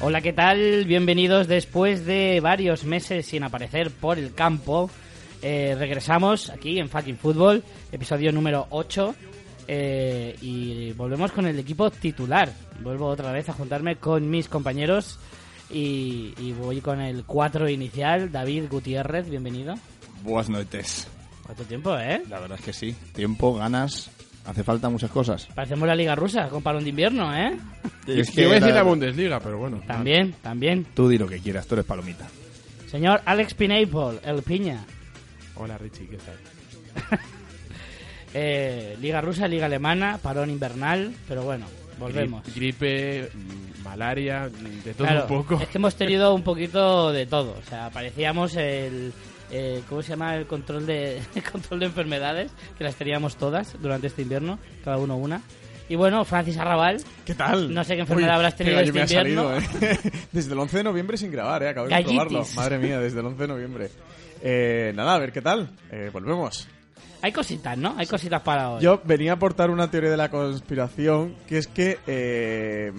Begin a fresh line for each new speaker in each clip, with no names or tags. Hola, ¿qué tal? Bienvenidos después de varios meses sin aparecer por el campo. Eh, regresamos aquí en Fucking Fútbol, episodio número 8. eh, y volvemos con el equipo titular. Vuelvo otra vez a juntarme con mis compañeros. Y, y voy con el 4 inicial, David Gutiérrez, bienvenido.
Buenas noches.
¿Cuánto tiempo, eh?
La verdad es que sí. Tiempo, ganas, hace falta muchas cosas.
Parecemos la Liga Rusa con parón de invierno, ¿eh?
Es
Yo voy a decir
la-
la Bundesliga, pero bueno.
También, también.
Tú di lo que quieras, tú eres palomita.
Señor Alex Pineapple, el piña.
Hola Richie, ¿qué tal?
Eh, Liga rusa, Liga alemana, parón invernal, pero bueno, volvemos.
Gri- Gripe, mm, malaria, mm, de todo
Claro,
un poco.
Es que hemos tenido un poquito de todo. O sea, parecíamos el. eh, ¿Cómo se llama? El control de el control de enfermedades, que las teníamos todas durante este invierno, cada uno una. Y bueno, Francis Arrabal,
¿Qué tal?
No sé qué enfermedad habrás tenido
pega, yo
este
me ha
invierno.
salido, ¿eh? Desde el 11 de noviembre sin grabar, ¿eh? Acabo de
Gallitis.
probarlo. Madre mía, desde el 11 de noviembre. Eh, nada, a ver qué tal. Eh, volvemos.
hay cositas, ¿no? Hay cositas para hoy.
Yo venía a aportar una teoría de la conspiración, que es que eh,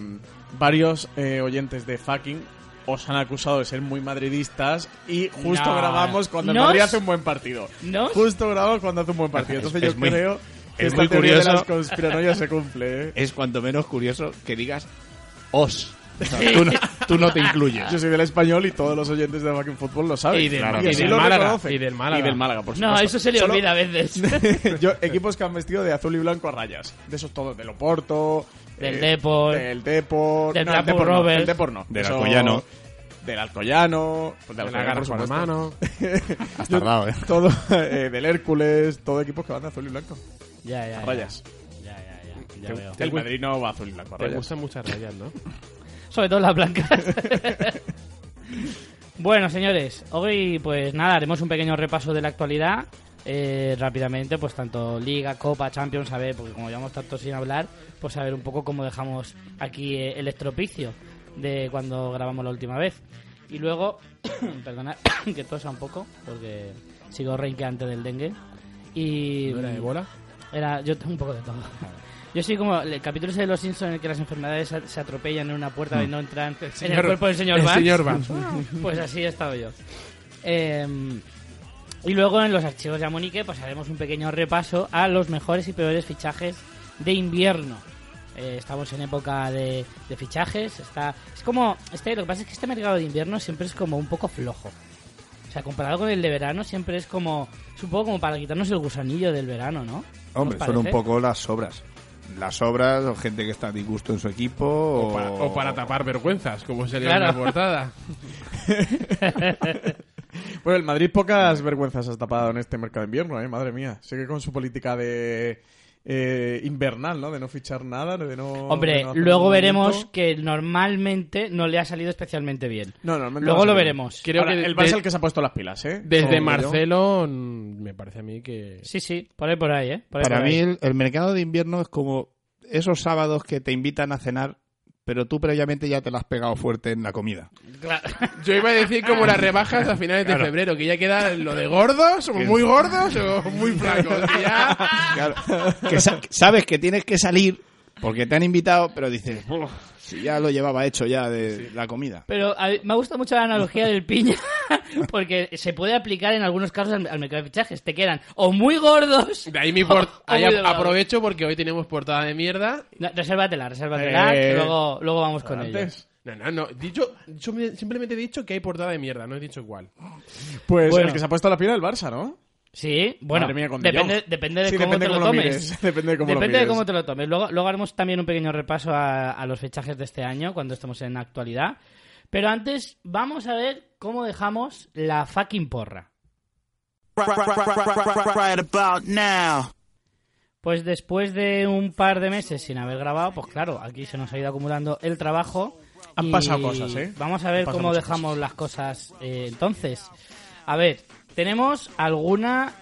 varios eh, oyentes de fucking os han acusado de ser muy madridistas y justo
No.
grabamos cuando el
Nos-
Madrid hace un buen partido.
Nos-
Justo grabamos cuando hace un buen partido. Entonces
Es
yo
muy-
creo que
es
esta
muy
teoría
curioso.
de las conspiranoias se cumple, ¿eh?
Es cuanto menos curioso que digas os. O sea, tú, no, tú no te incluyes.
Yo soy del español y todos los oyentes de fucking fútbol lo saben.
Y del-
Claro,
y
y
así
del
lo
Málaga,
reconocen.
y del Málaga.
Y del Málaga, por
no,
supuesto.
eso se le
Solo-
olvida a veces.
Yo, equipos que han vestido de azul y blanco a rayas. De esos todos, del Oporto. eh,
Del Depor.
Del Depor.
Del
no, el
Blackburn
Depor no,
Rovers.
el Depor no.
Del
Eso-
Alcoyano.
Del Alcoyano. Pues del
De la
Alcoyano,
garra
por
con la
supuesto.
mano.
Has tardado, ¿eh?
Todo, eh, del Hércules. Todo equipos que van de azul y blanco.
ya, ya,
A
ya.
rayas.
Ya, ya, ya, ya veo.
El Madrid no va azul y blanco a
Te
rayas.
gustan muchas rayas, ¿no?
Sobre todo las blancas. bueno, señores, hoy pues nada, haremos un pequeño repaso de la actualidad. eh, rápidamente, pues tanto Liga, Copa, Champions, a ver, porque como llevamos tanto sin hablar, pues a ver un poco cómo dejamos aquí eh, el estropicio de cuando grabamos la última vez. Y luego, perdonad que tosa un poco, porque sigo renqueante del dengue. Y,
¿No era ébola?
era, yo tengo un poco de todo. Yo soy como el capítulo ese de los Simpsons en el que las enfermedades se- se atropellan en una puerta y no entran en el
Mm. señor-
cuerpo del señor
el
Vance.
señor Vance.
pues así he estado yo. Eh, y luego en los archivos de Amonique pues haremos un pequeño repaso a los mejores y peores fichajes de invierno. Eh, estamos en época de, de fichajes. Está, es como este, lo que pasa es que este mercado de invierno siempre es como un poco flojo. O sea, comparado con el de verano siempre es como, supongo como para quitarnos el gusanillo del verano, ¿no? ¿No
Hombre,
os
son un
parece?
poco las sobras. Las obras o gente que está a disgusto en su equipo o,
O para, o
Oh.
para tapar vergüenzas, como sería
Claro.
una portada.
Bueno, Pues el Madrid pocas vergüenzas has tapado en este mercado de invierno, ¿eh? Madre mía. Sigue con su política de... eh, invernal, ¿no? De no fichar nada, de no... de
Hombre,
no hacer
luego
ningún
veremos
movimiento.
que normalmente no le ha salido especialmente bien.
No, normalmente
luego
no
lo
sale.
veremos.
Creo
Ahora,
que
el Barça es
de-
el que se ha puesto las pilas, ¿eh? Como
Desde
digo yo.
Marcelo, mm, me parece a mí que...
Sí, sí, por ahí, por ahí, ¿eh? Por ahí,
Para
por
mí
ahí.
el, el mercado de invierno es como esos sábados que te invitan a cenar, pero tú previamente ya te la has pegado fuerte en la comida.
Claro.
Yo iba a decir como las rebajas a finales de febrero, que ya queda lo de gordos, o muy gordos, o muy flacos. que ya-
Claro, que sa- sabes que tienes que salir porque te han invitado, pero dices, "Uf, si ya lo llevaba hecho ya de la comida.
Pero a mí- me gusta mucho la analogía del piña, porque se puede aplicar en algunos casos al, al mercado de fichajes. Te quedan o muy gordos.
De ahí mi por...
o muy
ahí a-
delgados.
aprovecho porque hoy tenemos portada de mierda
No, resérvatela, resérvatela, que
Eh,
luego, luego vamos con ello.
Antes.
No, no, no. Dicho, yo me- simplemente he dicho que hay portada de mierda, no he dicho cuál.
Pues
Bueno.
el que se ha puesto la pila el Barça, ¿no?
Sí, bueno,
Madre mía, con De
depende,
Jong.
depende de
Sí,
cómo
depende
te lo
cómo lo
tomes.
mires, depende de cómo lo
Depende de
mires.
cómo te lo tomes. Luego, luego haremos también un pequeño repaso a, a los fichajes de este año cuando estemos en actualidad. Pero antes, vamos a ver cómo dejamos la fucking porra.
right about now.
Pues después de un par de meses sin haber grabado, pues claro, aquí se nos ha ido acumulando el trabajo.
Han
y
pasado cosas, ¿eh?
Vamos a ver
Han pasado
cómo
muchas
dejamos las cosas eh, entonces. A ver, tenemos alguna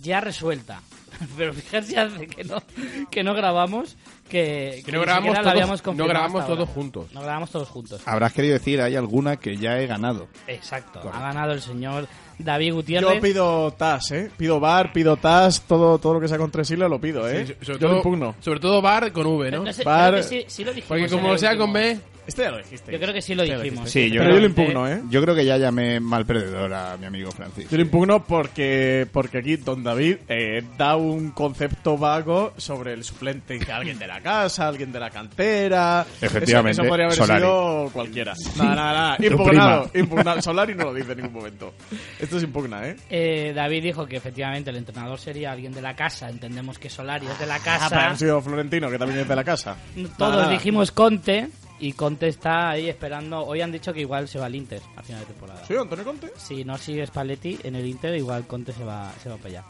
ya resuelta. Pero fijarse hace que no, que no grabamos, que,
Que no
ni
grabamos
siquiera la
todos-
habíamos
no
confirmado
grabamos
hasta ahora.
todos juntos. Ah,
No grabamos todos juntos.
Habrás querido decir, hay alguna que ya he ganado.
Exacto.
Correcto.
Ha ganado el señor David Gutiérrez.
Yo pido TAS, ¿eh? Pido bar, pido TAS, todo, todo lo que sea con tres siglas lo pido, ¿eh?
Sí, so- sobre,
Yo lo
todo,
impugno.
sobre todo bar con V, ¿no?
No sé,
Bar-
creo que sí- sí lo dijimos
Porque
en
como
el
sea
último.
con B,
Este ya lo dijiste.
Yo creo que sí lo dijimos.
Sí, yo
Pero yo lo
creo,
impugno, ¿eh?
yo creo que ya llamé mal perdedor a mi amigo Francis.
Yo lo impugno porque, porque aquí Don David eh, da un concepto vago sobre el suplente de alguien de la casa, alguien de la cantera.
Efectivamente,
Eso, eso podría haber
Solari.
sido cualquiera. Nada, nada, nada.
Tu
Impugnado, impugnado. Solari no lo dice en ningún momento. Esto es impugna, ¿eh?
Eh, David dijo que efectivamente el entrenador sería alguien de la casa. Entendemos que Solari es de la
Ah, pero ha
casa.
sido Florentino, que también es de la casa. Nada,
Todos
nada.
dijimos Conte y Conte está ahí esperando. Hoy han dicho que igual se va al Inter a final de temporada.
¿Soy Antonio Conte?
Si no sigue Spalletti en el Inter, igual Conte se va, se va para allá.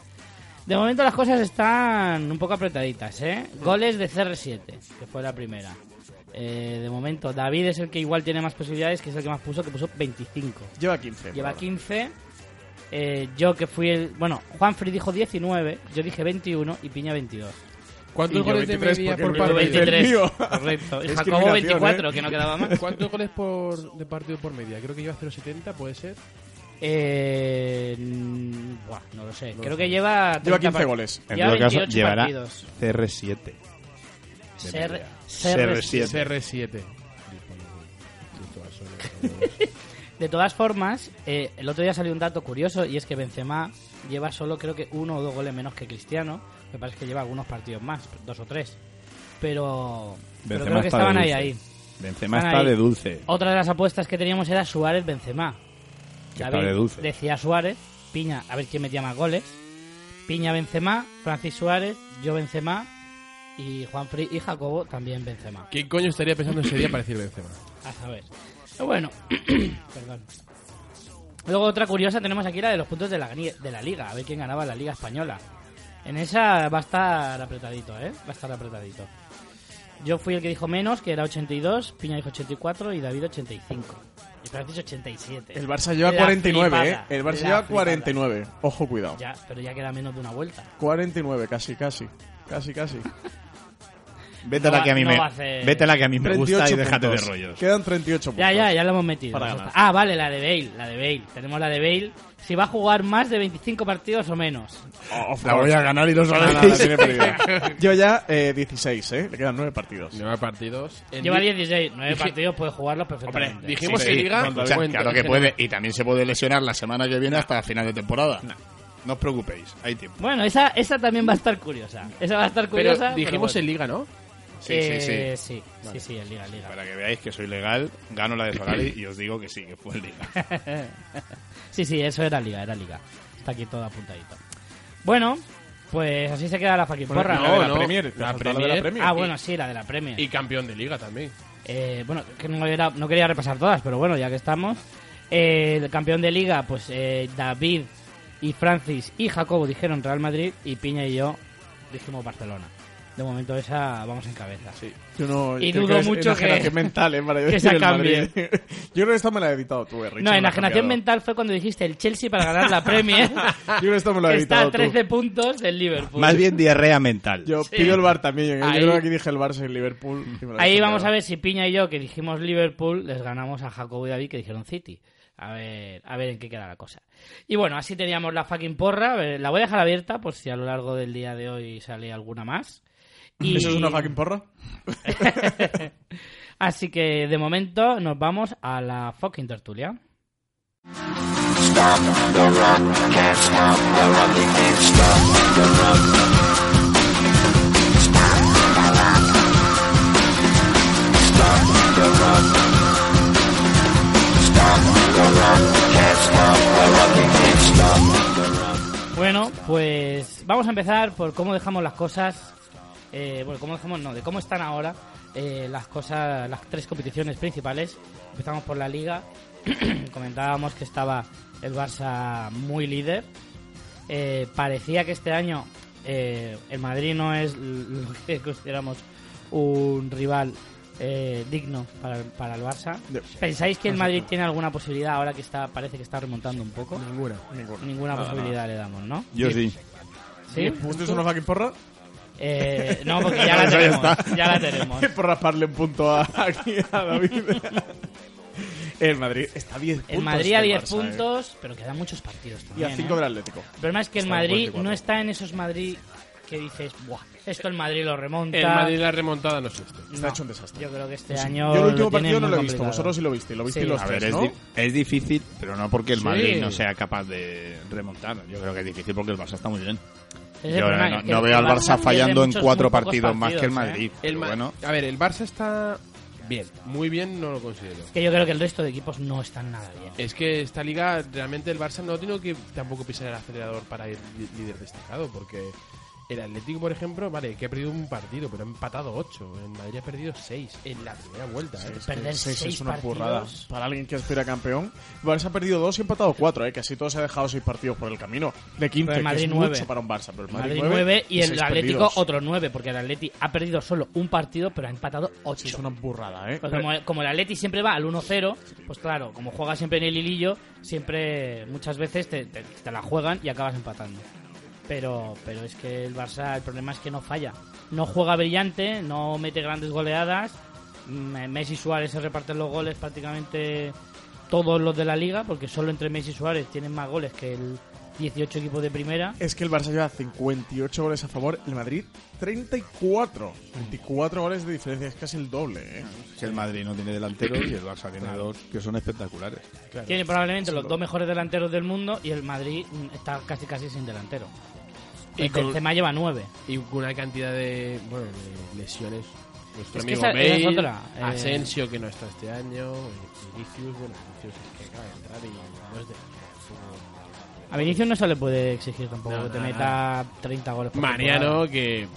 De momento las cosas están un poco apretaditas, ¿eh? Goles de CR7, que fue la primera. Eh, de momento, David es el que igual tiene más posibilidades, que es el que más puso, que puso 25.
Lleva 15.
Lleva
por ahora.
15. Eh, yo que fui el... Bueno, Juanfrey dijo 19, yo dije 21 y Piña 22.
Y
¿Cuántos
yo
goles de
23
media
porque
por
el
Yo
Vale,
partido?
23.
mío.
Correcto. Y
Discriminación,
Jacobo 24,
¿eh?
que no quedaba más.
¿Cuántos goles por, de partido por media? Creo que lleva 0,70, puede ser.
Eh, mm, buah, no lo sé. Creo que lleva... 30
Lleva 15
par-
goles.
En
Lleva
todo caso,
28
llevará
partidos.
CR7. de
Ser,
media.
ser-
CR7.
CR7.
De todas formas, eh, el otro día salió un dato curioso y es que Benzema lleva solo creo que uno o dos goles menos que Cristiano. Me parece que lleva algunos partidos más, dos o tres. Pero, pero
Benzema
creo que
está de
estaban ahí,
dulce.
ahí.
Benzema
Están
está
ahí.
de dulce.
Otra de las apuestas que teníamos era Suárez-Benzema.
Que está de dulce.
decía Suárez, Piña, a ver quién metía más goles. Piña-Benzema, Francis Suárez, yo-Benzema y Juanfri y Jacobo también Benzema.
¿Quién coño estaría pensando ese día para decir Benzema?
A saber. Pero bueno, perdón. Luego otra curiosa tenemos aquí la de los puntos de la, gni- de la liga, a ver quién ganaba la liga española. En esa va a estar apretadito, ¿eh? Va a estar apretadito. Yo fui el que dijo menos, que era 82, Piña dijo 84 y David 85. Y Francis 87.
El Barça lleva
La
49, ¿eh?
flipada, la
El Barça lleva
flipada.
49. Ojo, cuidado.
Ya, pero ya queda menos de una vuelta.
49, casi, casi. Casi, casi.
No
Vete, a
va-
la que a mí
no
me,
va a hacer-
vete a la que a mí me
38
gusta y déjate de
puntos.
rollos.
Quedan 38 puntos.
Ya, ya, ya lo hemos metido.
Para
Ya
ganar.
está. Ah, vale, la de Bale, la de Bale. Tenemos la de Bale. Si va a jugar más de 25 partidos o menos.
Oh,
La voy a ganar y no
Nada, nada, tiene pérdida. Yo ya eh, 16, ¿eh? Le quedan 9 partidos.
Nueve partidos. En
Lleva
li-
16, 9
Dije-
partidos, puede jugarlos perfectamente.
dijimos que Liga.
O sea,
cuenta,
claro que
es
puede. Y también se puede lesionar la semana que viene hasta final de temporada. No, os preocupéis, hay tiempo.
Bueno, esa, esa también va a estar curiosa. Esa va a estar
no. Pero
curiosa. pero
dijimos
bueno.
en Liga, ¿no?
Sí,
Eh,
sí, sí.
Sí, sí, sí, en Liga, en Liga.
Para que veáis que soy legal, gano la de Solari y os digo que sí, que fue el liga.
Sí, sí, eso era Liga, era Liga. Está aquí todo apuntadito. Bueno, pues así se queda la fucking
Bueno,
porra.
no,
de la
no.
Premier, te
La
faltaba la de la
Premier.
Premier.
Ah, bueno, sí, la de la Premier.
Y campeón de Liga también.
Eh, bueno, que no, era- no quería repasar todas, pero bueno, ya que estamos. Eh, el campeón de liga, pues eh, David y Francis y Jacobo dijeron Real Madrid y Piña y yo dijimos Barcelona. De momento esa vamos en cabeza.
Yo no,
Y
creo
dudo
que es
mucho que-
enajenación mental, ¿eh? Para
que
decir
se
el
cambie.
Madrid. Yo creo que esta me la he editado tú, eh, Richie,
no,
me
en
la
la
has
generación
cambiado.
mental fue cuando dijiste el Chelsea para ganar la Premier.
Yo creo que esta me la
que
he
está
editado
a 13
tú.
puntos del Liverpool.
Más bien diarrea mental.
Yo
Sí.
pido el bar también. ¿eh?
Ahí-
Yo creo que aquí dije el Barça y el Liverpool. y me la has
Ahí vamos
cambiado.
a ver si Piña y yo, que dijimos Liverpool, les ganamos a Jacobo y David, que dijeron City. A ver, a ver en qué queda la cosa. Y bueno, así teníamos la fucking porra. A ver, La voy a dejar abierta por si a lo largo del día de hoy sale alguna más. Y...
¿Eso es una fucking porra?
Así que de momento nos vamos a la fucking tertulia. Bueno, pues vamos a empezar por cómo dejamos las cosas. eh, bueno, cómo dejamos, no, de cómo están ahora eh, las cosas, las tres competiciones principales. Empezamos por la Liga. Comentábamos que estaba el Barça muy líder. Eh, parecía que este año eh, el Madrid no es l- lo que consideramos un rival eh, digno para, el- para el Barça.
No.
¿Pensáis que el Madrid tiene alguna posibilidad ahora que está parece que está remontando un poco?
Ninguna.
Ninguna posibilidad le damos, ¿no?
Yo sí.
¿Sí?
¿Esto es una fucking porra?
Eh, no, porque ya la
Eso ya
tenemos.
está.
Ya la tenemos.
Por rasparle un punto a, aquí a David. el Madrid está a 10 puntos.
El Madrid a
del
10
Barça, ¿eh?
puntos, pero quedan muchos partidos
Y
también.
a 5
¿eh?
del Atlético.
El problema es que el
Está en
Madrid
44.
no está en esos Madrid que dices, Buah, esto el Madrid lo remonta.
El Madrid la remontada no existe.
Está
No,
hecho un desastre.
Yo creo que este año.
Yo el
lo tiene
último
muy
partido no lo he visto,
complicado.
vosotros sí lo viste, lo viste
Sí.
los
A ver,
tres,
es,
¿no?
di- es difícil, pero no porque el
Sí.
Madrid no sea capaz de remontar. Yo creo que es difícil porque el Barça está muy bien.
Ese es el
Yo eh,
problema,
no,
que
no
el
veo al
Barça
Barça
pierde
fallando en
muchos-
cuatro
muy pocos
partidos más que el
partidos, ¿eh?
Madrid.
El
pero
Ma-
bueno,
A ver, el Barça está bien, muy bien no lo considero.
Que yo creo que el resto de equipos no están nada bien.
Es que esta liga realmente el Barça no tiene que tampoco pisar el acelerador para ir li- líder destacado, porque el Atlético, por ejemplo, vale, que ha perdido un partido, pero ha empatado ocho. En Madrid ha perdido seis en la primera vuelta. ¿eh?
Perder
Sí, sí,
seis
es una
partidos.
burrada. Para alguien que aspira a campeón, el Barça ha perdido dos y ha empatado cuatro, ¿eh? que así todo se ha dejado seis partidos por el camino. De 15,
Pero el Madrid
que es
nueve.
mucho para un Barça, pero el Madrid,
Madrid
nueve
9 y el
seis
Atlético
perdidos.
otro 9, porque el Atleti ha perdido solo un partido, pero ha empatado 8.
Es una burrada, ¿eh?
como, el- como el Atleti siempre va al 1-0, pues claro, como juega siempre en el hilillo, siempre muchas veces te, te- te la juegan y acabas empatando. Pero, pero es que el Barça, el problema es que no falla. No juega brillante, no mete grandes goleadas. Mm, Messi y Suárez se reparten los goles prácticamente todos los de la liga, porque solo entre Messi y Suárez tienen más goles que el 18 equipos de primera.
Es que el Barça lleva 58 goles a favor, el Madrid 34. 24 goles de diferencia, es casi el doble, ¿eh?
que el Madrid no tiene delantero y el Barça tiene dos que son espectaculares.
Tiene probablemente los dos mejores delanteros del mundo y el Madrid mm, está casi casi sin delantero.
Y
Y
con-
Benzema lleva nueve.
Y con una cantidad de, bueno, de lesiones. Nuestro
Es que
amigo
esa- esa es
Bale,
otra, eh.
Asensio que no está este año, y Vinicius, bueno, Vinicius es que acaba de entrar y no es de...
A Vinicius no se le puede exigir tampoco
No,
que te
no,
meta 30 goles. por temporada.
Mariano que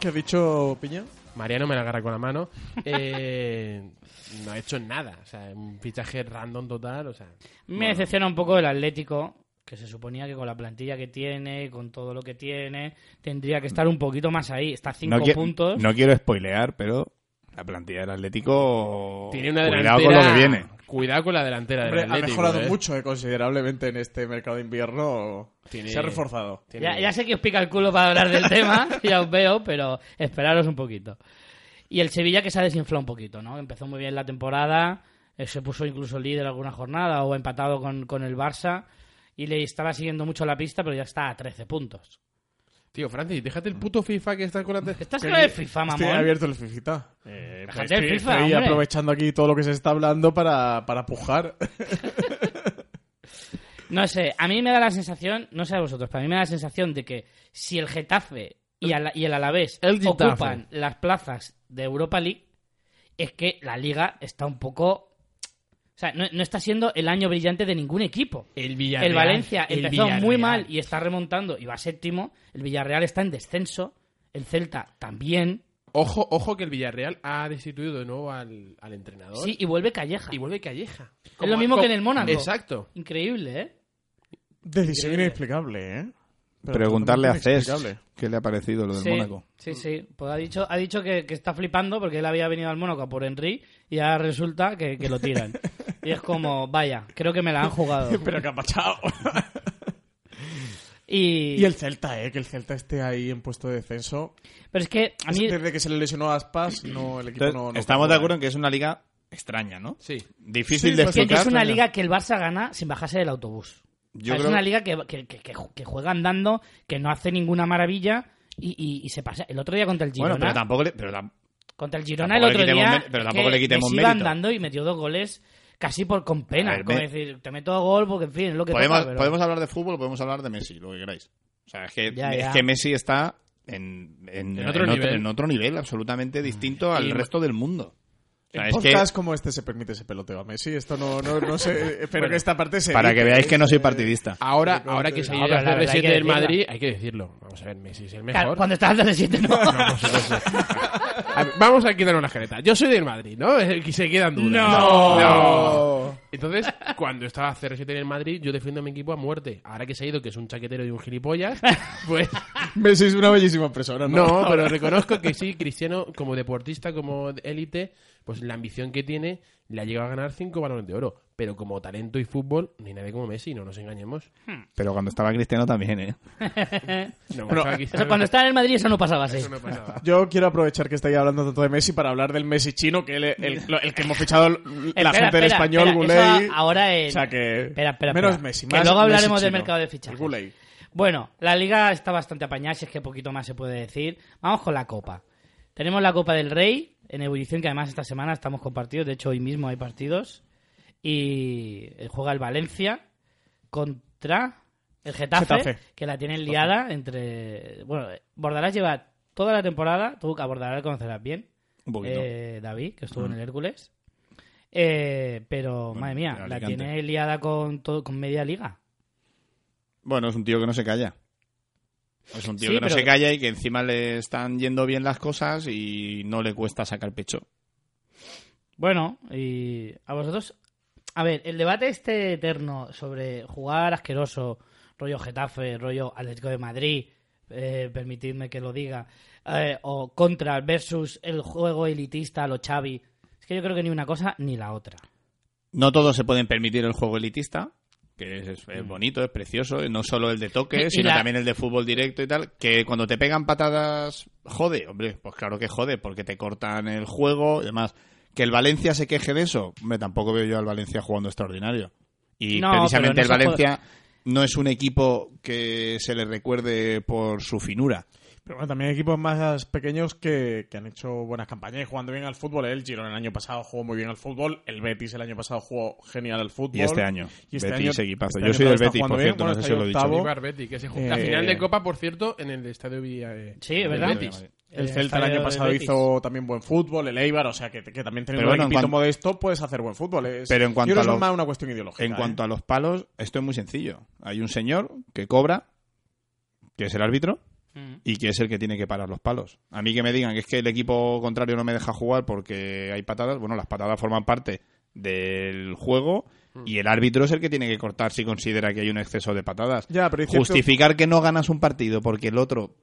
¿Qué ha dicho Piña?
Mariano me la agarra con la mano. Eh, no ha hecho nada. O sea, un fichaje random total. O sea,
Me decepciona un poco el Atlético, que se suponía que con la plantilla que tiene, con todo lo que tiene, tendría que estar un poquito más ahí. Está a 5
qui-
puntos.
no quiero spoilear, pero la plantilla del Atlético.
tiene una delantera.
Oh, cuidado con lo que viene.
Cuidado con la delantera del
Hombre, ha
Atlético,
mejorado
eh.
mucho, eh, considerablemente en este mercado de invierno.
Tiene-
Se ha reforzado.
Tiene-
Ya, ya sé que os pica el culo para hablar del tema, ya os veo, pero esperaros un poquito. Y el Sevilla que se ha desinflado un poquito, ¿no? Empezó muy bien la temporada, eh, se puso incluso líder alguna jornada o empatado con, con el Barça y le estaba siguiendo mucho la pista, pero ya está a 13 puntos.
Tío, Francis, déjate el puto FIFA que estás con la. te-
Estás con el FIFA,
Estoy
mamón.
abierto el Fifita.
Déjate
Pues
estoy,
el FIFA,
estoy
hombre.
aprovechando aquí todo lo que se está hablando para, para pujar.
No sé, a mí me da la sensación, no sé a vosotros, pero a mí me da la sensación de que si el Getafe y, Ala- y el Alavés
El Getafe.
ocupan las plazas de Europa League, es que la liga está un poco... O sea, no, no está siendo el año brillante de ningún equipo.
El Villarreal.
El Valencia
el
empezó muy
Villarreal.
mal y está remontando y va séptimo. El Villarreal está en descenso. El Celta también.
Ojo, ojo que el Villarreal ha destituido de nuevo al, al entrenador.
Sí, y vuelve Calleja.
Y vuelve Calleja.
lo mismo que en el Mónaco.
Exacto.
Increíble, ¿eh?
Decisión inexplicable, ¿eh? Pero
Preguntarle a
totalmente
Cés
inexplicable.
qué le ha parecido lo del
sí,
Mónaco.
Sí, sí. Pues ha dicho, ha dicho que, que está flipando porque él había venido al Mónaco a por Henry y ahora resulta que, que lo tiran. y es como, vaya, creo que me la han jugado.
Pero que ha pachado.
Y,
y el Celta, ¿eh? Que el Celta esté ahí en puesto de descenso.
Pero es que a mí...
Desde que se le lesionó a Aspas, no, el equipo
Entonces,
no, ¿eh? no
estamos de
juega,
acuerdo en que es una liga extraña, ¿no?
Sí.
Difícil
Sí,
de
pues
que
explicar.
es una liga que el Barça gana sin bajarse del autobús.
Yo
es
creo-
una liga que, que, que- que- que juega andando, que no hace ninguna maravilla y, y- y se pasa. El otro día contra el Girona.
Bueno, pero tampoco le- pero tam-
contra el Girona el
tampoco le
otro
quitemos
día.
mé- pero
es
tampoco
que
le quitemos
Messi iba
mérito.
andando y metió dos goles casi por con pena.
A ver,
como
me-
decir, te meto gol porque en fin, es lo que
podemos,
toca, pero-
podemos hablar de fútbol, o podemos hablar de Messi, lo que queráis. O sea, es que,
Ya,
es
ya.
que Messi está en, en-
En otro
en
nivel.
en otro nivel absolutamente distinto al
Y-
resto del mundo. O sea,
En
es que-
podcast como este se permite ese peloteo a Messi. Esto no, no, no sé. Espero que esta parte se.
para que
edite,
veáis que no soy
eh,
partidista.
Ahora, ahora que se
No, pero
llega a
la
hacer
verdad hay
7
que
del
decirla.
Madrid, hay que decirlo. Vamos a ver, Messi es el
Claro,
mejor.
Cuando estás dando 7 no.
A ver, vamos a quitar una jereta. Yo soy del Madrid, ¿no? Es el que se quedan dudas.
No.
Entonces, cuando estaba CR7 en el Madrid, yo defiendo a mi equipo a muerte. Ahora que se ha ido, que es un chaquetero y un gilipollas, pues
Messi es una bellísima persona, ¿no?
no, pero reconozco que sí, Cristiano, como deportista, como élite, pues la ambición que tiene le ha llegado a ganar cinco balones de oro. Pero como talento y fútbol, ni nadie como Messi, no nos engañemos.
Pero cuando estaba Cristiano también, ¿eh?
No,
Bueno,
aquí-
Eso, cuando estaba en el Madrid eso no pasaba así.
no pasa nada.
Yo quiero aprovechar que estáis hablando tanto de Messi para hablar del Messi chino, que el, el- lo- el que hemos fichado l- la
Espera,
gente
espera,
del español,
espera, eso
Guley.
ahora en-
O sea que.
Espera, espera,
menos
espera.
Messi.
Que
más
luego hablaremos
Messi
del
chino.
mercado de fichajes.
El Guley.
Bueno, la liga está bastante apañada, si es que poquito más se puede decir. Vamos con la copa. Tenemos la Copa del Rey en ebullición, que además esta semana estamos con partidos. De hecho, hoy mismo hay partidos. Y eh, juega el Valencia contra el Getafe,
Getafe.
que la tienen liada entre... Bueno, Bordalás lleva toda la temporada, tú a Bordalás le conocerás bien,
Un poquito.
eh, David, que
Mm.
estuvo en el Hércules. Eh, pero,
Bueno,
madre mía,
de
la
Alicante.
tiene liada con, todo, con media liga.
Bueno, es un tío que no se calla. Es un tío
Sí,
que no
pero-
se calla y que encima le están yendo bien las cosas y no le cuesta sacar pecho.
Bueno, y a vosotros. A ver, el debate este eterno sobre jugar asqueroso, rollo Getafe, rollo Atlético de Madrid, eh, permitidme que lo diga, eh, o contra versus el juego elitista, lo Xavi. Es que yo creo que ni una cosa ni la otra.
No todos se pueden permitir el juego elitista, que es, es
Mm.
bonito, es precioso, y no solo el de
Y-
toque,
y
sino
la-
también el de fútbol directo y tal, que cuando te pegan patadas jode, hombre, pues claro que jode, porque te cortan el juego y demás. Que el Valencia se queje de eso, hombre, tampoco veo yo al Valencia jugando extraordinario. Y
No,
precisamente
pero
el
en esos
Valencia no es un equipo que se le recuerde por su finura.
Pero bueno, también hay equipos más pequeños que, que han hecho buenas campañas y jugando bien al fútbol. El Girona el año pasado jugó muy bien al fútbol. El Betis el año pasado jugó genial al fútbol.
Y este año.
Y este
Betis,
año-
equipazo.
este
Yo
año
soy del
está
Betis,
jugando
por
bien.
cierto,
Bueno,
no sé
está
si
ahí
os lo he dicho.
octavo.
Ibar Betty, que se jugó- La
Eh,
final de Copa, por cierto, en el estadio Villa. eh,
Sí, es
del
verdad.
Betis.
El
Eh,
Celta el
estadio
año
de
pasado
Betis.
hizo también buen fútbol, el Eibar, o sea que, que también teniendo
Pero bueno, en
un equipito
cuanto-
modesto puedes hacer buen fútbol. Es,
Pero en cuanto
yo creo
a
que es
lo-
más una cuestión ideológica. ¿eh?
En cuanto a los palos, esto es muy sencillo. Hay un señor que cobra, que es el árbitro,
Mm.
y que es el que tiene que parar los palos. A mí que me digan que es que el equipo contrario no me deja jugar porque hay patadas, bueno, las patadas forman parte del juego y el árbitro es el que tiene que cortar si considera que hay un exceso de patadas.
Ya, pero es cierto-
Justificar que no ganas un partido porque el otro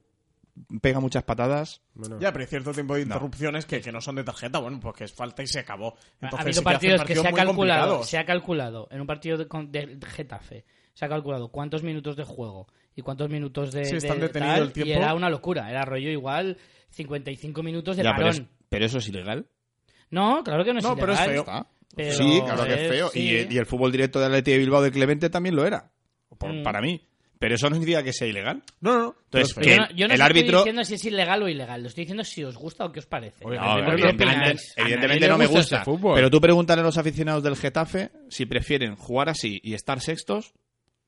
pega muchas patadas,
Bueno,
Ya, pero hay cierto tiempo de interrupciones que, que no son de tarjeta, bueno, pues que es falta y se acabó.
ha
Entonces,
habido
sí que hacen
partidos que se ha
partidos muy
calculado,
complicados.
se ha calculado en un partido de, con- de Getafe, se ha calculado cuántos minutos de juego y cuántos minutos de,
Sí, están
de
detenido el tiempo.
y era una locura, era rollo igual 55 minutos de
Ya, pero,
parón.
es- pero eso es ilegal.
No, claro que no es
No, pero es
ilegal.
feo.
Está.
Pero
sí, claro que es
es-
feo.
sí.
Y, el- y el fútbol directo de Atleti de Bilbao de Clemente también lo era, por-
Mm.
para mí. Pero eso no significa que sea ilegal.
No, no, no.
Entonces,
Pero
que
yo no, yo no
el
os estoy
árbitro...
diciendo si es ilegal o ilegal, lo estoy diciendo si os gusta o qué os parece.
No,
¿Qué
evidentemente,
opináis?
evidentemente
le
no me
gusta
gusta.
este fútbol.
Pero tú pregúntale a los aficionados del Getafe si prefieren jugar así y estar sextos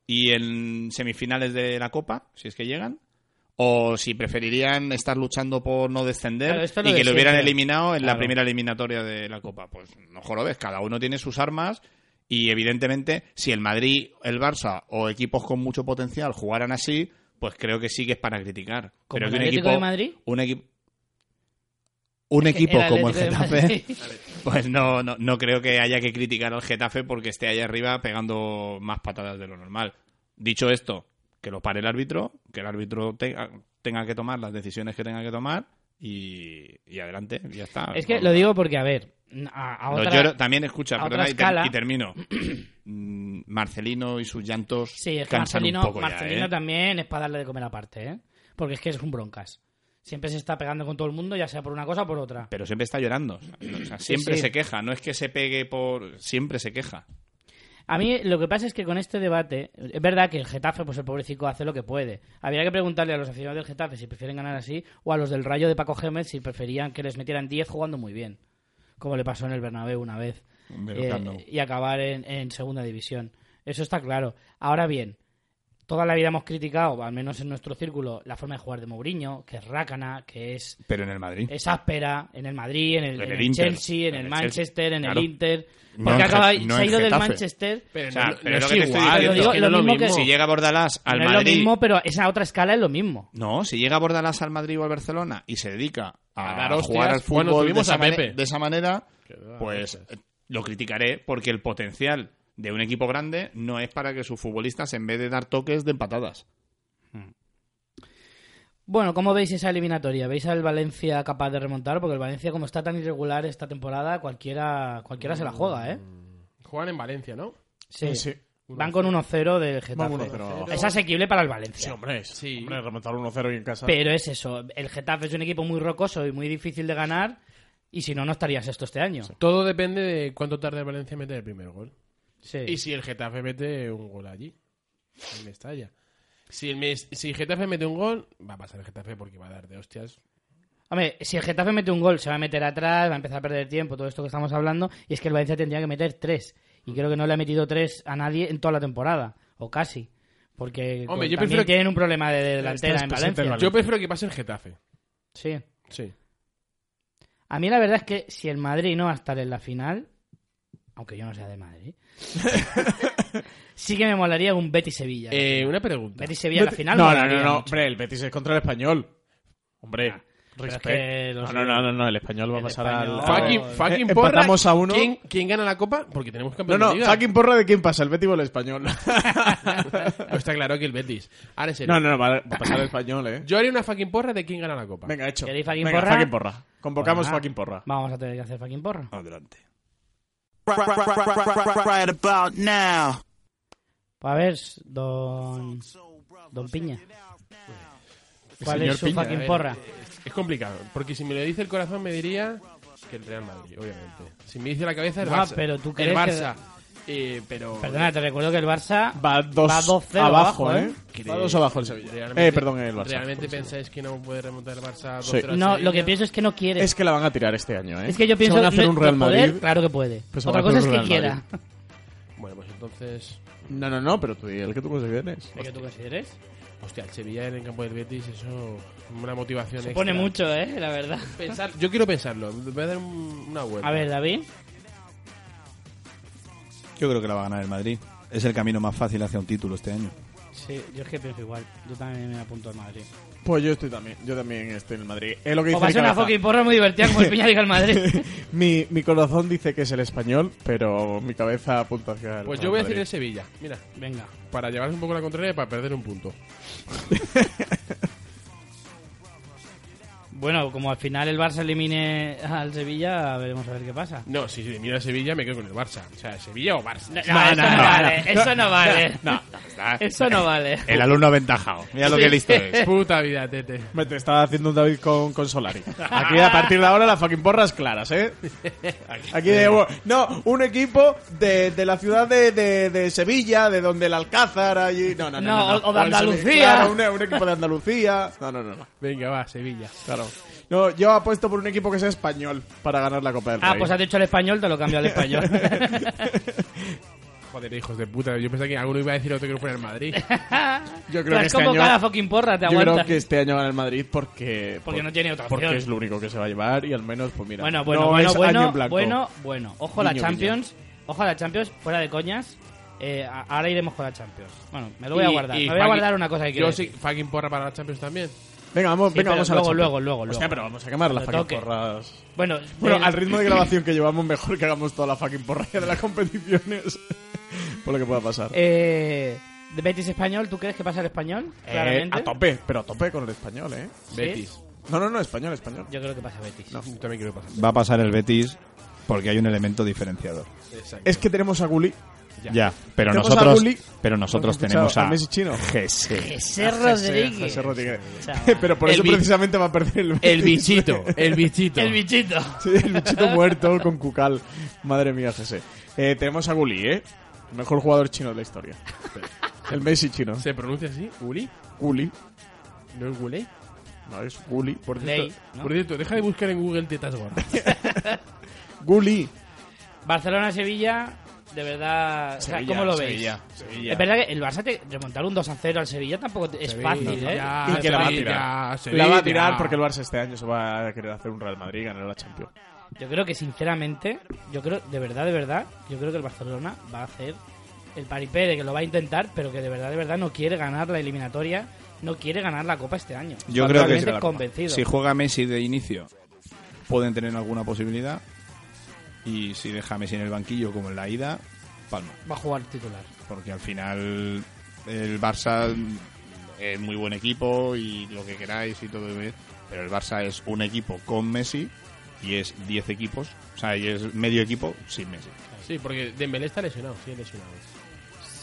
y en semifinales de la Copa, si es que llegan, o si preferirían estar luchando por no descender
Claro, esto es
y
lo
que
de
lo hubieran
siempre.
eliminado en la
Claro.
primera eliminatoria de la Copa. Pues no jorobes, cada uno tiene sus armas y evidentemente si el Madrid, el Barça o equipos con mucho potencial jugaran así, pues creo que sí que es para criticar.
¿Como
Pero
el
que un
Atlético
equipo-
de Madrid?
Un equipo un equipo como el Getafe, pues no, no, no creo que haya que criticar al Getafe porque esté ahí arriba pegando más patadas de lo normal. Dicho esto, que lo pare el árbitro, que el árbitro tenga, tenga que tomar las decisiones que tenga que tomar y, y adelante, ya está.
Es que
Vamos.
lo digo porque, a ver, a, a
Los
otra...
lloros- también escucha,
a otra
perdona, y, ter-
escala-
y termino. Mm, Marcelino y sus llantos
Sí, es que
cansan
Marcelino,
un poco ya,
Marcelino
¿eh?
también es para darle de comer aparte, ¿eh? Porque es que es un broncas. Siempre se está pegando con todo el mundo, ya sea por una cosa o por otra.
Pero siempre está llorando. o sea, no- o sea, siempre
sí.
se queja. No es que se pegue por... Siempre se queja.
A mí lo que pasa es que con este debate, es verdad que el Getafe, pues el pobrecito hace lo que puede. Habría que preguntarle a los aficionados del Getafe si prefieren ganar así, o a los del Rayo de Paco Gémez si preferían que les metieran 10 jugando muy bien, como le pasó en el Bernabéu una vez,
Pero
eh,
cuando-
y acabar en, en segunda división. Eso está claro. Ahora bien, toda la vida hemos criticado, al menos en nuestro círculo, la forma de jugar de Mourinho, que es rácana, que es
Pero en el Madrid.
es áspera en el Madrid, en el,
En
en
el
el
Inter.
Chelsea, en,
En
el
el
Manchester,
Chelsea,
en
claro.
el Inter.
No
Porque
en
acaba,
Ge- no
se ha
en
ido del
Getafe.
Manchester.
Pero
O sea,
no-
pero es
no es
lo que te estoy
igual,
diciendo.
es que no es
Lo
lo
mismo que-
mismo.
Si llega Bordalás al
no es
Madrid.
lo mismo, pero es a otra escala es lo mismo.
No, si llega Bordalás al Madrid o al Barcelona y se dedica a,
A dar hostias,
jugar al fútbol
bueno,
de,
tuvimos
esa
a
mane-
Pepe.
de esa manera,
da
pues eh, lo criticaré porque el potencial de un equipo grande no es para que sus futbolistas, en vez de dar toques, den patadas.
Bueno, ¿cómo veis esa eliminatoria? ¿Veis al Valencia capaz de remontar? Porque el Valencia, como está tan irregular esta temporada, cualquiera, cualquiera se la juega, ¿eh?
Juegan en Valencia, ¿no?
Sí.
Sí.
Van con 1-0 del Getafe.
Vamos, pero...
Es asequible para el
Sí,
Valencia.
hombre, es-
Sí.
hombre, remontar 1-0 y en casa.
pero es eso. El Getafe es un equipo muy rocoso y muy difícil de ganar. Y si no, no estarías esto este año.
Todo depende de cuánto tarde el Valencia en meter el primer gol.
Sí.
Y si el Getafe mete un gol allí, en Mestalla. Si, el Mes- si Getafe mete un gol, va a pasar el Getafe porque va a dar de hostias.
Hombre, si el Getafe mete un gol, se va a meter atrás, va a empezar a perder tiempo, todo esto que estamos hablando, y es que el Valencia tendría que meter tres. Y creo que no le ha metido tres a nadie en toda la temporada, o casi. Porque con-
Hombre, yo
también
prefiero que-
tienen un problema de delantera
Estás
en
presente
Valencia.
el Vale.
Yo prefiero que pase el Getafe.
Sí.
Sí.
A mí la verdad es que si el Madrid no va a estar en la final, aunque yo no sea de Madrid, sí que me molaría un Betis-Sevilla.
Eh, una pregunta.
Betis-Sevilla en la
Beti-
final.
No, no,
molaría
no, no,
mucho. Ah,
hombre, el Betis es contra el español. Hombre,
Pero es
respect.
que los-
No, no, no, no, no, el español va a
El
pasar
Español.
al.
Fucking,
Ah,
fucking
eh,
porra.
empatamos a uno.
¿Quién, quién gana la copa? Porque tenemos
No,
campeón de
no,
liga.
fucking porra de quién pasa, el Betis o el español.
Está claro que el Betis. Ahora en serio.
no, no, no, va a va a pasar el español, eh.
Yo haría una fucking porra de quién gana la copa.
Venga, hecho.
¿Queréis fucking
Venga,
porra?
fucking porra. Convocamos
Porra.
fucking porra.
Vamos a tener que hacer fucking porra.
Adelante.
Right, right, right, right, right, right, right about now.
Pues a ver, don, don Piña, ¿cuál
Señor
es su
Piña,
fucking
eh.
porra?
Es complicado, porque si me lo dice el corazón me diría que el Real Madrid, obviamente. Si me dice la cabeza el
Ah,
Barça.
pero tú
el
crees
Barça. Eh, pero
Perdona, te recuerdo que el Barça
Va dos,
Va 2-0
abajo,
abajo,
¿eh?
¿Crees-
Va dos abajo el Sevilla.
realmente-
eh, perdón, el Barça.
¿Realmente pensáis que no puede remontar el Barça?
Sí.
2-0 al
No,
Sevilla?
lo que pienso es que no quiere.
Es que la van a tirar este año, ¿eh?
Es que yo pienso
Se van a hacer
no-
un Real
de poder,
Madrid.
claro que puede.
Pues se
Otra
van a
cosa es
hacer
que
un Real
quiera.
Bueno, pues entonces,
No, no, no, pero tú di el que tú consideres.
¿Qué tú consideres?
hostia, el Sevilla en el campo del Betis, eso una motivación
Se pone
extra.
mucho, ¿eh? La verdad.
Pensar- yo quiero pensarlo, voy a dar un- una vuelta.
A ver, David.
Yo creo que la va a ganar el Madrid. Es el camino más fácil hacia un título este año.
Sí, yo es que pienso igual. Yo también me apunto al Madrid.
Pues yo estoy también, yo también estoy en el Madrid. Es lo que
O
dice
va a
mi
ser una
cabeza.
fucking porra muy divertida como el Piña diga al Madrid.
mi, mi corazón dice que es el español, pero mi cabeza apunta hacia el
Pues yo voy a
Madrid.
decir el Sevilla, mira,
Venga.
para llevarse un poco la contraria y para perder un punto.
Bueno, como al final el Barça elimine al Sevilla, veremos a ver qué pasa.
No, si mira el Sevilla me quedo con el Barça, o sea, Sevilla o Barça.
No, eso no, vale. Eso no vale.
Ah,
Eso no vale.
El alumno aventajado. Mira lo
Sí.
que listo es.
Puta vida, Tete.
Me te estaba haciendo un David con, con Solari. Aquí a partir de ahora las fucking porras claras, ¿eh? Aquí de- No, un equipo de, de la ciudad de, de, de Sevilla, de donde el Alcázar allí... No, no, no.
No,
no, no.
o- o de
el Sevilla,
Andalucía.
Claro, un, un equipo de Andalucía. No, no, no, no.
Venga, va, Sevilla.
Claro. No, yo apuesto por un equipo que sea español para ganar la Copa del Rey.
Ah, pues has dicho el español, te lo cambio al español.
Joder, hijos de puta, yo pensaba que alguno iba a decir otro que no fuera el Madrid.
yo
Te
creo que
has
este año...
convocado a la fucking porra, te
Yo creo
aguantas.
que este año gana el Madrid porque...
Porque no tiene otra
Porque
opción.
es lo único que se va a llevar y al menos, pues mira...
Bueno, bueno,
no
bueno,
es año en
bueno,
blanco.
bueno, bueno. Ojo a la
Guiño,
Champions. Ojo a la Champions, fuera de coñas. Eh, a- ahora iremos con la Champions. Bueno, me lo voy a
Y-
guardar.
y
me voy a
fucking-
guardar una cosa que quiero
Yo sí,
decir.
fucking porra para la Champions también.
Venga, vamos,
Sí,
venga,
pero
vamos a la
luego,
Champions.
luego, luego,
Hostia,
luego.
pero vamos a quemar las
Lo
fucking
toque. Eh,
porras.
Bueno,
Bueno,
del-
al ritmo de grabación que llevamos, mejor que hagamos toda la fucking porrilla de las competiciones. Por lo que pueda pasar.
eh, de Betis Español, ¿tú crees que pasa el español?
Eh,
Claramente.
a tope, pero a tope con el español, ¿eh?
¿Sí?
Betis.
No, no, no, español, español.
Yo creo que pasa Betis.
Yo también quiero pasar.
Va a pasar el Betis porque hay un elemento diferenciador.
Exacto.
Es que tenemos a Gulli.
Ya, pero
Tenemos a
nosotros,
Gullit.
pero nosotros
Hemos
tenemos
fichado
a,
a Messi chino.
Jesse.
José
José-
Rodríguez.
José Rodríguez.
Chaval.
pero por
El
eso
bi-
precisamente va a perder el
El
Betis.
bichito, el bichito.
El bichito.
Sí, el bichito muerto con Cucal. Madre mía, José. Eh, tenemos a Gulli, ¿eh? El mejor jugador chino de la historia. El Messi chino.
¿Se pronuncia así? ¿Uli?
Gulli.
¿No es Guley?
No, es Gulli. Por cierto.
Ley, ¿no?
Por cierto, deja de buscar en Google tetas gordas.
Gulli.
Barcelona-Sevilla, de verdad... o sea,
Sevilla,
¿Cómo lo veis?
Sevilla, Sevilla.
Es verdad que el Barça te, remontar un 2 a 0 al Sevilla tampoco te- es fácil, ¿eh?
Ya,
Y que la va a
Sevilla,
tirar.
Sevilla.
La va a tirar porque el Barça este año se va a querer hacer un Real Madrid y ganar la Champions.
Yo creo que sinceramente, yo creo, de verdad, de verdad, yo creo que el Barcelona va a hacer el paripé de que lo va a intentar, pero que de verdad, de verdad no quiere ganar la eliminatoria, no quiere ganar la Copa este año. Está
Yo creo que
totalmente
sí la
Copa.
convencido.
Si juega Messi de inicio, pueden tener alguna posibilidad. Y si deja a Messi en el banquillo como en la ida, palmo.
Va a jugar titular.
Porque al final el Barça es muy buen equipo y lo que queráis y todo. bien, Pero el Barça es un equipo con Messi y es 10 equipos. O sea, y es medio equipo sin Messi.
Sí, porque Dembélé está lesionado, sí, lesionado.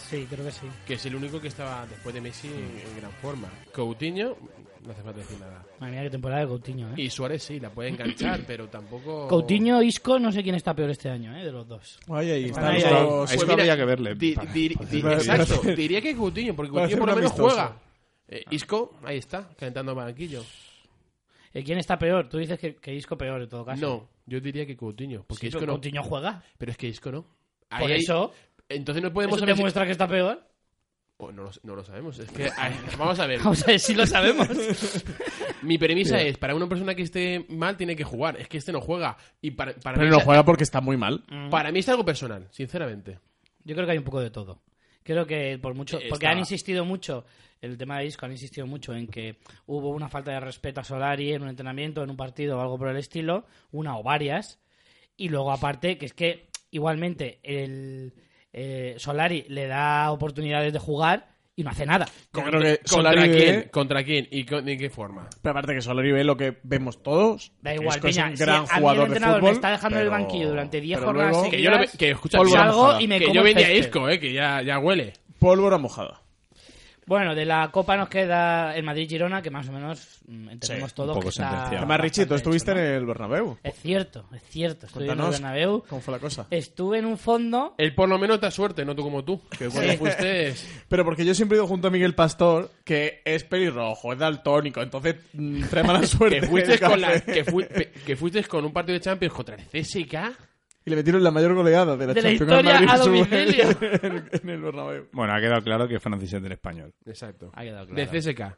Sí, creo que sí.
Que es el único que estaba después de Messi en, en gran forma. Coutinho, no hace falta decir nada.
Madre mía, qué temporada de Coutinho, ¿eh?
Y Suárez sí, la puede enganchar, pero tampoco...
Coutinho, Isco, no sé quién está peor este año, ¿eh? De los dos.
Ay, ahí
están
están
ahí,
los...
Eso
mira,
habría que verle.
Di-
Para-
di- di-
para-
exacto, diría que Coutinho, porque
para hacer
Coutinho por lo
un
menos
amistoso. Ah.
juega. Eh, Isco, ahí está, calentando banquillo.
Eh, ¿Quién está peor? Tú dices que, que Isco peor en todo caso.
No, yo diría que Coutinho. Porque
Sí,
Isco
pero
no.
Coutinho juega.
Pero es que Isco no.
Por
Ahí hay-
eso,
Entonces no podemos
¿eso
saber si-
demuestra que está peor?
Oh, no, lo, no lo sabemos. Es que, ay, vamos a ver.
Vamos a ver si lo sabemos.
Mi premisa es, para una persona que esté mal tiene que jugar. Es que este no juega. Y para, para, mí,
Pero no
es-
juega porque está muy mal.
para mí es algo personal, sinceramente.
Mm. Yo creo que hay un poco de todo. Creo que por mucho,
Está-
porque han insistido mucho, el tema de disco han insistido mucho en que hubo una falta de respeto a Solari en un entrenamiento, en un partido o algo por el estilo, una o varias, y luego aparte que es que igualmente el eh, Solari le da oportunidades de jugar y no hace nada.
Creo que
¿Contra
Solari ve-
quién? ¿Contra quién? ¿Y con- de qué forma?
Pero aparte que Solari ve lo que vemos todos.
Da
que
igual,
Isco es
Peña,
un
si
gran
a mí el
jugador de
entrenador
fútbol.
me está dejando en el
pero-
banquillo durante 10
pero
jornadas
luego-
Que yo lo ve-
seguidas,
que, escucha,
Pólvora
salgo
mojada.
y me
que
como
yo
el
vendía a
césped.
Isco, eh, que ya, ya huele.
Pólvora mojada.
Bueno, de la Copa nos queda el Madrid-Girona, que más o menos mm, entendemos
Sí,
todos
un poco
que está
sentenciado.
Además, Richie, tú
bastante
estuviste
hecho, ¿no?
en el Bernabéu.
Es cierto, es cierto. Estuve en el
Cuéntanos
Bernabéu. Eh.
cómo fue la cosa.
Estuve en un fondo...
Él por lo menos da suerte, no tú como tú. Que cuando fuiste... es-
Pero porque yo siempre he ido junto a Miguel Pastor, que es pelirrojo, es daltónico, entonces mm, trae mala suerte.
Que fuiste, con la-
café.
que, fui- pe- que fuiste con un partido de Champions contra el CSK.
Y le metieron la mayor goleada de la,
De la
Champions al
historia
Madrid
a
en su-
domicilio.
en- en el Bernabéu.
Bueno, ha quedado claro que Francis es del español.
Exacto.
Ha quedado
Ah, De
claro.
CSK.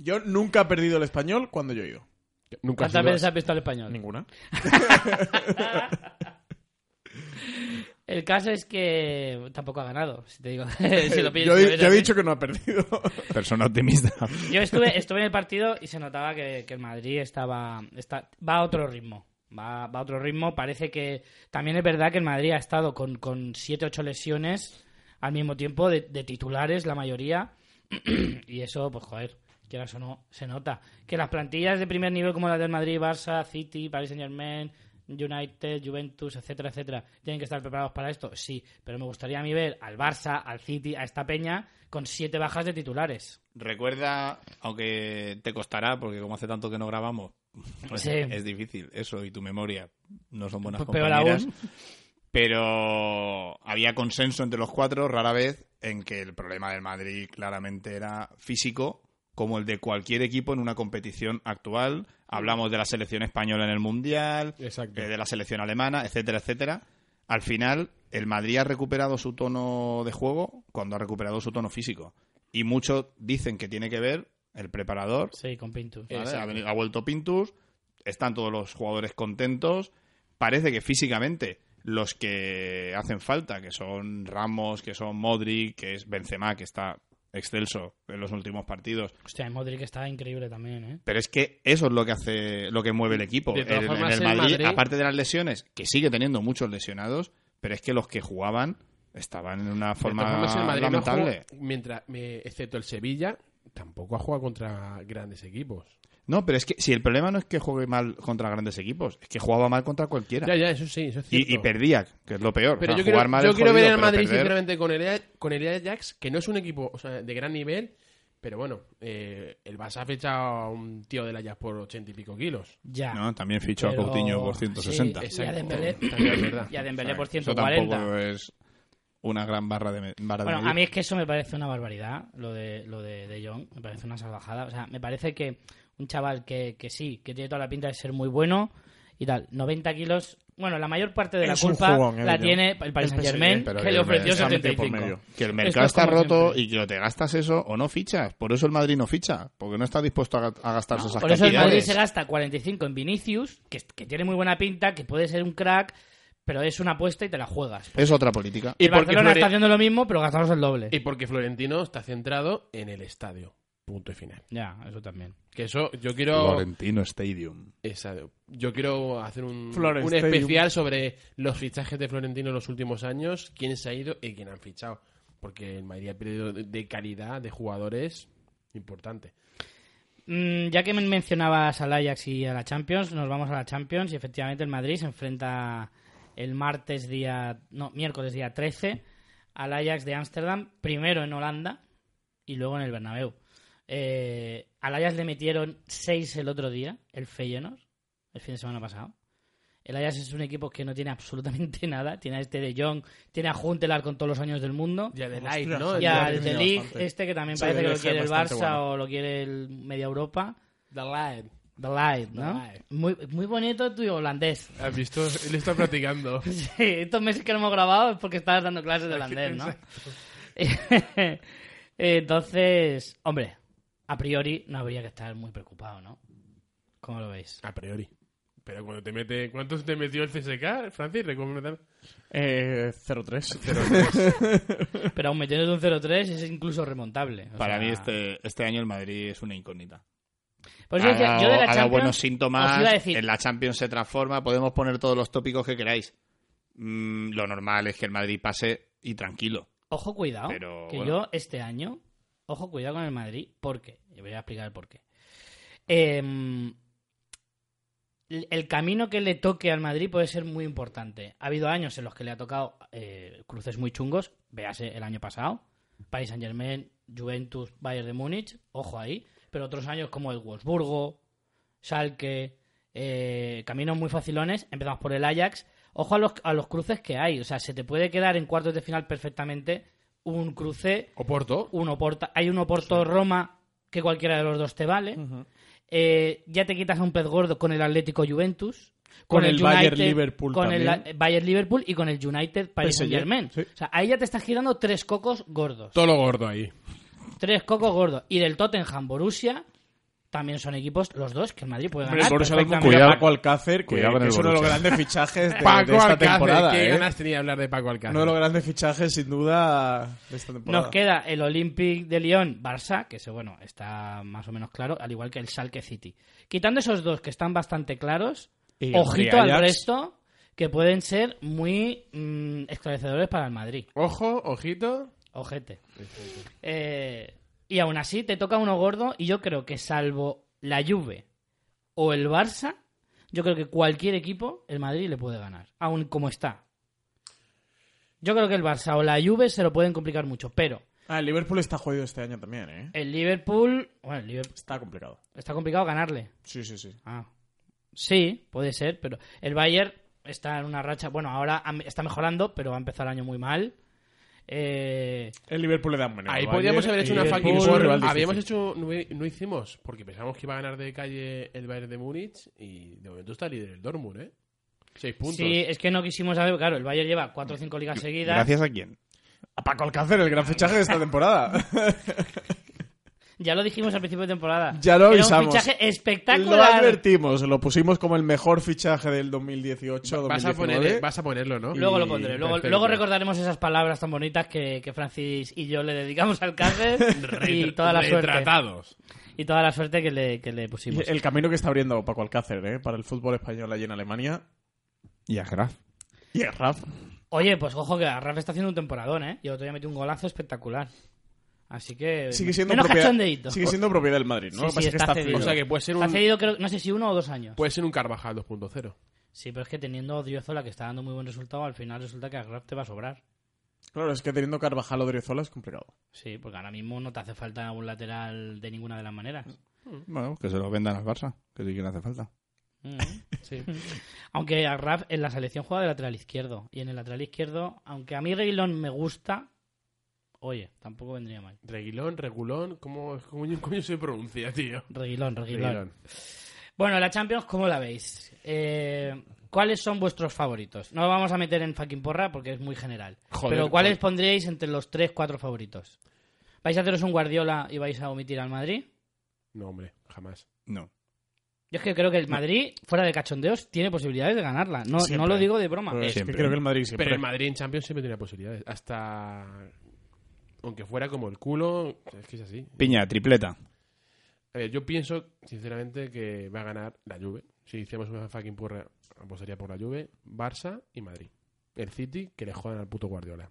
Yo nunca he perdido el español cuando yo he ido.
Nunca
¿Cuántas
has ido-
veces has visto al español?
Ninguna.
El caso es que tampoco ha ganado, si te digo. si lo piensas,
yo, he- yo he
¿eh? Ah,
dicho que no ha perdido.
Persona optimista.
Yo estuve, estuve en el partido y se notaba que, que el Madrid estaba, está, va a otro ritmo. Va, va a otro ritmo. Parece que también es verdad que el Madrid ha estado con, con 7-8 lesiones al mismo tiempo de, de titulares, la mayoría. y eso, pues joder, quieras o no, se nota. Que las plantillas de primer nivel como las del Madrid, Barça, City, Paris Saint Germain, United, Juventus, etcétera, etcétera, tienen que estar preparados para esto. Sí, pero me gustaría a mí ver al Barça, al City, a esta peña con siete bajas de titulares.
Recuerda, aunque te costará, porque como hace tanto que no grabamos, pues,
Sí.
es difícil. Eso y tu memoria no son buenas
Pues peor
compañeras.
aún.
Pero había consenso entre los cuatro, rara vez, en que el problema del Madrid claramente era físico, como el de cualquier equipo en una competición actual. Hablamos de la selección española en el Mundial,
Exacto.
eh, de la selección alemana, etcétera, etcétera. Al final, el Madrid ha recuperado su tono de juego cuando ha recuperado su tono físico. Y muchos dicen que tiene que ver el preparador.
Sí, con Pintus.
¿vale?
Exacto.
Ha, venido- ha vuelto Pintus, están todos los jugadores contentos. Parece que físicamente los que hacen falta, que son Ramos, que son Modric, que es Benzema, que está excelso en los últimos partidos,
Hostia, el Modric está increíble también, ¿eh?
pero es que eso es lo que hace, lo que mueve el equipo.
De todas
El-
formas,
en el
el
Madrid,
Madrid-
aparte de las lesiones, que sigue teniendo muchos lesionados, pero es que los que jugaban estaban en una forma
De todas formas, el Madrid no
lamentable.
juega- mientras, me- excepto el Sevilla, tampoco ha jugado contra grandes equipos.
No, pero es que si el problema no es que juegue mal contra grandes equipos, es que jugaba mal contra cualquiera.
Ya, ya, eso sí, eso es cierto.
y, y perdía, que es lo peor.
Pero
O sea,
yo
jugar
quiero,
mal
yo
es
quiero
jodido,
ver al
pero
Madrid,
perder-
sinceramente, con el, con el Ajax, que no es un equipo o sea, de gran nivel, pero bueno, eh, el Barça ha fichado a un tío del Ajax por ochenta y pico kilos.
Ya.
No, también fichó a Coutinho por 160.
Sí,
es-
y a
Exacto.
Dembélé,
También es verdad.
y a Dembélé por
Eso tampoco
140.
es una gran barra de, me- barra de
Bueno,
medir.
a mí es que eso me parece una barbaridad, lo de, lo de De Jong. Me parece una salvajada. O sea, me parece que un chaval que, que sí, que tiene toda la pinta de ser muy bueno y tal, 90 kilos... Bueno, la mayor parte de la
Es un
culpa
jugón, eh,
la
yo.
tiene el Paris
El PSG,
Saint-Germain,
pero
que
que
le ofreció
se ha
metido por
75.
medio.
Que el
Esto
mercado
es
está
como
roto
siempre.
y que o te gastas eso o no fichas. Por eso el Madrid no ficha, porque no está dispuesto a, ga- a gastarse esas
Por eso el Madrid
cantidades.
se gasta 45 en Vinicius, que, que tiene muy buena pinta, que puede ser un crack, pero es una apuesta y te la juegas.
Es otra política.
Y
el
porque,
Barcelona
Flore-
está haciendo lo mismo, pero gastamos el doble.
y porque Florentino está centrado en el estadio. Punto y final.
Ya, eso también.
Que eso, yo quiero.
Florentino Stadium.
Exacto. Yo quiero hacer un,
Florent
un
Stadium.
especial sobre los fichajes de Florentino en los últimos años, quién se ha ido y quién han fichado. Porque el Madrid ha perdido de- de calidad de jugadores importante.
Mm, ya que men- mencionabas al Ajax y a la Champions, nos vamos a la Champions y efectivamente el Madrid se enfrenta el martes día, no, miércoles día 13 al Ajax de Ámsterdam, primero en Holanda y luego en el Bernabéu. Eh, al Ajax le metieron 6 el otro día, el Feyenoord, el fin de semana pasado. El Ajax es un equipo que no tiene absolutamente nada. Tiene a este de Jong, tiene a Juntelar con todos los años del mundo.
Ya de
Ostras,
Light, ¿no?
el
Y a
Ajax
De
tiene
Ligt,
bastante.
este que también
Sí,
parece
De
que lo
Ligt
quiere el
es bastante
Barça
bueno.
o lo quiere el Media Europa.
The Light.
The Light, ¿no?
Light.
Muy, muy bonito tu holandés.
¿Has visto? Él está practicando.
Sí, estos meses que no hemos grabado es porque estabas dando clases de holandés, ¿no? Entonces, hombre, a priori no habría que estar muy preocupado, ¿no? ¿Cómo lo veis?
A priori. Pero cuando te mete... ¿Cuántos te metió el CSK, Francis? Recuerda-
Eh, 0-3.
Pero aún metiendo un 0-3 es incluso remontable. o
Para
sea,
mí este, este año el Madrid es una incógnita.
Por eso
ha
decía,
dado,
Pues yo de la
ha dado
Champions-
buenos
os iba
síntomas.
a decir-
En la Champions se transforma. Podemos poner todos los tópicos que queráis. Mm, lo normal es que el Madrid pase y tranquilo.
Ojo, cuidado.
Pero,
que
bueno.
yo este año. Ojo, cuidado con el Madrid. ¿Por qué? Yo voy a explicar el por qué. Em, el el camino que le toque al Madrid puede ser muy importante. Ha habido años en los que le ha tocado eh, cruces muy chungos. Véase el año pasado. Paris Saint Germain, Juventus, Bayern de Múnich. Ojo ahí. Pero otros años como el Wolfsburgo, Schalke, eh, caminos muy facilones. Empezamos por el Ajax. Ojo a los, a los cruces que hay. O sea, se te puede quedar en cuartos de final perfectamente un cruce,
Oporto.
un Oporto. Hay un Oporto-Roma que cualquiera de los dos te vale. Eh, ya te quitas a un pez gordo con el Atlético Juventus.
Con el Bayern Liverpool
Con el
también.
Bayern Liverpool y con el United Paris
PSG,
Saint Germain.
sí.
O sea, ahí ya te estás girando tres cocos gordos.
Todo lo gordo ahí.
Tres cocos gordos. Y del Tottenham Borussia también son equipos los dos que el Madrid puede
Hombre,
ganar.
el Borussia Dortmund
perfectamente.
tiene
Cuidado-
a Paco Alcácer, que,
cuidado con
que
el
es uno de los
Borussia.
grandes fichajes de, de
Paco
esta
Alcácer.
temporada.
¿Qué
¿eh?
ganas tenía de hablar de Paco Alcácer?
Uno de los grandes fichajes, sin duda, de esta temporada.
Nos queda el Olympic de Lyon, Barça, que eso, bueno, está más o menos claro, al igual que el Salque City. Quitando esos dos que están bastante claros,
Y
ojito al
Ajax.
resto, que pueden ser muy mm, esclarecedores para el Madrid.
Ojo, ojito.
Ojete. Eh, y aún así te toca uno gordo y yo creo que salvo la Juve o el Barça, yo creo que cualquier equipo el Madrid le puede ganar, aún como está. Yo creo que el Barça o la Juve se lo pueden complicar mucho, pero
Ah, el Liverpool está jodido este año también, ¿eh?
el Liverpool, bueno, el Liverpool
Está complicado.
está complicado ganarle.
Sí, sí, sí.
Ah. Sí, puede ser, pero el Bayern está en una racha, bueno, ahora ha- está mejorando, pero va a empezar el año muy mal. Eh,
El Liverpool le da un meneo.
Ahí
Bayern
podríamos haber hecho
y
una
el
fucking
Liverpool es un rival
world.
difícil.
Habíamos hecho, no, no hicimos, porque pensábamos que iba a ganar de calle el Bayern de Múnich y de momento está líder el Dortmund, ¿eh? Seis puntos.
Sí, eh, es que no quisimos saber, claro, el Bayern lleva 4 o 5 ligas seguidas.
¿Gracias a quién?
A Paco Alcácer, el gran fichaje de esta temporada.
Ya lo dijimos al principio de temporada.
Ya lo
Era un
avisamos.
fichaje
lo
espectacular.
advertimos, lo pusimos como el mejor fichaje del 2018.
Vas a,
2019.
poner, eh, vas a ponerlo, ¿no?
Luego lo
Y
pondré, luego,
perfecto.
luego recordaremos esas palabras tan bonitas que, que Francis y yo le dedicamos al Cáceres y
Retra-
toda la suerte.
retratados.
Y toda la suerte que le, que le
Y
pusimos.
El camino que está abriendo Paco Alcácer, ¿eh? Para el fútbol español allí en Alemania.
Y a Graf.
Y el Raf.
Oye, pues ojo que Rafa está haciendo un temporadón, ¿eh? Y el otro día metió un golazo espectacular. Así que...
Sigue siendo,
menos
propiedad,
cachondeíto.
sigue siendo propiedad del Madrid,
Sí,
¿no? Lo que
sí,
pasa es que
está
está
cedido.
cedido.
O sea que puede ser
Ha
un,
cedido, creo, no sé si uno o dos años.
Pues-
puede ser un Carvajal 2.0.
Sí, pero es que teniendo Odriozola, que está dando muy buen resultado, al final resulta que a Graf te va a sobrar.
Claro, es que teniendo Carvajal o Driozola es complicado.
Sí, porque ahora mismo no te hace falta un lateral de ninguna de las maneras.
Bueno, que se lo vendan al Barça, que sí que le hace falta.
Mm. Aunque a Raf en la selección juega de lateral izquierdo. Y en el lateral izquierdo, aunque a mí Reguilón me gusta, oye, tampoco vendría mal.
Reguilón, Regulón, ¿cómo, cómo, cómo se pronuncia, tío?
Reguilón, Reguilón.
Reguilón.
Bueno, la Champions, ¿cómo la veis? Eh, ¿Cuáles son vuestros favoritos? No lo vamos a meter en fucking porra porque es muy general.
Joder,
Pero ¿cuáles pondríais entre los 3-4 favoritos? ¿Vais a haceros un Guardiola y vais a omitir al Madrid?
No, hombre, jamás.
No.
Yo es que creo que el Madrid, fuera de cachondeos, tiene posibilidades de ganarla. No, no
Siempre.
lo digo de broma.
Pero Pues es que
Siempre.
creo que el Madrid siempre.
Pero el Madrid en Champions siempre tenía posibilidades. Hasta. Aunque fuera como el culo. Es que es así.
Piña, tripleta.
A ver, yo pienso, sinceramente, que va a ganar la Juve. Si hiciéramos una fucking porra, apostaría por la Juve, Barça y Madrid. El City, que le jodan al puto Guardiola.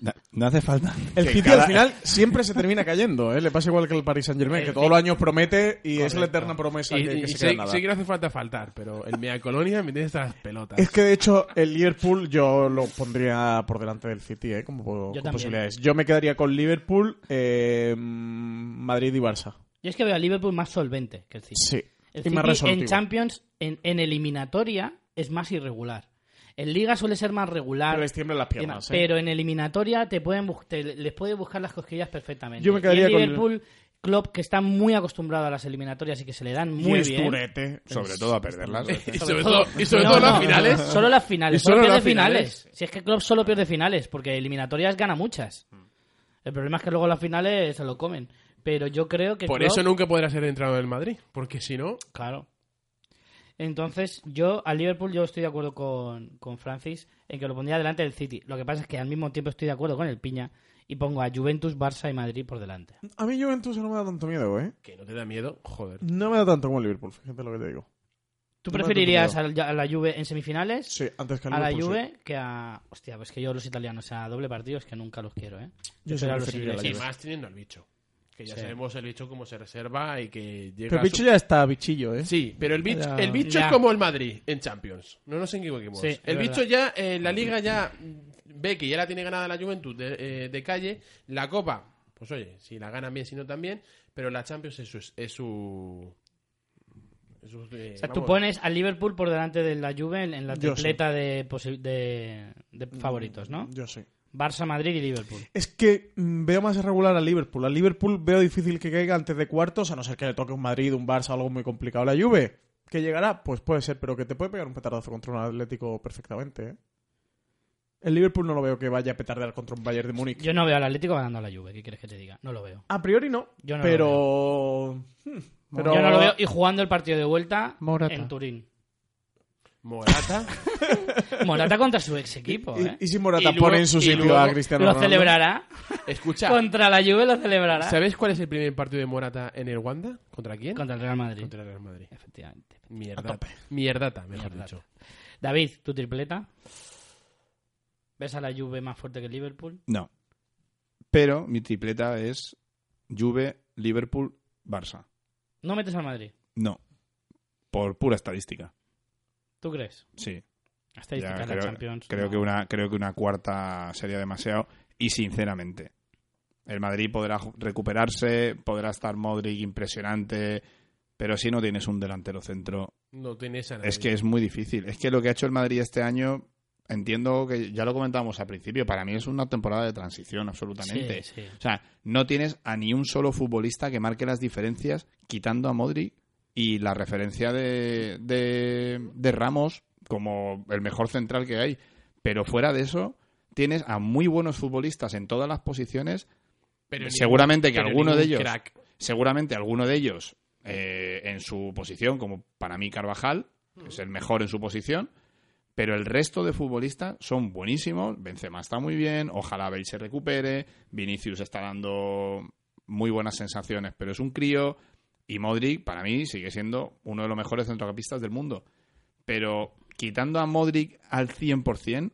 No, no hace falta.
El
Que
City
cada-
al final siempre se termina cayendo, ¿eh? Le pasa igual que el Paris Saint Germain, que todos los años promete y es la eterna promesa
y
que,
y
que se
sé,
queda nada.
sé que no hace falta faltar, pero el Mea Colonia me tiene hasta las pelotas.
Es que de hecho el Liverpool yo lo pondría por delante del City, ¿eh? Como, con
también.
posibilidades. Yo me quedaría con Liverpool, eh, Madrid y Barça.
Yo es que veo a Liverpool más solvente que el City.
Sí.
El
Y
City
más
en
resolutivo.
Champions, en, en eliminatoria, es más irregular. En Liga suele ser más regular.
Que les tiemblen las
y demás,
piernas. ¿eh?
Pero en eliminatoria te pueden bus- te- les puede buscar las cosquillas perfectamente.
Yo me quedaría
y en
con-
Liverpool, Klopp, que está muy acostumbrado a las eliminatorias y que se le dan
Y
muy
es ¿eh?
bien.
turete.
Sobre todo a perderlas.
Y sobre todo, y sobre
No,
todo las
no,
finales.
Solo las finales.
Y
Solo,
solo
pierde
las
finales.
finales.
Si es que Klopp solo pierde finales, porque eliminatorias gana muchas.
Mm.
El problema es que luego las finales se lo comen. Pero yo creo que
Por
Klopp-
eso nunca podrá ser entrenador del Madrid. Porque si no,
Claro. Entonces, yo al Liverpool yo estoy de acuerdo con, con Francis en que lo pondría delante del City. Lo que pasa es que al mismo tiempo estoy de acuerdo con el Piña y pongo a Juventus, Barça y Madrid por delante.
A mí Juventus no me da tanto miedo, ¿eh?
que no te da miedo, joder.
No me da tanto como el Liverpool, fíjate lo que te digo.
¿Tú
No me
preferirías
da
al- a la Juve en semifinales?
Sí, antes que el
A la
Liverpool, sí.
Juve que a... Hostia, pues que yo los italianos a doble partido es que nunca los quiero, ¿eh?
Yo
soy
sí
a los
preferiría a la
ingleses.
Y
Juve.
más teniendo al bicho. Que ya
Sí.
sabemos el bicho cómo se reserva y que llega.
Pero
a
el bicho
su-
ya está bichillo, ¿eh?
Sí, pero el bicho,
Ya.
el bicho
Ya.
es como el Madrid en Champions. No nos equivoquemos.
Sí, es
el
verdad.
bicho ya, eh, la liga ya ve que ya la tiene ganada la Juventud de, eh, de calle. La Copa, pues oye, si la ganan bien, si no también. Pero la Champions es su. Es su, es su, eh,
O sea, tú
vamos,
pones al Liverpool por delante de la Juve en, en la
Yo sí. Mm.
tripleta de, posi- de, de favoritos, ¿no?
Yo sí.
Barça, Madrid y Liverpool.
Es que mm, veo más irregular al Liverpool. Al Liverpool veo difícil que caiga antes de cuartos, a no ser que le toque un Madrid, un Barça, algo muy complicado. La Juve, que llegará, pues puede ser, pero que te puede pegar un petardazo contra un Atlético perfectamente, ¿eh? El Liverpool no lo veo que vaya a petardear contra un Bayern de Múnich.
Yo no veo al Atlético ganando a la Juve, ¿qué quieres que te diga? No lo veo.
A priori no,
Yo no lo
pero... Hmm, pero...
Yo no lo veo y jugando el partido de vuelta
Morata.
en Turín.
Morata.
Morata contra su ex equipo,
Y-
¿eh?
Y, si Morata
Y luego-
pone en su
y
sitio
luego
a Cristiano
Lo
Ronaldo?
celebrará.
Escucha.
Contra la Juve lo celebrará.
¿Sabes cuál es el primer partido de Morata en el Wanda? ¿Contra quién?
Contra el Real Madrid.
Contra el Real Madrid.
Efectivamente.
Mierda. Mierdata, mejor
Mierdata.
dicho.
David, tu tripleta. ¿Ves a la Juve más fuerte que el Liverpool?
No. Pero mi tripleta es Juve, Liverpool, Barça.
No metes al Madrid.
No. Por pura estadística.
¿Tú crees?
Sí.
Estadística de
Ya
la
creo,
Champions.
creo
no.
que una, creo que una cuarta sería demasiado. Y sinceramente, el Madrid podrá ju- recuperarse, podrá estar Modric impresionante, pero si no tienes un delantero centro,
No tienes a nadie.
es que es muy difícil. Es que lo que ha hecho el Madrid este año, entiendo que ya lo comentábamos al principio, para mí es una temporada de transición absolutamente.
Sí, sí.
O sea, no tienes a ni un solo futbolista que marque las diferencias, quitando a Modric y la referencia de, de, de Ramos como el mejor central que hay. Pero fuera de eso, tienes a muy buenos futbolistas en todas las posiciones.
Pero ningún-
seguramente que
pero
alguno de
ningún
ellos,
crack.
seguramente alguno de ellos eh, en su posición, como para mí Carvajal, que es el mejor en su posición. Pero el resto de futbolistas son buenísimos. Benzema está muy bien. Ojalá Bale se recupere. Vinicius está dando muy buenas sensaciones, pero es un crío. Y Modric, para mí, sigue siendo uno de los mejores centrocampistas del mundo. Pero quitando a Modric al 100%,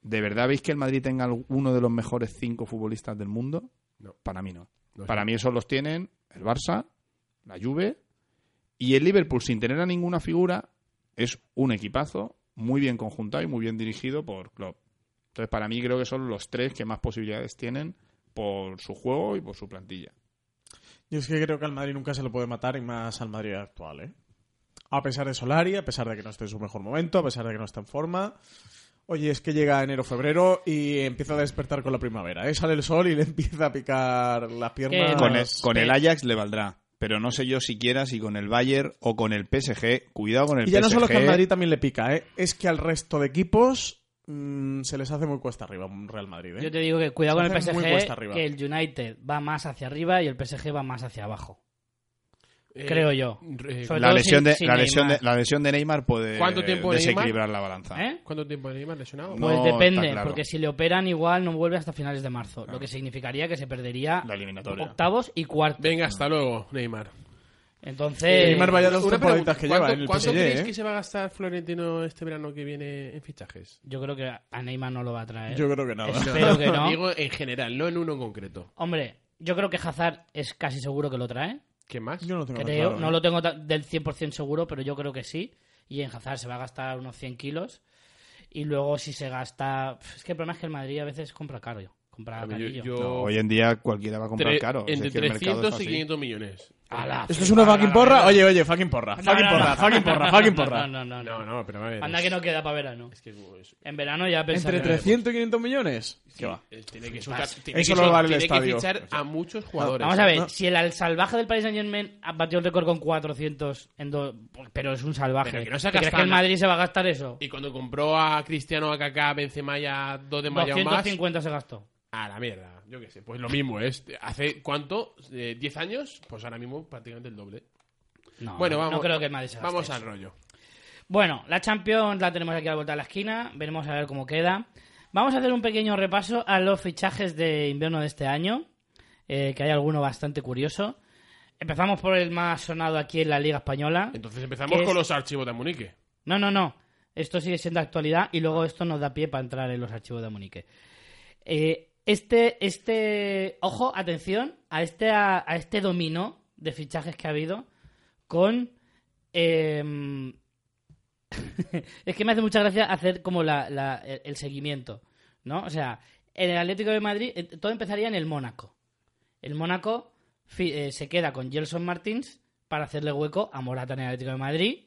¿de verdad veis que el Madrid tenga al- uno de los mejores cinco futbolistas del mundo?
No.
Para mí no.
No sé.
Para mí esos los tienen el Barça, la Juve y el Liverpool sin tener a ninguna figura es un equipazo muy bien conjuntado y muy bien dirigido por Klopp. Entonces para mí creo que son los tres que más posibilidades tienen por su juego y por su plantilla.
Yo es que creo que al Madrid nunca se le puede matar y más al Madrid actual, ¿eh? A pesar de Solari, a pesar de que no esté en su mejor momento, a pesar de que no está en forma. Oye, es que llega enero, febrero y empieza a despertar con la primavera, ¿eh? Sale el sol y le empieza a picar las piernas.
no,
Con el,
es-
con el
pe-
Ajax le valdrá, pero no sé yo siquiera si con el Bayern o con el PSG. Cuidado con el
Y ya
PSG.
no solo que al Madrid también le pica, ¿eh? Es que al resto de equipos mm, se les hace muy cuesta arriba un Real Madrid, ¿eh?
Yo te digo que cuidado con
Se
el
hace muy cuesta
PSG,
arriba.
que el United va más hacia arriba y el PSG va más hacia abajo.
Eh,
creo yo.
re-
Sobre
la
todo
lesión,
sin-
de,
sin
la, lesión de,
Neymar.
la lesión de Neymar puede
¿Cuánto tiempo de Neymar?
desequilibrar la balanza.
¿Eh?
¿Cuánto tiempo de Neymar lesionado?
No.
Pues depende,
está claro.
porque si le operan igual no vuelve hasta finales de marzo, lo
Claro.
que significaría que se perdería
La eliminatoria.
octavos y cuartos.
Venga, hasta luego, Neymar.
Entonces,
Neymar vaya dos
Una
temporaditas
pregunta,
que lleva
¿cuánto-
en el
¿Cuánto
PSG,
creéis
¿eh?
que se va a gastar Florentino este verano que viene en fichajes?
yo creo que a Neymar no lo va a traer.
Yo creo que nada.
Espero que no.
Digo en general, no en uno en concreto.
Hombre, yo creo que Hazard es casi seguro que lo trae.
¿Qué más?
Yo no tengo nada
Creo,
claro,
no
¿eh?
lo tengo ta- del 100% seguro, pero yo creo que sí. Y en Hazard se va a gastar unos 100 kilos. Y luego si se gasta... Es que el problema es que el Madrid a veces compra caro. Compra
A ver,
carillo.
yo- yo-
No, hoy en día cualquiera va a comprar
Tre-
caro. Si
Entre
es que el mercado es
300 y
así.
500 millones.
Ala,
¿Esto es
flipa,
una
ala,
fucking
la
porra?
verdad.
Oye, oye, fucking porra.
No, no,
Fucking
no.
porra, fucking porra, fucking porra.
No, no, no.
No,
no.
no, pero a ver.
Anda que no queda para verano.
Es que es-
En verano ya pensaré.
¿Entre 300 y 500 millones? ¿Qué va?
es- tiene que soltar- tiene
Eso
que
lo
sol-
vale el
tiene que
estadio.
fichar a muchos jugadores.
Vamos a ver,
No.
si el al salvaje del Paris Saint Germain batió el récord con 400, en dos- pero es un salvaje.
Pero que no se
¿Te crees
gastan-
que el Madrid se va a gastar eso?
Y cuando compró a Cristiano, a Kaká, a Benzema y a dos de Mayo más,
250 se gastó.
a la mierda. Yo qué sé, pues lo mismo es. ¿Hace cuánto? Eh, ¿10 años? Pues ahora mismo prácticamente el doble.
No,
Bueno,
no
vamos.
creo que el Madrid se gaste
Vamos
eso.
al rollo.
Bueno, la Champions la tenemos aquí a la vuelta de la esquina. Veremos a ver cómo queda. Vamos a hacer un pequeño repaso a los fichajes de invierno de este año, eh, que hay alguno bastante curioso. Empezamos por el más sonado aquí en la Liga Española.
Entonces
¿Qué
empezamos
es?
con los archivos de Munique.
No, no, no. Esto sigue siendo actualidad y luego esto nos da pie para entrar en los archivos de Munique. Eh, este, este, ojo, atención a este, a, a este dominó de fichajes que ha habido con. em, es que me hace mucha gracia hacer como la, la- el, el seguimiento, ¿no? O sea, en el Atlético de Madrid eh, todo empezaría en el Mónaco. El Mónaco fi- eh, se queda con Gelson Martins para hacerle hueco a Morata en el Atlético de Madrid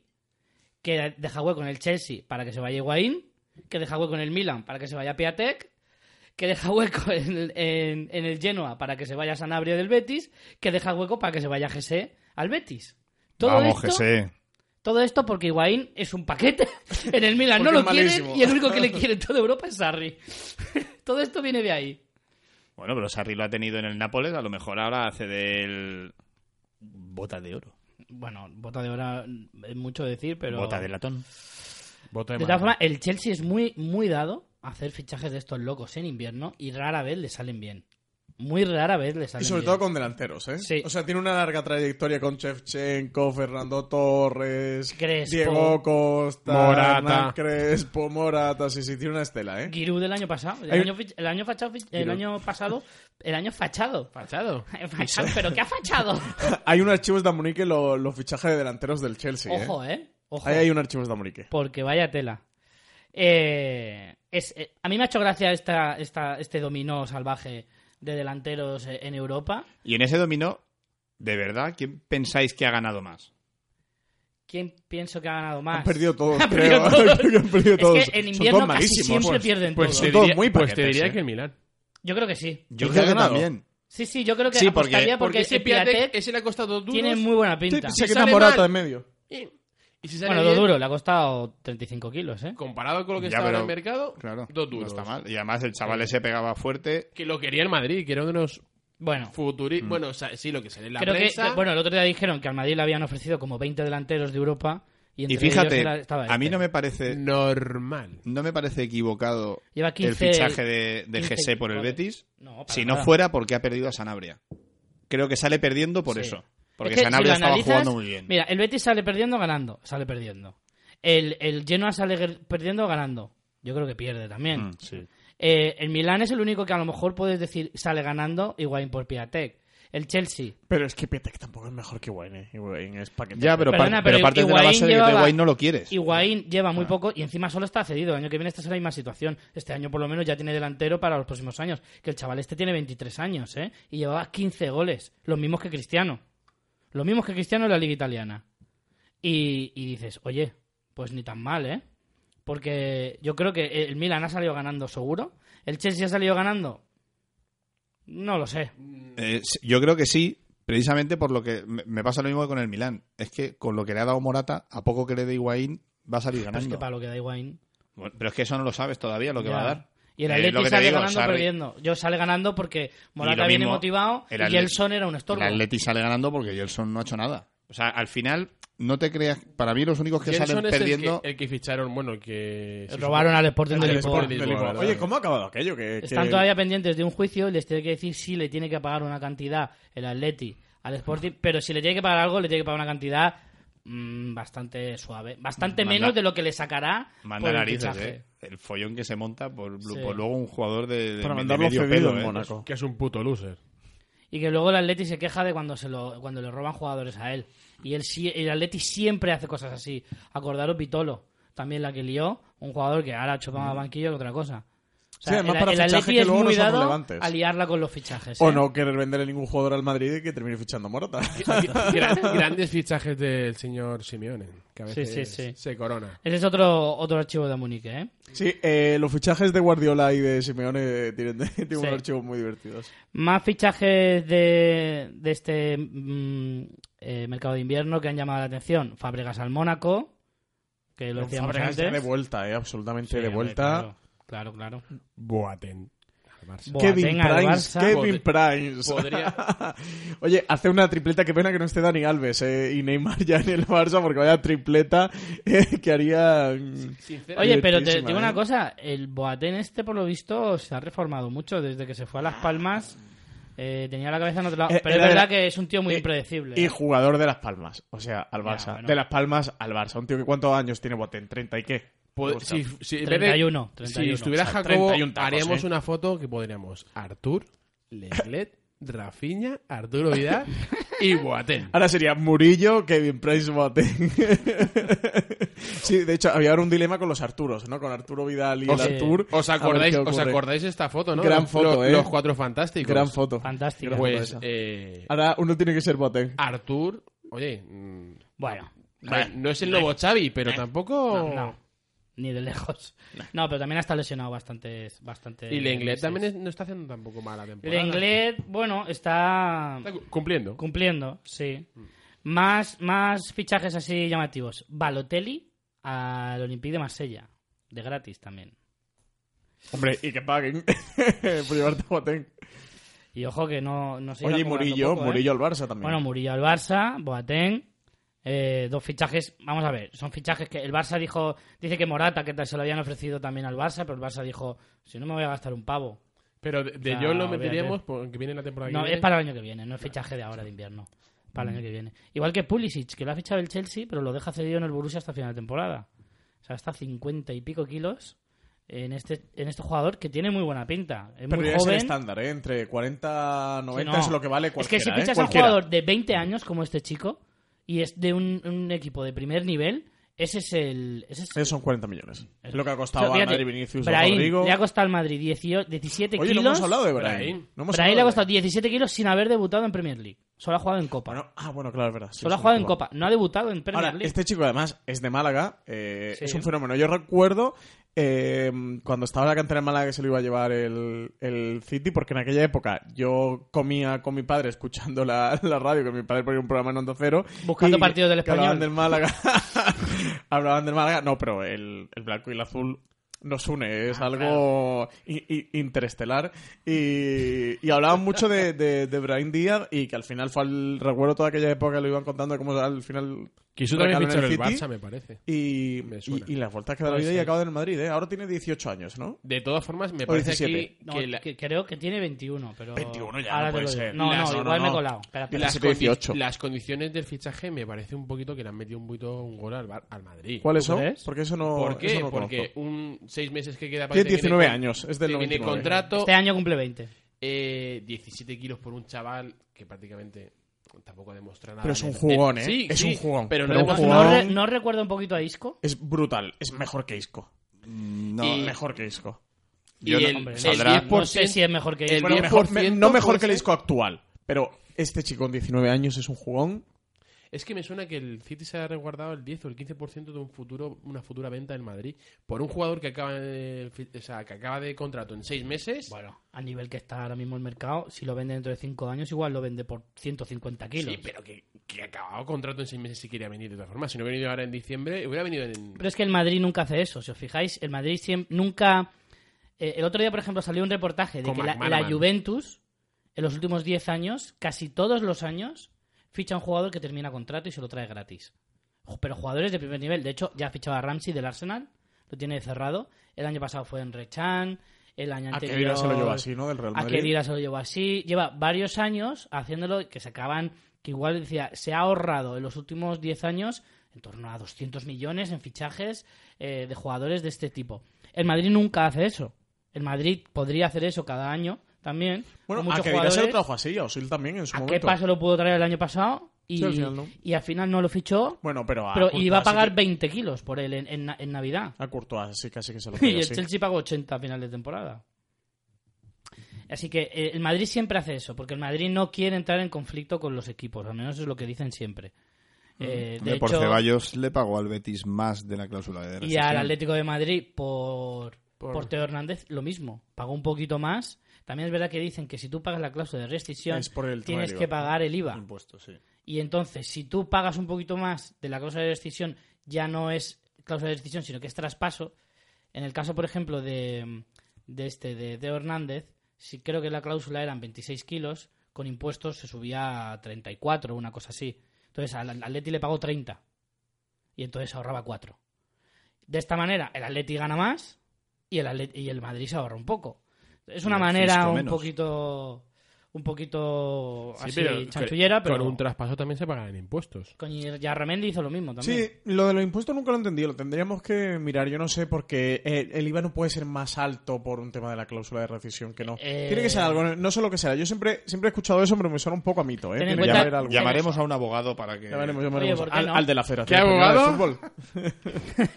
que deja hueco en el Chelsea para que se vaya Higuaín, que deja hueco en el Milan para que se vaya Piatek, que deja hueco en el, en- en el Genoa para que se vaya Sanabria del Betis, que deja hueco para que se vaya Jesse al Betis. Todo
Vamos,
esto,
José.
todo esto porque Higuaín es un paquete en el Milan, no
Porque
lo
es malísimo.
quieren y el único que le quiere en toda Europa es Sarri. todo esto viene de ahí.
Bueno, pero Sarri lo ha tenido en el Nápoles, a lo mejor ahora hace del... Bota de oro.
Bueno, bota de hora es mucho decir, pero...
Bota de latón.
Voto
De todas formas, el Chelsea es muy, muy dado a hacer fichajes de estos locos en invierno y rara vez le salen bien. Muy rara vez le salen
Y sobre
bien.
todo con delanteros, ¿eh?
Sí.
O sea, tiene una larga trayectoria con Chevchenko, Fernando Torres,
Crespo.
Diego Costa,
Morata.
Hernán Crespo, Morata. Sí, sí, tiene una estela, ¿eh?
Giroud del año pasado. El,
Hay-
año, fich- el año fachado, fich- el
Giroud.
año pasado. El año fachado.
Fachado.
Fachado, ¿Pero qué ha fachado?
Hay un archivo de Munique lo- los fichajes de delanteros del Chelsea, ¿eh?
Ojo, ¿eh? Ojo.
Ahí hay un archivo de Munique.
Porque vaya tela. Eh, es, eh, a mí me ha hecho gracia esta, esta, este dominó salvaje de delanteros eh, en Europa.
Y en ese dominó, de verdad, ¿quién pensáis que ha ganado más?
¿Quién pienso que ha ganado más?
Han perdido todos,
Han
creo.
perdido todos.
Creo que han perdido
Es
todos.
que en
Son
invierno
todos
casi
malísimos.
siempre pierden
Pues,
todo.
te
todos
diría,
muy
pues te
paquetes,
diría
¿eh?
que el Milán.
Yo creo que sí.
Yo creo
¿Quién ha
que
ganado?
también.
Sí, sí, yo creo que
Sí, porque-
apostaría porque,
Porque ese
ese Piatek
Piatek, ese le ha costado dos duros.
tiene muy buena
Sí,
pinta.
sí, Se
Si
queda
sale
Morata
mal.
en medio.
Y, y si sale
Bueno, dos
bien,
duros, le ha costado 35 kilos, ¿eh?
comparado con lo que
Ya,
estaba
pero-
en el mercado,
Claro,
dos duros.
no está mal. Y además el chaval ese pegaba fuerte.
Que lo quería el Madrid, que era uno de los
Bueno,
futuristas. Bueno, o sea, sí, lo que se lee en la
creo que,
prensa.
bueno, el otro día dijeron que al Madrid le habían ofrecido como 20 delanteros de Europa y, entre
Y
ellos
fíjate,
era- estaba
a mí
este.
no me parece
normal.
no me parece equivocado
Lleva 15,
el fichaje de, de
15
Jesse por el
goles.
Betis
No, para
si no
nada.
fuera porque ha perdido a Sanabria. Creo que sale perdiendo por
Sí.
eso. Porque
Es que si
Sanabria
lo
estaba
analizas,
jugando muy bien.
Mira, el Betis sale perdiendo ganando, sale perdiendo. El, el Genoa sale ger- perdiendo ganando. Yo creo que pierde también.
Mm, sí.
Eh, el Milán es el único que a lo mejor puedes decir sale ganando Higuaín por Piatek. El Chelsea.
Pero es que Piatek tampoco es mejor que Wayne, ¿eh? Wayne es paquete.
Ya, pero, par-
Perdona, pero
pero parte de la
Higuaín
base de que
llevaba-
de Guay no lo quieres.
Higuaín lleva muy poco y encima solo está cedido. El año que viene esta es la misma situación. Este año por lo menos ya tiene delantero para los próximos años. Que el chaval este tiene 23 años, ¿eh? Y llevaba 15 goles. Los mismos que Cristiano. Los mismos que Cristiano en la liga italiana. Y, y dices, oye, pues ni tan mal, ¿eh? Porque yo creo que el Milan ha salido ganando seguro. ¿El Chelsea ha salido ganando? No lo sé. pues
Eh, sí, yo creo que sí, precisamente por lo que me me pasa lo mismo que con el Milán. Es que con lo que le ha dado Morata, a poco que le dé Higuaín, va a salir
Pero es
ganando.
que para lo que da Higuaín...
Bueno, pero es que eso no lo sabes todavía lo que
Ya.
va a dar.
Y el
Eh,
Atleti
lo que te
sale
digo,
ganando o
Sarri.
perdiendo. Yo sale ganando porque Morata
lo
viene
mismo,
motivado
el
y
Atleti-
Gelson era un estorbo.
El Atleti sale ganando porque Gelson no ha hecho nada. O sea, al final, no te creas. Para mí, los únicos que
Jenson
salen
es el
perdiendo.
que- el que, ficharon, bueno, el que... sí,
Robaron al Sporting
Al
de
Sporting
Lisboa.
de Lisboa.
Oye, ¿cómo ha acabado aquello? Que,
Están
que-
todavía pendientes de un juicio y les tiene que decir si le tiene que pagar una cantidad el Atleti al Sporting, pero si le tiene que pagar algo, le tiene que pagar una cantidad mm, bastante suave. Bastante
Manda-
menos de lo que le sacará
Manda
por el
narices,
fichaje.
¿eh? El follón que se monta por,
Sí.
por luego un jugador de. de-
Para
de
mandarlo
medio
cedido
pelo,
en
¿eh?
Mónaco.
Que es un puto loser.
Y que luego el Atleti se queja de cuando se lo, cuando le roban jugadores a él. Y él, sí- el Atleti siempre hace cosas así. Acordaros Vitolo, también la que lió, un jugador que ahora chupaba banquillo que otra cosa. O sea,
Mm. Sí, además
el,
para
el
fichaje
Atleti
que
es
luego no
muy
son
dado
relevantes.
a liarla con los fichajes.
O
¿eh?
no querer venderle ningún jugador al Madrid y que termine fichando a Morata.
Gran- grandes fichajes del señor Simeone, que a
Sí,
veces
sí, sí.
se corona.
Ese es otro, otro archivo de Múnich, ¿eh?
Sí, eh, los fichajes de Guardiola y de Simeone eh, tienen, tienen
Sí.
unos archivos muy divertidos.
Más fichajes de, de este mm, eh, mercado de invierno que han llamado la atención. Fábregas al Mónaco, que lo decíamos
Fabregas ya
antes.
de vuelta, eh, absolutamente
Sí,
de
hombre,
vuelta.
Claro, claro. claro.
Boateng. al Barça.
Bo-
Kevin
Boateng al
Primes,
Barça.
Kevin Primes.
Podría,
Oye, hace una tripleta, qué pena que no esté Dani Alves eh, y Neymar ya en el Barça, porque vaya tripleta eh, que haría... mm,
sinceramente,
Oye, pero te
Divertísima,
digo una
¿eh?
cosa. El Boateng este, por lo visto, se ha reformado mucho desde que se fue a Las Palmas. eh, tenía la cabeza en otro lado.
Eh,
pero
era-
es verdad que es un tío muy
y-
impredecible.
Y
¿eh?
jugador de Las Palmas, o sea, al
Ya,
Barça.
bueno.
De Las Palmas al Barça. Un tío que cuántos años tiene Boateng, 30 y qué.
Pues,
po-
Gusta.
si, si- en vez de-
31,
si
31.
estuviera
o sea,
Jacobo,
31 tacos,
haríamos
¿eh?
una foto que podríamos Artur, Leglet, Rafinha, Arturo Vidal y Boateng.
Ahora sería Murillo, Kevin Price, Boateng. sí, de hecho, había ahora un dilema con los Arturos, ¿no? Con Arturo Vidal y el
Oh, Sí.
Artur.
¿Os
A ver
acordáis,
qué
os
ocurre.
acordáis esta foto, no?
Gran
Los-
foto,
los,
eh.
los cuatro fantásticos.
Gran foto.
Fantástico.
Gran
Pues,
foto esa.
eh,
Ahora uno tiene que ser Boateng.
Ah.
Artur, oye, mm,
Bueno,
a ver, no es el nuevo Xavi, pero tampoco...
Eh, no. Ni de lejos. No, pero también ha estado lesionado bastantes. bastantes
Y Lenglet
meses.
también es- no está haciendo tampoco mala temporada.
Lenglet, bueno, está
Está cu- cumpliendo.
cumpliendo, sí. Más, más fichajes así llamativos. Balotelli al Olympique de Marsella. De gratis también.
Hombre, y que paguen por llevarte a Boateng.
Y ojo que no, no se iba
Oye, y
cobrando
Murillo,
poco, ¿eh?
Murillo al Barça también.
Bueno, Murillo al Barça, Boateng. eh, dos fichajes, vamos a ver, son fichajes que el Barça dijo, dice que Morata, que se lo habían ofrecido también al Barça, pero el Barça dijo, si no me voy a gastar un pavo.
Pero de, de
O sea,
Jong lo
obviamente.
meteríamos porque viene la temporada que
No,
viene.
es para el año que viene, no es fichaje de ahora de invierno. Para el año que viene. Igual que Pulisic, que lo ha fichado el Chelsea, pero lo deja cedido en el Borussia hasta final de temporada. O sea, hasta 50 y pico kilos en este, en este jugador que tiene muy buena pinta. Es
Pero
muy
ya es el
joven.
estándar, ¿eh? Entre 40, 90
Sí, no.
es lo que vale
es que
cualquiera.
si
¿eh?
fichas a un
Cualquiera.
jugador de 20 años como este chico y es de un, un equipo de primer nivel, ese es el. Ese es
Esos Eh, son 40 millones. Es lo que ha
O sea,
costado a
fíjate,
Madrid Vinicius a
Brahim
Rodrigo.
le ha costado al Madrid 18 17
Oye, no
kilos.
hemos hablado de Brahim.
Brahim.
No hemos
Brahim le ha
hablado de
costado 17 kilos sin haber debutado en Premier League. Solo ha jugado en Copa.
Bueno, ah, bueno, claro, es verdad. sí,
Solo ha
sí,
jugado en
perdón.
Copa, no ha debutado en Premier
Ahora,
League.
este chico además es de Málaga, eh,
Sí.
es un fenómeno. Yo recuerdo eh, cuando estaba la cantera en Málaga que se lo iba a llevar el, el City, porque en aquella época yo comía con mi padre escuchando la, la radio, que mi padre ponía un programa en Onda Cero.
Buscando
y
partidos del
que Hablaban
Español.
del Málaga. hablaban del Málaga. No, pero el, el blanco y el azul nos une,
Ah,
es algo i- i- interestelar. Y, y hablaban mucho de, de, de Brahim Díaz y que al final fue al recuerdo toda aquella época, lo iban contando de cómo al final
Quiso también
recaló
fichar
en
el
el City.
Barça, me parece.
y,
Me
y,
suena.
y las vueltas que da la vida y acaba en el Madrid, ¿eh? Ahora tiene 18 años, ¿no?
De todas formas, me parece
17.
aquí
No,
que la-
que- creo que tiene 21, pero.
21 ya,
Ahora
no
te
puede
lo digo.
ser.
No,
Las-
no,
no,
igual
no,
me he
no.
colado. Espera, espera.
las,
18.
condi- las condiciones del fichaje me parece un poquito que le han metido un poquito un gol al, Bar- al Madrid.
¿Cuáles son?
crees?
Porque eso no.
¿Por qué?
eso no
Porque
conozco.
un seis meses que queda para
Tiene
que te
19
con-
años, es del
te viene
99.
contrato,
Este año cumple 20.
eh, 17 kilos por un chaval que prácticamente tampoco demuestra nada.
Pero es
en
un
el-
jugón,
eh,
¿eh?
sí,
es
sí,
un jugón.
pero
Pues
no
No,
hemos-
un jugón
no re- no recuerda un poquito a Isco.
es brutal, es mejor que Isco.
No,
Y-
Mejor que Isco.
Y
Yo no-
el-
Hombre, no,
saldrá-
sé- no sé si es mejor que
el
Isco.
Bueno, mejor,
10%
me- no mejor
puede
que el
ser.
Isco actual, pero este chico con 19 años es un jugón.
Es que me suena que el City se ha resguardado el 10 o el 15% de un futuro, una futura venta del Madrid por un jugador que acaba de, fi- o sea, que acaba de contrato en seis meses.
Bueno, al nivel que está ahora mismo el mercado, si lo vende dentro de 5 años, igual lo vende por 150 kilos.
sí, pero que, que ha acabado contrato en seis meses si quería venir de todas formas. Si no hubiera venido ahora en diciembre, hubiera venido en...
Pero es que el Madrid nunca hace eso. Si os fijáis, el Madrid siem- nunca. eh, el otro día, por ejemplo, salió un reportaje de
Con
que la,
McManaman.
la Juventus, en los últimos 10 años, casi todos los años, ficha un jugador que termina contrato y se lo trae gratis. Ju- Pero jugadores de primer nivel. De hecho, ya ha fichado a Ramsey del Arsenal, lo tiene cerrado. El año pasado fue en Rechan. El año
A Ah, que
anterior.
Vila se lo lleva así, ¿no? Del Real
A que
Madrid.
Vila se lo llevó así. Lleva varios años haciéndolo que se acaban, que igual decía, se ha ahorrado en los últimos 10 años en torno a 200 millones en fichajes eh, de jugadores de este tipo. El Madrid nunca hace eso. El Madrid podría hacer eso cada año también.
Bueno,
con muchos
a que Vila
jugadores.
se lo trajo así, a Osil también en su
¿A qué
momento.
paso lo pudo traer el año pasado? Y,
Sí, al final no.
y al final no lo fichó,
Bueno, pero a
pero
Courtois
iba a pagar
sí
20 kilos por él en, en na- en Navidad.
que- a Courtois sí casi que se lo
Y
pide,
el
sí.
Chelsea pagó 80 a final de temporada. Así que eh, el Madrid siempre hace eso, porque el Madrid no quiere entrar en conflicto con los equipos, al menos es lo que dicen siempre.
Mm.
Eh, de
por
hecho,
Ceballos le pagó al Betis más de la cláusula de
y
rescisión.
al Atlético de Madrid por, por... Teo Hernández lo mismo, pagó un poquito más. También es verdad que dicen que si tú pagas la cláusula de restricción,
Es por el tema
tienes
del
que
IVA.
pagar el IVA.
Impuesto, sí.
Y entonces, si tú pagas un poquito más de la cláusula de decisión, ya no es cláusula de decisión, sino que es traspaso. En el caso, por ejemplo, de, de este, de, Teo Hernández, sí creo que la cláusula eran 26 kilos, con impuestos se subía a 34, una cosa así. Entonces, al al Atleti le pagó 30. Y entonces ahorraba 4. De esta manera, el Atleti gana más y el, Atlet- y el Madrid se ahorra un poco. Es una
el
manera
fisco
un
menos.
poquito un poquito
Sí,
así
pero
chanchullera,
con-
pero
Con un traspaso también se pagan impuestos.
con Yarramendi hizo lo mismo también.
Sí, lo de los impuestos nunca lo he entendido. Lo tendríamos que mirar. Yo no sé porque el, el IVA no puede ser más alto por un tema de la cláusula de rescisión que no.
Eh,
Tiene que ser algo, no sé lo que será. Yo siempre, siempre he escuchado eso, pero me suena un poco a mito. ¿eh?
Ten en
Tiene que
cuenta-
haber algo.
Ya-
Llamaremos a un abogado para que...
Llamaremos, llamaremos
¿por qué
al,
no?
al de la federación.
¿Qué
Española de
abogado?
Fútbol.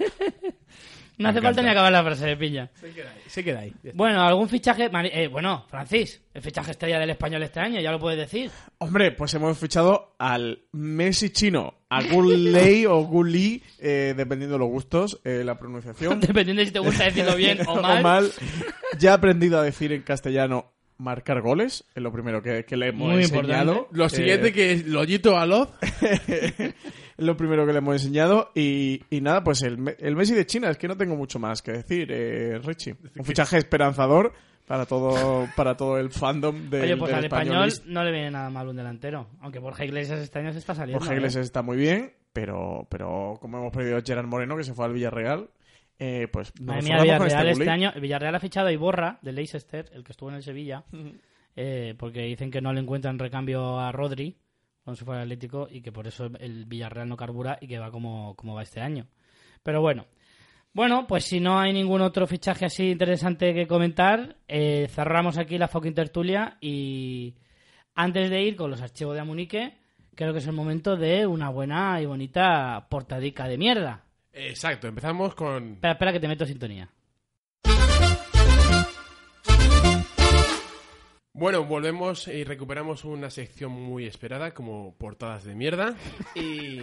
no hace falta ni acabar la frase de piña.
Se queda ahí.
Bueno, algún fichaje. Mari- eh, bueno, Francis, el fichaje estrella del español este año, ya lo puedes decir.
Hombre, pues hemos fichado al Messi chino, a Gulei o Guli, eh, dependiendo de los gustos, eh, la pronunciación.
Dependiendo de si te gusta decirlo bien o mal.
Ya he aprendido a decir en castellano marcar goles, es lo primero que, que le hemos
Muy
enseñado.
importante.
Lo
Eh,
siguiente que es Lollito a Loz.
Es lo primero que le hemos enseñado. Y, y nada, pues el, Me- el Messi de China, es que no tengo mucho más que decir, eh, Richie. Un fichaje esperanzador para todo, para todo el fandom del,
Oye, pues
del
al español
españolista.
no le viene nada mal un delantero. Aunque Borja Iglesias este año se está saliendo.
Borja
¿eh?
Iglesias está muy bien, pero, pero como hemos perdido a Gerard Moreno, que se fue al Villarreal, eh, pues nos
Madre mía,
vamos con
Villarreal este
bully.
año. El Villarreal ha fichado a Iborra de Leicester, el que estuvo en el Sevilla. eh, porque dicen que no le encuentran recambio a Rodri cuando se fue al Atlético y que por eso el Villarreal no carbura y que va como, como va este año. Pero bueno. Bueno, pues si no hay ningún otro fichaje así interesante que comentar, eh, cerramos aquí la fucking tertulia y antes de ir con los archivos de Amunique, creo que es el momento de una buena y bonita portadica de mierda.
Exacto, empezamos con.
Espera, espera que te meto sintonía.
Bueno, volvemos y recuperamos una sección muy esperada, como portadas de mierda. Y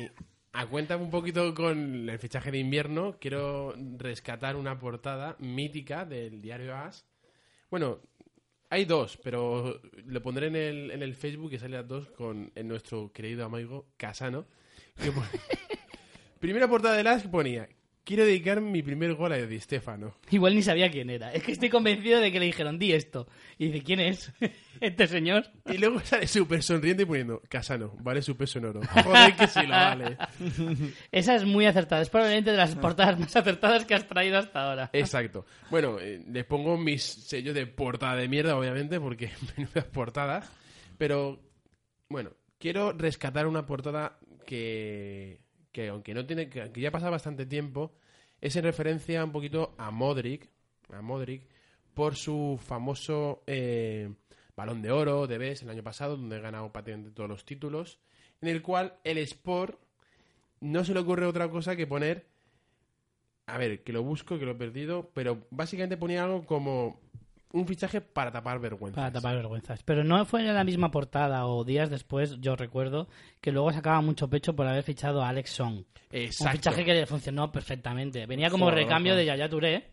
a cuenta un poquito con el fichaje de invierno, quiero rescatar una portada mítica del diario As. Bueno, hay dos, pero lo pondré en el, en el Facebook que sale las dos con en nuestro querido amigo Casano. que pon- Primera portada de las que ponía: Quiero dedicar mi primer gol a Di Stefano.
Igual ni sabía quién era. Es que estoy convencido de que le dijeron, di esto. Y dice, ¿quién es este señor?
Y luego sale súper sonriente y poniendo, Casano, vale su peso en oro. Joder, que sí lo vale.
Esa es muy acertada. Es probablemente de las portadas más acertadas que has traído hasta ahora.
Exacto. Bueno, eh, les pongo mis sellos de portada de mierda, obviamente, porque menudas portadas. Pero, bueno, quiero rescatar una portada que, que aunque no tiene, que aunque ya pasa bastante tiempo, es en referencia un poquito a Modric, a Modric, por su famoso eh, balón de oro de BES el año pasado, donde ha ganado prácticamente todos los títulos, en el cual el Sport no se le ocurre otra cosa que poner a ver, que lo busco, que lo he perdido, pero básicamente ponía algo como un fichaje para tapar vergüenza.
Para tapar vergüenzas. Pero no fue en la misma portada o días después, yo recuerdo, que luego sacaba mucho pecho por haber fichado a Alex Song.
Exacto.
Un fichaje que le funcionó perfectamente. Venía como
Jugadorazo.
recambio de Yaya Touré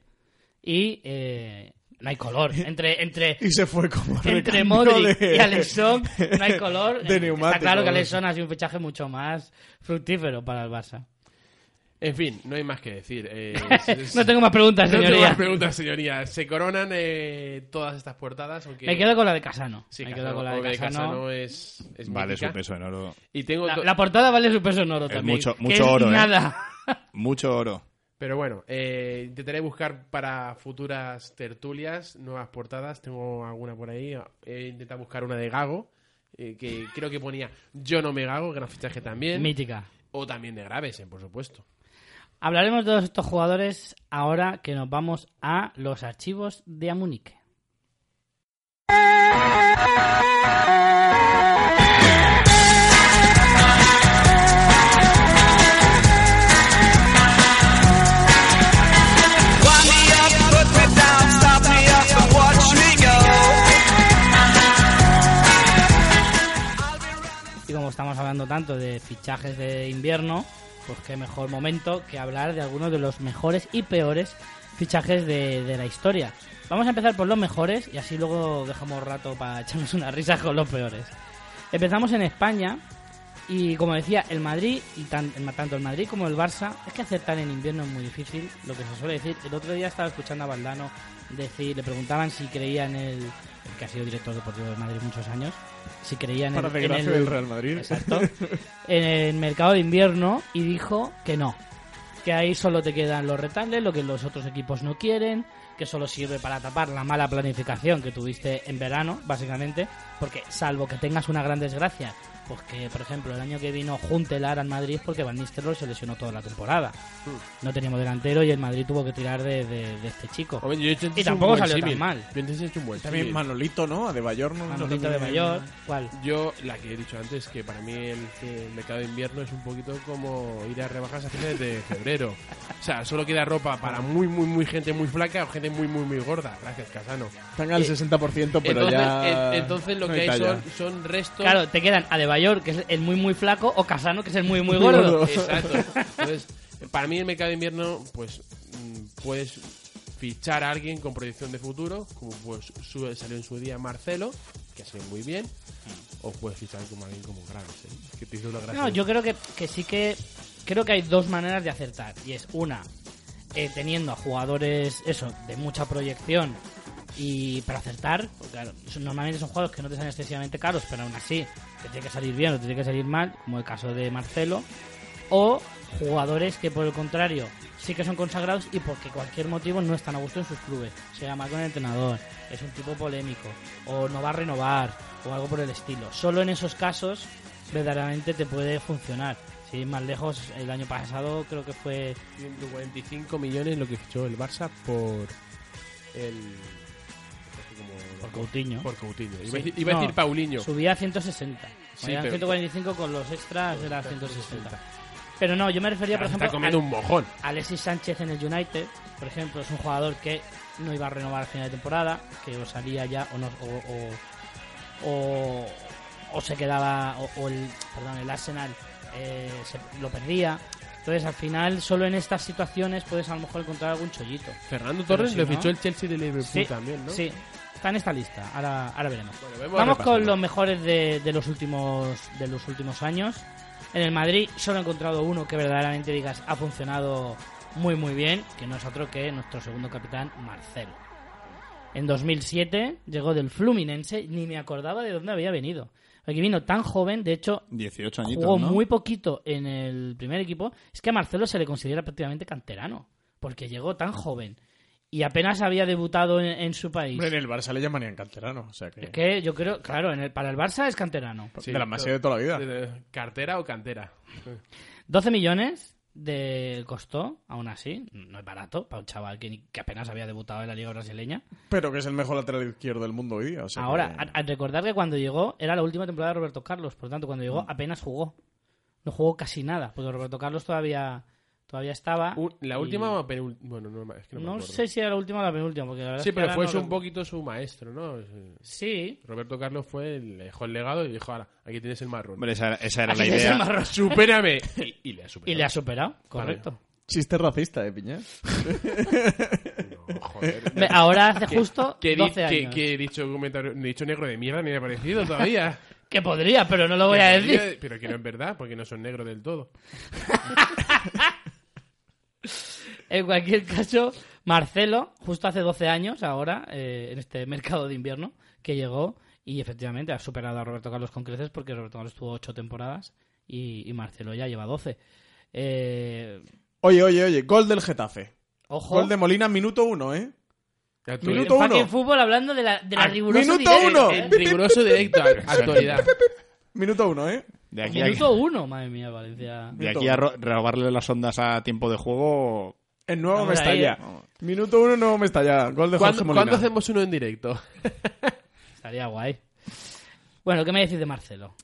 y eh, no hay color. Entre, entre,
Y se fue como
entre
recambio
Modric
de-
y Alexson no hay color.
de
Está
neumáticos.
claro que Alexson ha sido un fichaje mucho más fructífero para el Barça.
En fin, no hay más que decir. eh,
No tengo más preguntas,
No tengo
señoría.
más preguntas, señoría. Se coronan eh, todas estas portadas, aunque...
Me quedo con la de Casano.
Sí,
Me
Casano,
quedo con la de
obvio,
Casano.
Casano es, es
Vale
mítica.
su peso en oro.
Y tengo...
La,
do-
la portada vale su peso en oro
Es
también.
mucho-
que
mucho
es
oro, ¿eh?
Nada.
Mucho oro.
Pero bueno, eh, intentaré buscar para futuras tertulias nuevas portadas. Tengo alguna por ahí. He intentado buscar una de Gago, eh, que creo que ponía Yo no me gago, gran fichaje también.
Mítica.
O también de Gravesen, por supuesto.
Hablaremos de todos estos jugadores ahora que nos vamos a los archivos de Amunique. estamos hablando tanto de fichajes de invierno, pues qué mejor momento que hablar de algunos de los mejores y peores fichajes de, de la historia. Vamos a empezar por los mejores y así luego dejamos rato para echarnos una risa con los peores. Empezamos en España y como decía, el Madrid, y tan- el- tanto el Madrid como el Barça, es que acertar en invierno es muy difícil, lo que se suele decir. El otro día estaba escuchando a Valdano decir, le preguntaban si creía en el, el que ha sido director deportivo del Madrid muchos años, si creía en
Para
el, en
desgracia
el-
del Real Madrid.
Exacto. en el mercado de invierno y dijo que no. Que ahí solo te quedan los retales, lo que los otros equipos no quieren, que solo sirve para tapar la mala planificación que tuviste en verano, básicamente, porque salvo que tengas una gran desgracia, pues que, por ejemplo, el año que vino Juntelar al Madrid porque Van Nistelrooy se lesionó toda la temporada. No teníamos delantero y el Madrid tuvo que tirar de, de- de este chico.
Hombre, yo he hecho- he hecho
Y
un
tampoco
buen
salió tan
símil.
mal.
Yo antes he hecho un buen
También
símil.
Manolito, ¿no? A de Bayor no.
Manolito de mayor, ¿cuál?
Yo, la que he dicho antes, que para mí el, el mercado de invierno es un poquito como ir a rebajas a fines de febrero. O sea, solo queda ropa para muy, muy, muy gente muy flaca o gente muy, muy, muy gorda. Gracias, Casano.
Están al 60%, pero
entonces,
ya.
en- entonces lo
no
que hay
talla.
son, son restos.
Claro, te quedan Adebayor, que es el muy muy flaco, o Casano, que es el muy muy
Muy
gordo.
gordo.
Exacto. Entonces, para mí el mercado de invierno, pues mm, puedes fichar a alguien con proyección de futuro, como pues su- salió en su día Marcelo, que ha sido muy bien, o puedes fichar como alguien como Grimes, ¿eh? que te hizo una gracia.
No, yo creo que, que sí que. Creo que hay dos maneras de acertar. Y es una, eh, teniendo a jugadores, eso, de mucha proyección y para acertar. porque, Claro, son- normalmente son jugadores que no te salen excesivamente caros, pero aún así, te tiene que salir bien o te tiene que salir mal, como el caso de Marcelo. O jugadores que, por el contrario, sí que son consagrados y porque cualquier motivo no están a gusto en sus clubes. Se llama con el entrenador, es un tipo polémico, o no va a renovar, o algo por el estilo. Solo en esos casos verdaderamente te puede funcionar. Si ir más lejos, el año pasado creo que fue
145 millones lo que fichó el Barça por el este, como-
por Coutinho.
por Coutinho. Iba, a
Sí.
decir, iba a
No,
decir Paulinho.
Subía a 160.
Sí,
Eran
pero-
145 con los extras de las 160. Pero no, yo me refería, por
Ahora está
ejemplo,
comiendo
a
un mojón.
Alexis Sánchez en el United, por ejemplo, es un jugador que no iba a renovar al final de temporada, que o salía ya o no, o, o, o- o se quedaba, o, o el, perdón, el Arsenal eh, se- lo perdía. Entonces, al final, solo en estas situaciones puedes a lo mejor encontrar algún chollito.
Fernando
Pero
Torres
si
lo
no-
fichó el Chelsea de Liverpool también, ¿no?
sí, está en esta lista, ahora, ahora veremos.
Bueno, vemos
Vamos
repasando.
con los mejores de, de los últimos de los últimos años. En el Madrid solo he encontrado uno que verdaderamente digas ha funcionado muy muy bien, que no es otro que nuestro segundo capitán Marcelo. En 2007 llegó del Fluminense, ni me acordaba de dónde había venido. Aquí vino tan joven, de hecho
18 añitos,
jugó
¿no?
muy poquito en el primer equipo, es que a Marcelo se le considera prácticamente canterano, porque llegó tan joven y apenas había debutado en, en su país.
Hombre, en el Barça le llamarían canterano. O sea que.
Es que yo creo, claro, en el, para el Barça es canterano.
Sí,
de la masía de toda la vida.
Eh, ¿Cartera o cantera?
12 millones de costó, aún así, no es barato para un chaval que, ni- que apenas había debutado en la Liga Brasileña.
Pero que es el mejor lateral izquierdo del mundo hoy día. O sea
Ahora,
que-
al al recordar que cuando llegó era la última temporada de Roberto Carlos, por lo tanto, cuando
Mm.
llegó apenas jugó. No jugó casi nada, porque Roberto Carlos todavía, todavía estaba.
Un- ¿La
Ah, y-
última o penúltima? Bueno, no, es que no, me
No
acuerdo.
sé si era la última o la penúltima, porque la verdad
Sí,
es que
pero
ahora
fue
no
su- un
recu-
poquito su maestro, ¿no? Eh,
Sí.
Roberto Carlos fue el dejó el legado y dijo, ahora, aquí tienes el marrón.
Hombre, esa, esa era
Así
la
que es el
idea.
marrón.
¡Supérame! Y, y le ha superado.
Y le ha superado, correcto.
Chiste racista, ¿eh, Piña?
No, joder.
Ve, Ahora hace justo
Que, he di-
12
que-
años.
que he dicho comentario, ni he dicho negro de mierda ni me ha parecido todavía.
Que podría, pero no lo voy a
Que podría-
decir.
Pero que no es verdad, porque no son negros del todo.
En cualquier caso, Marcelo, justo hace 12 años, ahora, eh, en este mercado de invierno, que llegó y efectivamente ha superado a Roberto Carlos con creces porque Roberto Carlos tuvo 8 temporadas y, y Marcelo ya lleva 12. Eh,
Oye, oye, oye. Gol del Getafe.
ojo,
Gol de Molina, minuto uno, ¿eh?
Actu-
Minuto
en fucking
uno.
fútbol hablando de la, de la
Ah,
rigurosa
minuto
directa,
uno.
¿eh?
En riguroso directo, actualidad.
Minuto uno, ¿eh?
De aquí, a,
Minuto 1, madre mía, Valencia.
de aquí a ro- robarle las ondas a tiempo de juego.
En nuevo
Vamos ahí,
Mestalla. Minuto uno, nuevo Mestalla. Gol de Jorge
¿Cuándo,
Molina.
cuándo hacemos uno en directo?
Estaría guay. Bueno, ¿qué me decís de Marcelo?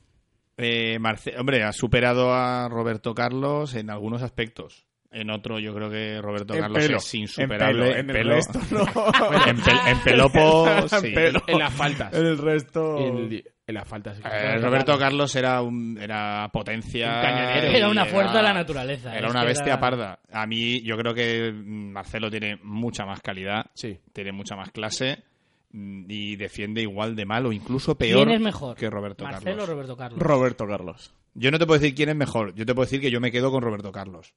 Eh, Marce- hombre, ha superado a Roberto Carlos en algunos aspectos. En otro, yo creo que Roberto
En
Carlos
pelo.
es insuperable.
En pelo. En el resto, no.
En pel- en pelopo,
En
Oh,
sí.
pelo.
En las faltas.
En el resto...
El- en las faltas.
Eh, Roberto Carlos era un era potencia.
Un cañonero.
y
Era una fuerza de la naturaleza.
Era
Es
una
que
bestia
era-
parda. A mí, yo creo que mm, Marcelo tiene mucha más calidad,
Sí.
tiene mucha más clase mm, y defiende igual de mal o incluso peor
¿Quién es mejor?
que Roberto
Marcelo o
Carlos.
Roberto Carlos.
Roberto Carlos.
Yo no te puedo decir quién es mejor, yo te puedo decir que yo me quedo con Roberto Carlos.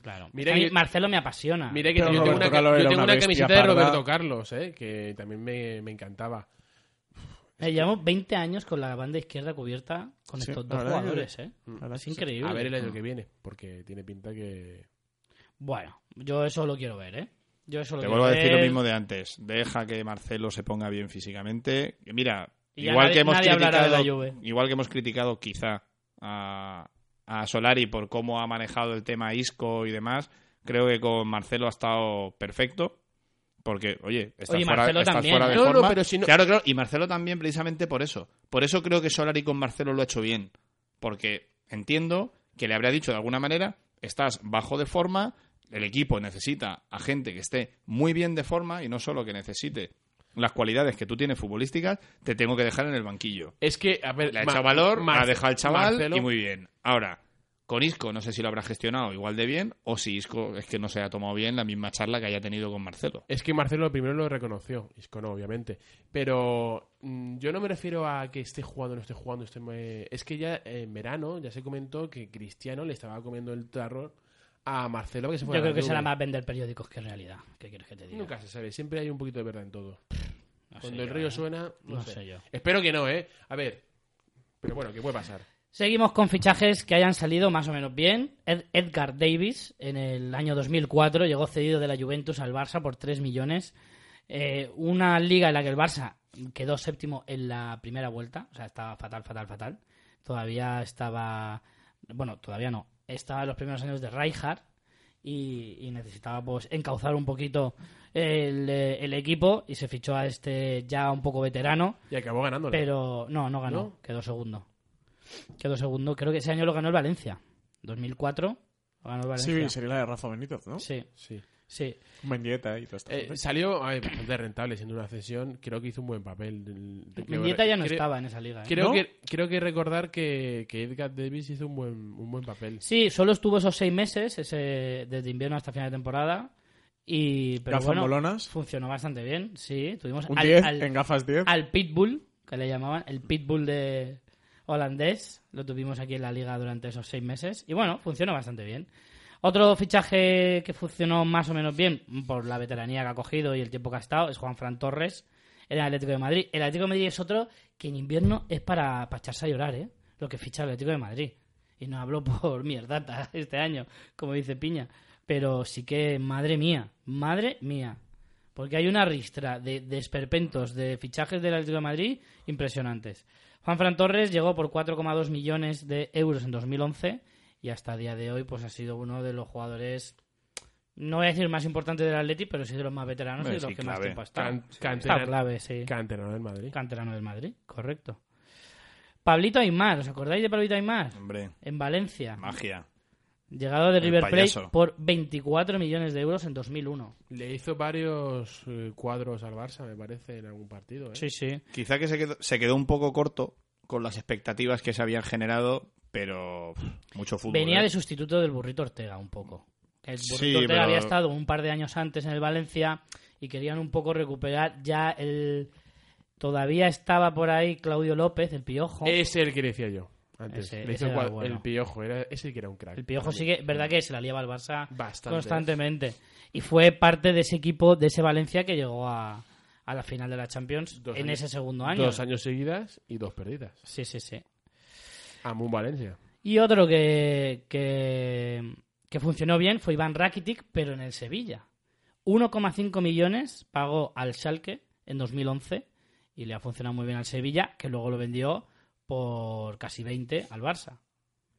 Claro.
Mira
A mí
que-
Marcelo me apasiona.
Mira que
Pero
yo tengo
Roberto
una,
Carlos
yo
era
tengo
una
una
bestia
camiseta de
parda.
Roberto Carlos, eh, que también me, me encantaba.
Eh, llevamos 20 años con la banda izquierda cubierta con
Sí,
estos
la
dos
verdad que-
jugadores, ¿eh?
verdad
Es
que sí.
increíble.
A ver el año que viene, porque tiene pinta que...
Bueno, yo eso lo quiero ver, ¿eh? Yo eso lo
Te
quiero
vuelvo a decir lo
ver.
mismo de antes. Deja que Marcelo se ponga bien físicamente. Mira,
Y ya
igual
nadie-
que hemos
nadie hablará de la
criticado,
Juve.
igual que hemos criticado quizá a, a Solari por cómo ha manejado el tema Isco y demás, creo que con Marcelo ha estado perfecto. Porque, oye, estás,
Oye,
fuera,
Marcelo
estás
también.
fuera de
No, no,
forma.
pero si no-
Claro, claro, y Marcelo también precisamente por eso. Por eso creo que Solari con Marcelo lo ha hecho bien. Porque entiendo que le habría dicho de alguna manera, estás bajo de forma, el equipo necesita a gente que esté muy bien de forma y no solo que necesite las cualidades que tú tienes futbolísticas, te tengo que dejar en el banquillo.
Es que, a ver...
Le ha
Eh, Ma-
echado valor,
Mar-
ha dejado al chaval
Marcelo-
y muy bien. Ahora, con Isco no sé si lo habrá gestionado igual de bien o si Isco es que no se ha tomado bien la misma charla que haya tenido con Marcelo.
Es que Marcelo primero lo reconoció, Isco no, obviamente. Pero mm, yo no me refiero a que esté jugando, no esté jugando. Esté me- Es que ya en verano ya se comentó que Cristiano le estaba comiendo el tarro a Marcelo que se
Yo
fuera a la
creo que
Juve.
será más vender periódicos que realidad. ¿Qué quieres que te diga?
Nunca se sabe, siempre hay un poquito de verdad en todo.
No sé
Cuando el
yo,
río
¿eh?
suena, no,
No
sé.
sé yo.
Espero que no, ¿eh? A ver. Pero bueno, ¿qué puede pasar?
Seguimos con fichajes que hayan salido más o menos bien. Ed- Edgar Davis, en el año 2004, llegó cedido de la Juventus al Barça por 3 millones. Eh, una liga en la que el Barça quedó séptimo en la primera vuelta. O sea, estaba fatal, fatal, fatal. Todavía estaba... Bueno, todavía no. Estaba en los primeros años de Rijkaard y, y necesitaba pues encauzar un poquito el, eh, el equipo y se fichó a este ya un poco veterano.
Y acabó ganando.
Pero no, no ganó,
¿No?
quedó segundo. Quedó segundo, creo que ese año lo ganó el Valencia. 2004 lo ganó el Valencia.
Sí, sería la de Rafa Benítez, ¿no?
sí.
Sí.
sí.
Con Mendieta y todo esto.
Eh, salió a ver, bastante rentable siendo una cesión. Creo que hizo un buen papel. Creo-
Mendieta ya no
creo-
estaba en esa liga. ¿eh?
Creo,
¿No?
que, creo que recordar que, que Edgar Davis hizo un buen, un buen papel.
Sí, solo estuvo esos seis meses, ese, desde invierno hasta final de temporada. Y, pero
gafas
bueno,
molonas.
funcionó bastante bien, sí. Tuvimos
Un
al,
10,
al-
en gafas 10.
al Pitbull, que le llamaban, el Pitbull de holandés. Lo tuvimos aquí en la liga durante esos seis meses. Y bueno, funcionó bastante bien. Otro fichaje que funcionó más o menos bien, por la veteranía que ha cogido y el tiempo que ha estado, es Juan Fran Torres, en el Atlético de Madrid. El Atlético de Madrid es otro que en invierno es para, para echarse a llorar, ¿eh? Lo que ficha el Atlético de Madrid. Y no hablo por mierdata este año, como dice Piña. Pero sí que, madre mía, madre mía. Porque hay una ristra de, de esperpentos de fichajes del Atlético de Madrid impresionantes. Juan Fran Torres llegó por 4,2 millones de euros en 2011 y hasta día de hoy pues ha sido uno de los jugadores, no voy a decir más importantes del Atleti, pero sí de los más veteranos y
Hombre,
de los
sí,
que más
clave.
tiempo ha estado.
Can-
Está
Cantera,
clave, sí.
canterano del Madrid.
Canterano del Madrid, correcto. Pablito Aymar, ¿os acordáis de Pablito Aymar?
Hombre,
En Valencia.
magia.
Llegado de
El
River Plate
payaso.
por 24 millones de euros en 2001.
Le hizo varios eh, cuadros al Barça, me parece, en algún partido. ¿eh?
Sí, sí.
Quizá que se quedó, se quedó un poco corto con las expectativas que se habían generado, pero pff, mucho fútbol.
Venía
¿eh?
de sustituto del Burrito Ortega un poco. El Burrito
Sí,
Ortega
pero-
había estado un par de años antes en el Valencia y querían un poco recuperar ya el... Todavía estaba por ahí Claudio López, el Piojo.
Es el que decía yo. Antes.
Ese-
Le hizo
ese era
cuad-
bueno.
El piojo, era, ese que era un crack.
El Piojo sí que... verdad que se la lleva al Barça
Bastante.
constantemente. Y fue parte de ese equipo, de ese Valencia que llegó a, a la final de la Champions
Dos
en
años-
ese segundo año.
Dos años seguidas y dos perdidas.
Sí, sí, sí.
Amun Valencia.
Y otro que, que, que funcionó bien fue Iván Rakitic, pero en el Sevilla. 1,5 millones pagó al Schalke en 2011 y le ha funcionado muy bien al Sevilla, que luego lo vendió por casi 20 al Barça.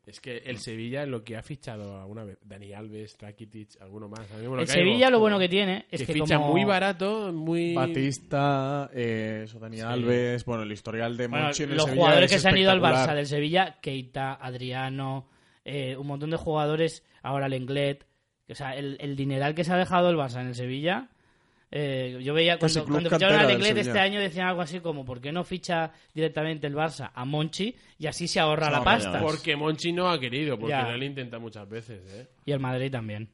Es que el Sevilla lo que ha fichado alguna vez. Dani Alves, Rakitic, alguno más. A mí me lo
el
caigo.
Sevilla lo bueno que tiene es que,
ficha
como-
muy barato, muy...
Batista, eh, eso, Dani
Sí.
Alves, bueno, el historial de
Bueno,
Monchi en el
los
Sevilla
jugadores
es
que se han ido al
espectacular.
Barça del Sevilla, Keita, Adriano, eh, un montón de jugadores, ahora Lenglet, o sea, el, el dineral que se ha dejado el Barça en el Sevilla Eh, yo veía
Casi
cuando,
club
cuando
cantera
ficharon a
del
Leclerc este
Sevilla.
año decían algo así como ¿por qué no ficha directamente el Barça a Monchi y así se ahorra
Se
la
ahorra
pasta?
ya.
Porque Monchi no ha querido, porque
Ya.
él intenta muchas veces, ¿eh?
Y el Madrid también.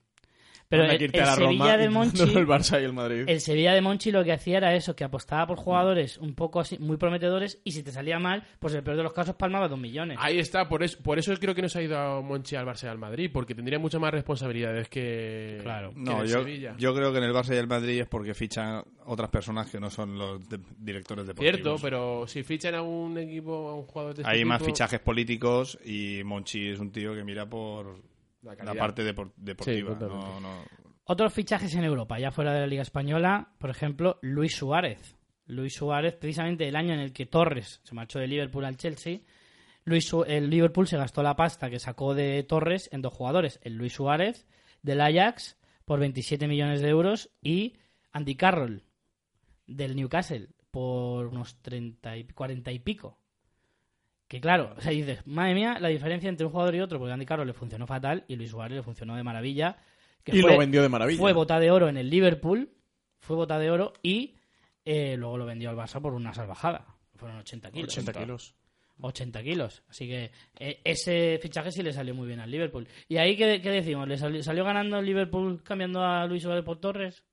Pero
Anda,
el,
que irte
el
a la
Sevilla
Roma
de
intentando
Monchi
el Barça y el Madrid.
el Sevilla de Monchi lo que hacía era eso, que apostaba por jugadores un poco así, muy prometedores, y si te salía mal, pues en el peor de los casos palmaba dos millones.
Ahí está, por eso, por eso creo que no se ha ido a Monchi al Barça y al Madrid, porque tendría muchas más responsabilidades que,
Claro.
que en
No,
el
yo,
Sevilla.
yo creo que en el Barça y el Madrid es porque fichan otras personas que no son los de- directores
Cierto,
deportivos.
pero si fichan a un equipo, a un jugador de este
Hay más
tipo,
fichajes políticos y Monchi es un tío que mira por
La
la
calidad.
parte depor- deportiva.
totalmente.
no, no-
Otros fichajes en Europa, ya fuera de la Liga Española, por ejemplo, Luis Suárez. Luis Suárez, precisamente el año en el que Torres se marchó de Liverpool al Chelsea, Luis Su- el Liverpool se gastó la pasta que sacó de Torres en dos jugadores, el Luis Suárez del Ajax por 27 millones de euros y Andy Carroll del Newcastle por unos 30 y 40 y pico. Que claro, o sea, dices, madre mía, la diferencia entre un jugador y otro, porque Andy Carroll le funcionó fatal y Luis Suárez le funcionó de maravilla. que
Y
fue-
lo vendió de maravilla.
fue bota de oro en el Liverpool, fue bota de oro y eh, luego lo vendió al Barça por una salvajada. Fueron 80 kilos.
80 kilos.
80 kilos. Así que eh, ese fichaje sí le salió muy bien al Liverpool. ¿Y ahí qué, qué decimos? ¿Le salió, salió ganando el Liverpool cambiando a Luis Suárez por Torres?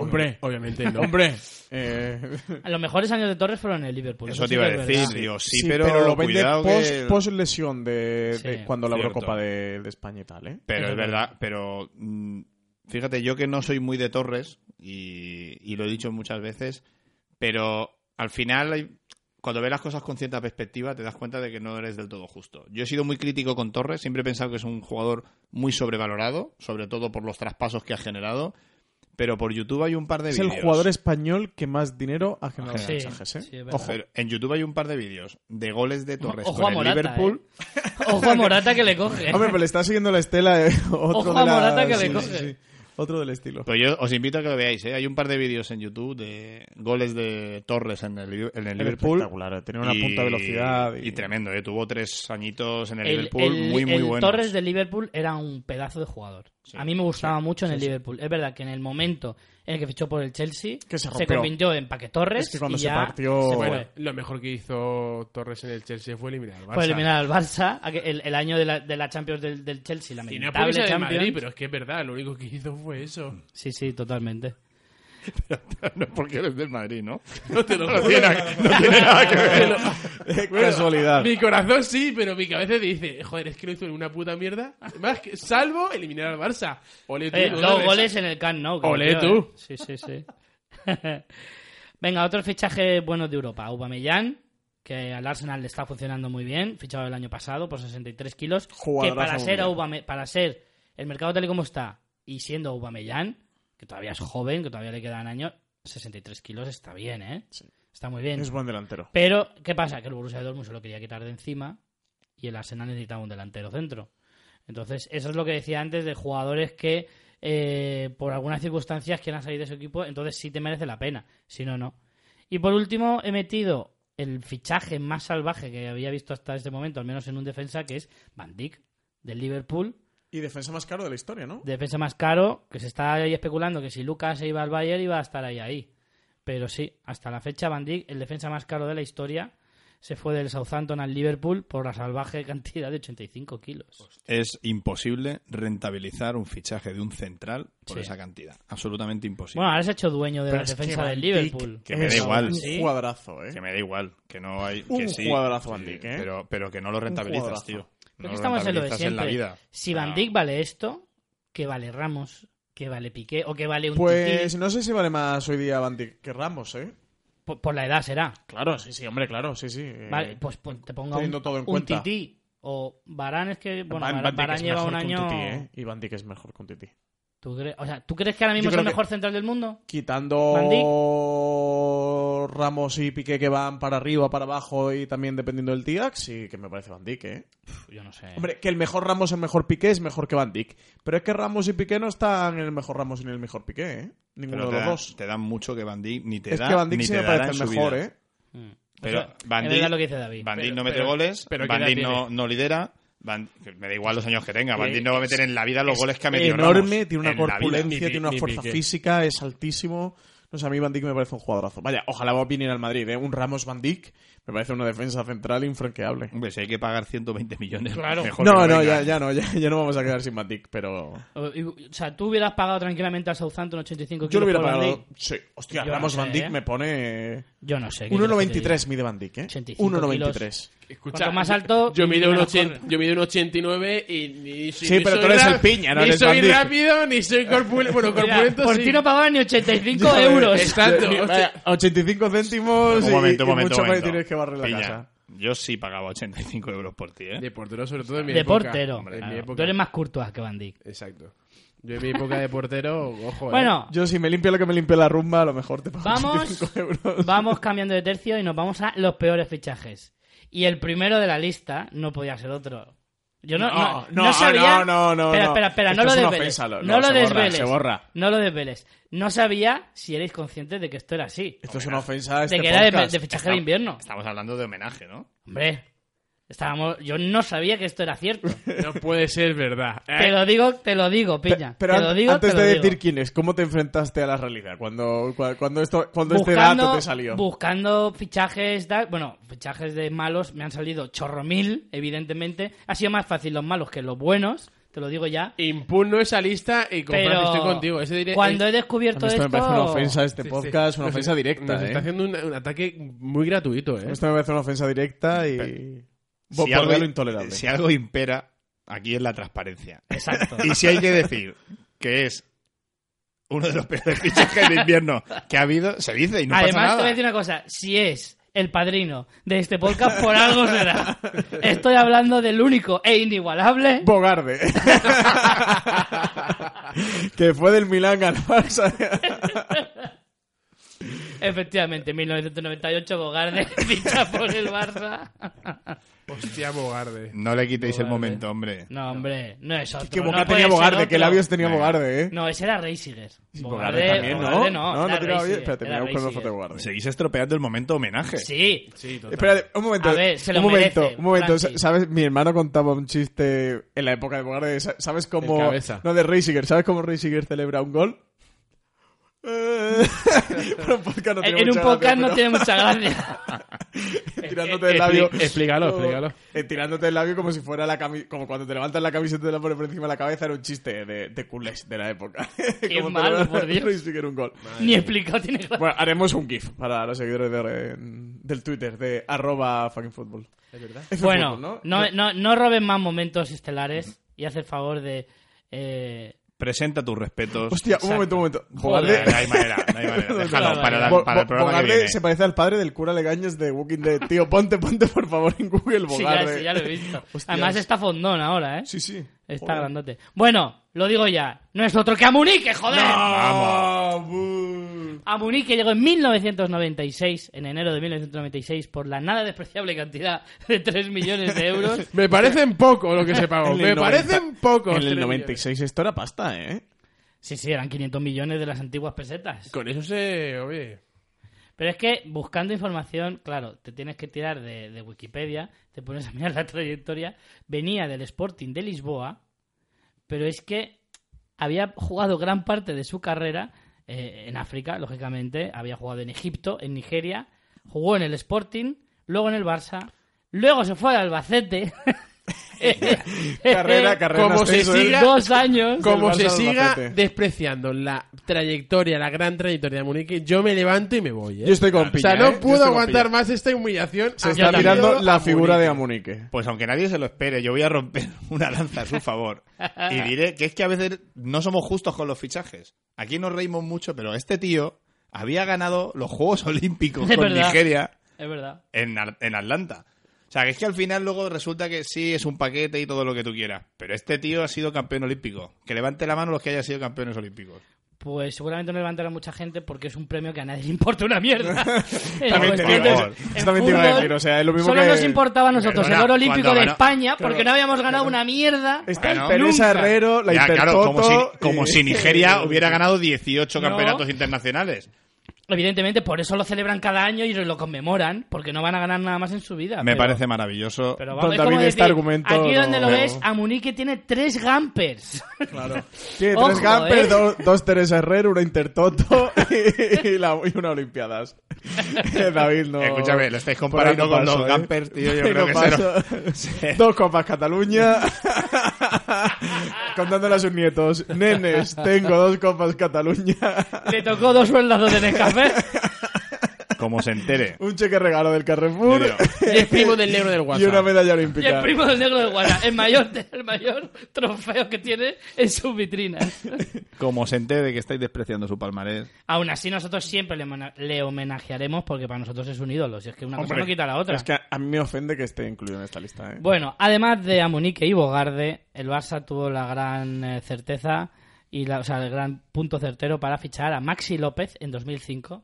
Hombre,
Obviamente no.
hombre. Eh,
A Los mejores años de Torres fueron en el Liverpool.
Hmm. Eso
Pues sí
te iba a
que es
decir,
verdad.
digo, sí,
sí,
pero,
lo vende
cuidado que-
post, lesión de, de
Sí.
cuando la
Cierto.
Eurocopa de, de España y tal, ¿eh?
Pero
Es
es verdad, pero mm, fíjate, yo que no soy muy de Torres, y, y lo he dicho muchas veces, pero al final, hay- cuando ves las cosas con cierta perspectiva, te das cuenta de que no eres del todo justo. Yo he sido muy crítico con Torres, siempre he pensado que es un jugador muy sobrevalorado, sobre todo por los traspasos que ha generado, pero por YouTube hay un par de
Es
vídeos.
el jugador español que más dinero ha generado
Sí,
en fichajes, ¿eh?
sí, es verdad.
Ojo.
Pero en YouTube hay un par de vídeos de goles de Torres
Ojo
con
a
el
Morata, ¿eh?
Liverpool.
Ojo a Morata que le coge.
Hombre, pero le está siguiendo la estela. eh,
Eh.
otro
Ojo
de
a
la-
Morata que
sí,
le
sí,
coge.
sí. Otro del estilo.
Pues yo os invito a que lo veáis, ¿eh? Hay un par de vídeos en YouTube de goles de Torres en el, Liv- en el Liverpool.
Espectacular, tenía una punta de velocidad. Y,
y tremendo, ¿eh? Tuvo tres añitos en el,
El-
Liverpool
el-
muy, muy
el
buenos.
Torres del Liverpool era un pedazo de jugador. a mí me gustaba mucho en el Liverpool. Es verdad que en el momento en el que fichó por el Chelsea,
Que se
se
rompió.
convirtió en Paquetorres.
Es que cuando
y
se
ya
partió-
se fue.
Bueno,
Lo mejor que hizo Torres en el Chelsea fue eliminar al Barça.
Fue eliminar al Barça aquel- el, el año de la, de la Champions del, del Chelsea, la
Y no es porque sea de
Champions.
Madrid, pero es que es verdad, lo único que hizo fue eso.
Sí, sí, totalmente.
no porque eres del Madrid, ¿no?
No te lo
No
juro.
tiene, nada- no tiene nada que ver.
Casualidad.
Mi corazón sí, pero mi cabeza dice, joder, es que no hizo una puta mierda. Más que, salvo eliminar al Barça. Ole tú,
Eh,
Torres.
dos goles en el Camp Nou. que
Olé
metió,
tú.
eh. Sí, sí, sí. Venga, otros fichajes buenos de Europa. Aubameyang, que al Arsenal le está funcionando muy bien, fichado el año pasado por 63 kilos. Que
Jugadorazo
para ser,
mundial.
Aubame- para ser el mercado tal y como está y siendo Aubameyang, que todavía es joven, que todavía le quedan años, 63 kilos está bien, ¿eh? Está muy bien.
Es buen delantero.
Pero, ¿qué pasa? Que el Borussia Dortmund se lo quería quitar de encima y el Arsenal necesitaba un delantero centro. Entonces, eso es lo que decía antes de jugadores que eh, por algunas circunstancias quieran salir de su equipo, entonces sí te merece la pena, si no, no. Y por último, he metido el fichaje más salvaje que había visto hasta este momento, al menos en un defensa, que es Van Dijk, del Liverpool,
Y defensa más caro de la historia, ¿no?
defensa más caro, que se está ahí especulando que si Lucas se iba al Bayern iba a estar ahí ahí. Pero sí, hasta la fecha Van Dijk, el defensa más caro de la historia, se fue del Southampton al Liverpool por la salvaje cantidad de 85
Pues
kilos.
Es imposible rentabilizar un fichaje de un central por
Sí.
esa cantidad. Absolutamente imposible.
Bueno, ahora se ha hecho dueño de
Pero
la
es que
defensa
Van
del
Dijk
Liverpool.
que me
es
da igual.
Un
Sí.
cuadrazo, ¿eh?
Que me da igual, que no hay...
Un
que sí,
jugadorazo Van
sí,
Dijk, ¿eh?
Pero, pero que no lo rentabilizas,
jugadorazo.
tío.
Pero
No
que
lo
estamos en lo de
rentabilizas en la
siempre.
vida.
Si Van
Ah.
Dijk vale esto, que vale Ramos, que vale Piqué o que vale un
Pues
tití,
no sé si vale más hoy día Van Dijk que Ramos, ¿eh?
por, por la edad será.
Claro, sí, sí, hombre, claro, sí, sí. eh,
Vale, pues, pon- te pongo un,
teniendo todo en
un
cuenta.
tití o Barán es que bueno,
Van-
Varane-
Van Dijk
Varane
es
lleva
mejor
un
que
año
Titi, ¿eh? Y Van Dijk es mejor con Titi.
¿Tú crees, o sea, ¿tú crees que ahora
Yo
mismo es
creo
el
que-
mejor central del mundo? Van
Quitando Ramos y Piqué que van para arriba, para abajo y también dependiendo del TIAC, sí que me parece Van Dijk, ¿eh?
Pf, Yo no sé.
Hombre, que el mejor Ramos, el mejor Piqué es mejor que Van Dijk. Pero es que Ramos y Piqué no están en el mejor Ramos ni en el mejor Piqué, ¿eh? Ninguno
Pero
de
te
los
da-
dos.
te dan mucho que Van Dijk ni te
Es
da
que Van Dijk
ni
sí
te
me
dará
parece
en
el
su
mejor,
vida.
¿eh?
Mm.
Pero
O sea,
Van
es
Dijk-
verdad lo que dice David.
Van Dijk
Pero-
no mete
pero-
goles,
pero ¿qué
Van
edad
Dijk
tiene?
no, no lidera, Van- que me da igual los años que tenga, Van no va a meter en la vida los goles que ha metido
enorme,
Ramos.
tiene una
En la vida.
Ni
corpulencia,
Pi-
tiene una
ni
fuerza
Piqué.
física, es altísimo. No sé, a mí Van Dijk me parece un jugadorazo. Vaya, ojalá viniera al Madrid, ¿eh? Un Ramos Van Dijk me parece una defensa central infranqueable.
Hombre, si hay que pagar 120 millones,
Claro.
mejor que
No, no,
venga.
ya, ya no, ya, ya no vamos a quedar sin Van Dijk, pero...
O, y- o sea, tú hubieras pagado tranquilamente al Southampton 85 kilos
Yo lo hubiera
por Van
pagado...
Dijk?
Sí, hostia,
Yo
Ramos
no sé,
Van Dijk
¿eh?
me pone...
Yo no sé. ¿qué quieres
1,93 mide Van Dijk, ¿eh?
85
1,93.
Escucha,
Cuanto más alto,
yo mido, un
menos
ochen-
corre.
yo mido un 89 y ni si-
Sí,
ni
pero
soy
tú eres
ra-
el piña, no
Ni
eres
soy
Van Dijk.
rápido, ni soy corpulento. Bueno,
que te diga?
corpulento
por
sí.
ti no pagaban ni 85
Ya,
euros.
Exacto.
Vaya, 85 céntimos
Un
y,
momento,
y
un momento,
mucho
un
más
momento.
tienes que barrer la
Pilla,
casa.
Yo sí pagaba 85 euros por ti, ¿eh?
De portero, sobre todo en mi
de
época.
portero.
En mi
Claro.
época.
Tú eres más Courtois que Van Dijk.
Exacto. Yo en mi época de portero, ojo. eh.
Bueno,
Yo si me limpio lo que me limpia la rumba, a lo mejor te pago
vamos,
85 euros.
vamos cambiando de tercio y nos vamos a los peores fichajes. Y el primero de la lista no podía ser otro. Yo no, no, no, sabía.
No, no, no.
espera,
no.
espera, espera,
Esto
no lo
es una
desveles.
ofensa, lo-
no lo
se borra,
desveles.
se borra.
No lo desveles. No sabía si erais conscientes de que esto era así.
Esto es una ofensa a este
de que era de- de,
podcast.
fichaje de invierno.
Estamos hablando de homenaje, ¿no?
Hombre, estábamos, yo no sabía que esto era cierto.
No puede ser verdad. Eh,
Te lo digo, te lo digo,
Pe-
piña.
Pero
te
an-
lo digo,
antes
te lo
de
digo.
decir quién es, ¿cómo te enfrentaste a la realidad? Cuando, cua- cuando, esto, cuando este dato te salió.
buscando fichajes, da- bueno, fichajes de malos me han salido chorro mil, evidentemente. Ha sido más fácil los malos que los buenos, te lo digo ya.
Impugno esa lista y comprar
Pero
estoy contigo. Ese diré-
cuando
eh,
he descubierto
A mí esto me parece una ofensa a este
sí, sí.
podcast, una
Nos-
ofensa directa.
Nos
eh.
está haciendo un, un ataque muy gratuito, ¿eh?
Esto me parece una ofensa directa y. Bo- por algo intolerable.
si algo impera, aquí es la transparencia.
Exacto.
Y si hay que decir que es uno de los peores fichajes de invierno que ha habido, se dice y no
Además, te
pasa
voy a
nada.
decir una cosa. Si es el padrino de este podcast, por algo será. Estoy hablando del único e inigualable.
Bogarde. que fue del Milán al Barça.
Efectivamente, 1998 Bogarde ficha por el Barça.
Hostia, Bogarde.
No le quitéis el momento, hombre.
No, hombre, no es otro.
que
no
boca
puede
tenía
ser
Bogarde, que
otro.
labios tenía
Venga.
Bogarde, eh.
No, ese era Reisiger.
Bogarde también, ¿no?
Bogarde
no,
era
tiraba bien.
Reisiger,
Espérate, me
era
voy a buscar una
Reisiger.
foto de Bogarde.
Seguís estropeando el momento homenaje.
Sí,
Sí, total.
Espérate, un momento.
A ver, se lo
un momento,
merece,
un momento.
Frankie.
¿Sabes? Mi hermano contaba un chiste en la época de Bogarde. Sa- ¿Sabes
El
cómo.
cabeza.
No, de Reisiger. ¿Sabes cómo Reisiger celebra un gol? Eh, Pero un podcast no
en,
tiene
en un
mucha gracia,
podcast no
pero-
tiene mucha gracia.
tirándote del labio.
Expli- explícalo,
como-
explícalo.
eh, tirándote del labio como si fuera la cami- como cuando te levantas la camiseta y te la pones por encima de la cabeza, era un chiste de, de culés de la época. Qué
malo, por Dios.
un gol.
Ni explicado tiene gracia.
Bueno, haremos un GIF para los seguidores de- del Twitter de arroba fucking football.
¿Es verdad?
F
Bueno,
fútbol,
no, no, no roben más momentos estelares y haz el favor de... eh,
Presenta tus respetos.
Hostia, un
Exacto.
momento, un momento.
Joder,
Bogarde-
no hay manera, no hay manera. Déjalo para, la-
Bo-
para el
Bo-
programa que
Bogarde
viene.
se parece al padre del cura Legañas de Walking Dead. Tío, ponte, ponte por favor en Google
sí, ya,
Bogarde.
sí, ya lo he visto.
Hostias.
Además está fondón ahora, ¿eh?
Sí, sí.
Está
Joder.
grandote. Bueno, lo digo ya. No es otro que Amunique, joder.
Ah, bu.
Amunique llegó en 1996, en enero de 1996, por la nada despreciable cantidad de 3 millones de euros.
Me parecen poco lo que se pagó.
En
Oh,
el
Me
90
parecen poco.
En el 96 esto era pasta, ¿eh?
Sí, sí, eran 500 millones de las antiguas pesetas.
Con eso se... Oye...
Pero es que buscando información, claro, te tienes que tirar de, de Wikipedia, te pones a mirar la trayectoria. Venía del Sporting de Lisboa, pero es que había jugado gran parte de su carrera eh, en África, lógicamente. Había jugado en Egipto, en Nigeria, jugó en el Sporting, luego en el Barça, luego se fue al Albacete.
Carrera, carrera. en
Como se
ascenso, ¿eh?
siga-
Dos años.
Como
Barça
se
al
siga
Albacete.
despreciando la trayectoria, la gran trayectoria de Munique, yo me levanto y me voy. ¿eh?
Yo estoy con
o sea,
piña, ¿eh?
no
Yo
puedo
estoy con
aguantar
piña.
más esta humillación. Ah,
Se
Ha
está
sido
mirando la
a
figura
Munique.
de Amunique.
Pues aunque nadie se lo espere, yo voy a romper una lanza a su favor. Y diré que es que a veces no somos justos con los fichajes. Aquí nos reímos mucho, pero este tío había ganado los Juegos Olímpicos
Es
con
verdad.
Nigeria
Es verdad.
en, Ar- en Atlanta. O sea, que es que al final luego resulta que sí, es un paquete y todo lo que tú quieras. Pero este tío ha sido campeón olímpico. Que levante la mano los que hayan sido campeones olímpicos.
Pues seguramente no levantará mucha gente porque es un premio que a nadie le importa una mierda.
También te digo,
Entonces,
eso-
en
eso también te iba a
fútbol
decir, o sea, es lo mismo
solo
que-
nos importaba a nosotros
Perdona,
el oro olímpico de
cuando ganó-
España porque no habíamos ganado una mierda.
Está
Bueno,
el Teresa
nunca.
Herrero, la
Ya, claro,
Intertoto...
como si, como
y-
si Nigeria hubiera ganado 18
No.
campeonatos internacionales.
Evidentemente, por eso lo celebran cada año y lo conmemoran, porque no van a ganar nada más en su vida.
Me
pero-
parece maravilloso.
Pero vamos,
Don
es como
David, este
decir,
argumento
Aquí
no-
donde lo
no.
ves, Amunique tiene tres gampers.
Tiene
Ojo,
tres Gamper,
¿eh?
dos, dos Teresa Herrera, una Intertoto y, y la- y una Olimpiadas. David, no.
Escúchame, lo estáis
por
comparando
ahí no
con
paso,
los
¿eh?
Gampers, tío. Yo
Por ahí
creo
no
que se nos-
paso. Dos copas Cataluña. Contándole a sus nietos. Nenes, tengo dos copas Cataluña.
Le tocó dos sueldos de Nescafé.
como se entere.
Un cheque regalo del
Yo
Carrefour.
digo,
Y el primo del negro del
Y una
WhatsApp.
medalla
Y el
olímpica.
primo del negro de Guadalajara. El mayor, el mayor trofeo que tiene en sus vitrinas.
como se entere que estáis despreciando su palmarés.
Aún así, nosotros siempre le, mona- le homenajearemos porque para nosotros es un ídolo. Si es que una cosa no quita la otra.
Es que a, a mí me ofende que esté incluido en esta lista. ¿eh?
Bueno, además de Amunique y Bogarde, el Barça tuvo la gran eh, certeza y la- o sea, el gran punto certero para fichar a Maxi López en 2005,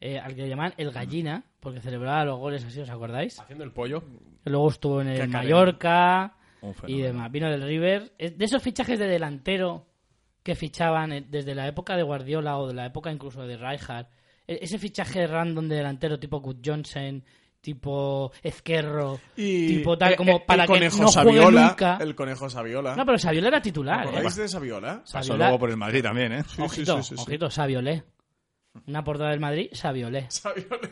eh, al que le llamaban el gallina, porque celebraba los goles así, ¿os acordáis?
Haciendo el pollo.
Luego estuvo en el
Cacarero.
Mallorca
Un
y
fenómeno.
demás. Vino del River. Es De esos fichajes de delantero que fichaban eh, desde la época de Guardiola o de la época incluso de Rijkaard. E- Ese fichaje random de delantero tipo Good Johnson, tipo Ezquerro,
Y
tipo tal,
eh,
como
eh,
para
el
que
conejo
no juegue
Saviola,
nunca.
El conejo Saviola.
No, pero Saviola era titular.
¿Os
¿eh?
acordáis de Saviola?
Pasó
Saviola-
luego por el Madrid también, ¿eh?
Sí, sí,
Ojito,
sí, sí, sí.
ojito, Saviolé. Una portada del Madrid, Saviolé.
Saviola.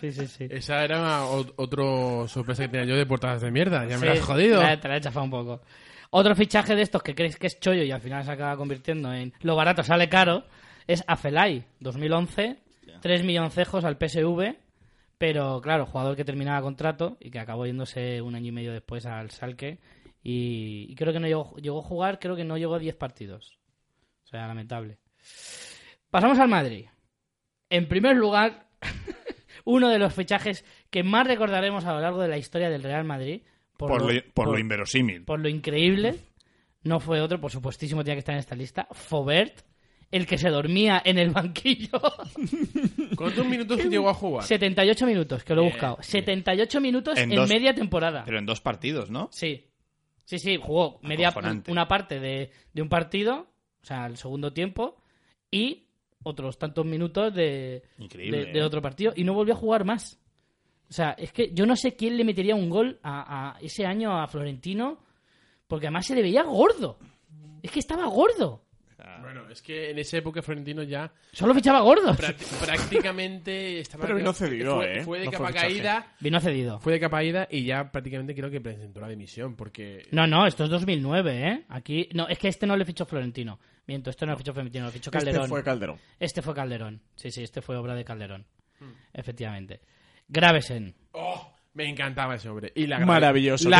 Sí, sí, sí.
Esa era o- otro sorpresa que tenía yo de portadas de mierda. Ya me
Sí,
la has jodido.
Te la, te la he chafado un poco. Otro fichaje de estos que crees que es chollo y al final se acaba convirtiendo en lo barato sale caro es Afelay, 2011, 3 milloncejos al PSV, pero claro, jugador que terminaba contrato y que acabó yéndose un año y medio después al Salque y, y creo que no llegó, llegó a jugar, creo que no llegó a 10 partidos. O sea, lamentable. Pasamos al Madrid. En primer lugar, uno de los fichajes que más recordaremos a lo largo de la historia del Real Madrid por,
Por
lo,
lo, por lo inverosímil.
por lo increíble, no fue otro, por supuestísimo tenía que estar en esta lista, Fobert, el que se dormía en el banquillo.
¿Cuántos minutos llegó a jugar?
78 minutos, que lo he buscado. 78 minutos
En
en,
dos-
media temporada.
Pero en dos partidos, ¿no?
Sí. Sí, sí, jugó media,
Acojonante.
una parte de, de un partido, o sea, el segundo tiempo, y otros tantos minutos de,
Increíble.
de- de
¿eh?
otro partido y no volvió a jugar más. O sea, es que yo no sé quién le metería un gol a, a ese año a Florentino, porque además se le veía gordo. Es que estaba gordo.
Bueno, es que en esa época Florentino ya
Solo fichaba gordo.
prácti- prácticamente estaba.
Pero no cedió,
fue,
¿eh.
Fue de
No fue
capa
fichaje.
caída.
Vino cedido.
Fue de capa caída y ya prácticamente creo que presentó la dimisión porque.
No, no, esto es 2009, ¿eh? Aquí. No, es que este no le fichó Florentino. Miento, este no le fichó Florentino, lo fichó Calderón.
Este fue Calderón.
Este fue Calderón. Sí, sí, este fue obra de Calderón. Efectivamente. Gravesen.
¡Oh! Me encantaba ese hombre. Y la grave-
Maravilloso,
La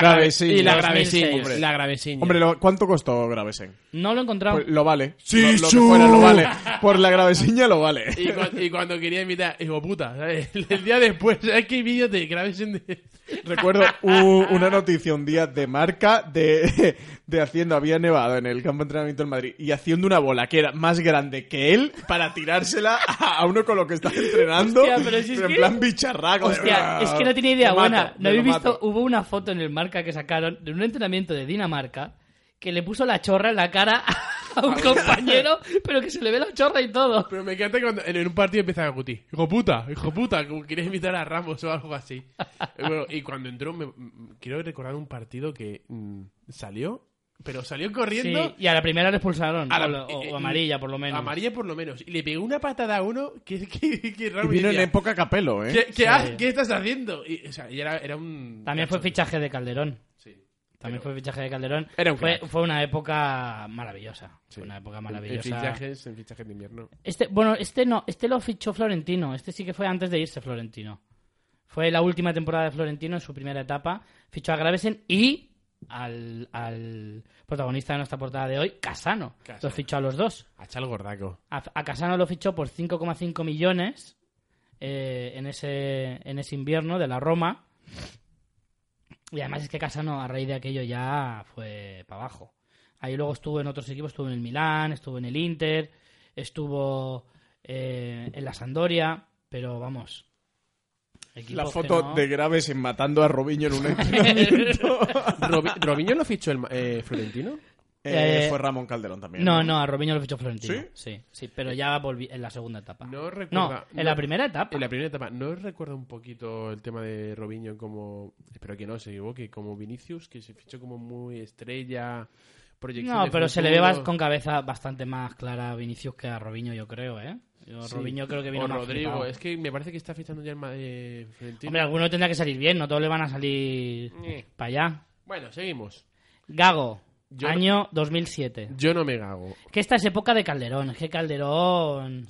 gravesiña.
Gravesiño.
Y la
2006.
gravesiña. La gravesiña.
Hombre, lo- ¿cuánto costó Gravesen?
No lo he encontrado.
Pues lo vale. Sí, lo, lo, que fuera, lo vale. Por la Gravesiña lo vale.
Y, cuan- y cuando quería invitar, digo, puta, ¿sabes? El día después, ¿sabes qué vídeo te grabes en de-
Recuerdo u- una noticia un día de marca de, de Haciendo. Había nevado en el campo de entrenamiento del Madrid y haciendo una bola que era más grande que él para tirársela a, a uno con lo que estaba entrenando.
Hostia, pero si es
en
que-
plan bicharraco.
Hostia, es que no tenía idea
Lo mato,
buena. no
me
habéis
lo
visto,
mato.
hubo una foto en el marca que sacaron de un entrenamiento de Dinamarca que le puso la chorra en la cara a un compañero, pero que se le ve la chorra y todo.
Pero me encanta cuando en un partido empieza a Guti. Hijo puta, hijo puta, como quería invitar a Ramos o algo así. Y bueno, y cuando entró, me- m- quiero recordar un partido que mm, salió, pero salió corriendo.
Sí, y a la primera le expulsaron,
a la-
o, la- o-
eh,
o amarilla por lo menos.
Amarilla por lo menos. Y le pegó una patada a uno que, que, que
Y
Ramos
vino en
decía,
época capelo, ¿eh?
¿Qué, qué,
Sí.
ha- qué estás haciendo? Y, o sea, y era, era un...
También fue fichaje de Calderón.
Sí.
También fue fichaje de Calderón.
Era un
Fue,
crack.
fue una época maravillosa.
Sí.
Fue una época
En
maravillosa.
fichajes, en fichajes de invierno.
Este, bueno, este no, este lo fichó Florentino. Este sí que fue antes de irse Florentino. Fue la última temporada de Florentino en su primera etapa. Fichó a Gravesen y al, al protagonista de nuestra portada de hoy, Casano.
Casano.
Los fichó a los dos.
Hacha el gordaco.
A, a Casano lo fichó por 5,5 millones eh, en, ese, en ese invierno de la Roma. Y además es que Casano, a raíz de aquello, ya fue para abajo. Ahí luego estuvo en otros equipos, estuvo en el Milán, estuvo en el Inter, estuvo eh, en la Sandoria, pero vamos.
La
equipos que
foto
no-
de Gravesen matando a Robinho en un entrenamiento.
Robi- ¿Robinho lo fichó el ma- eh, Florentino?
Eh,
Eh,
fue Ramón Calderón también. ¿eh?
No, no, a Robinho lo fichó Florentino.
¿Sí?
¿Sí? Sí, pero ya volví en la segunda etapa.
No recuerda-
No, en la
no.
primera etapa.
En la primera etapa, ¿no os recuerda un poquito el tema de Robinho como, espero que no se equivoque, como Vinicius, que se fichó como muy estrella, proyección
No,
de
pero se le ve
futuro?
bas- con cabeza bastante más clara a Vinicius que a Robinho, yo creo, ¿eh? Yo,
Sí.
Robinho creo que vino
O
más
Rodrigo, este
flipado.
es que me parece que está fichando ya el Ma- eh, Florentino.
Hombre, alguno tendrá que salir bien, no todos le van a salir
Eh.
para allá.
Bueno, seguimos.
Gago,
Yo-
año 2007.
Yo no me gago.
Que esta es época de Calderón, es que Calderón...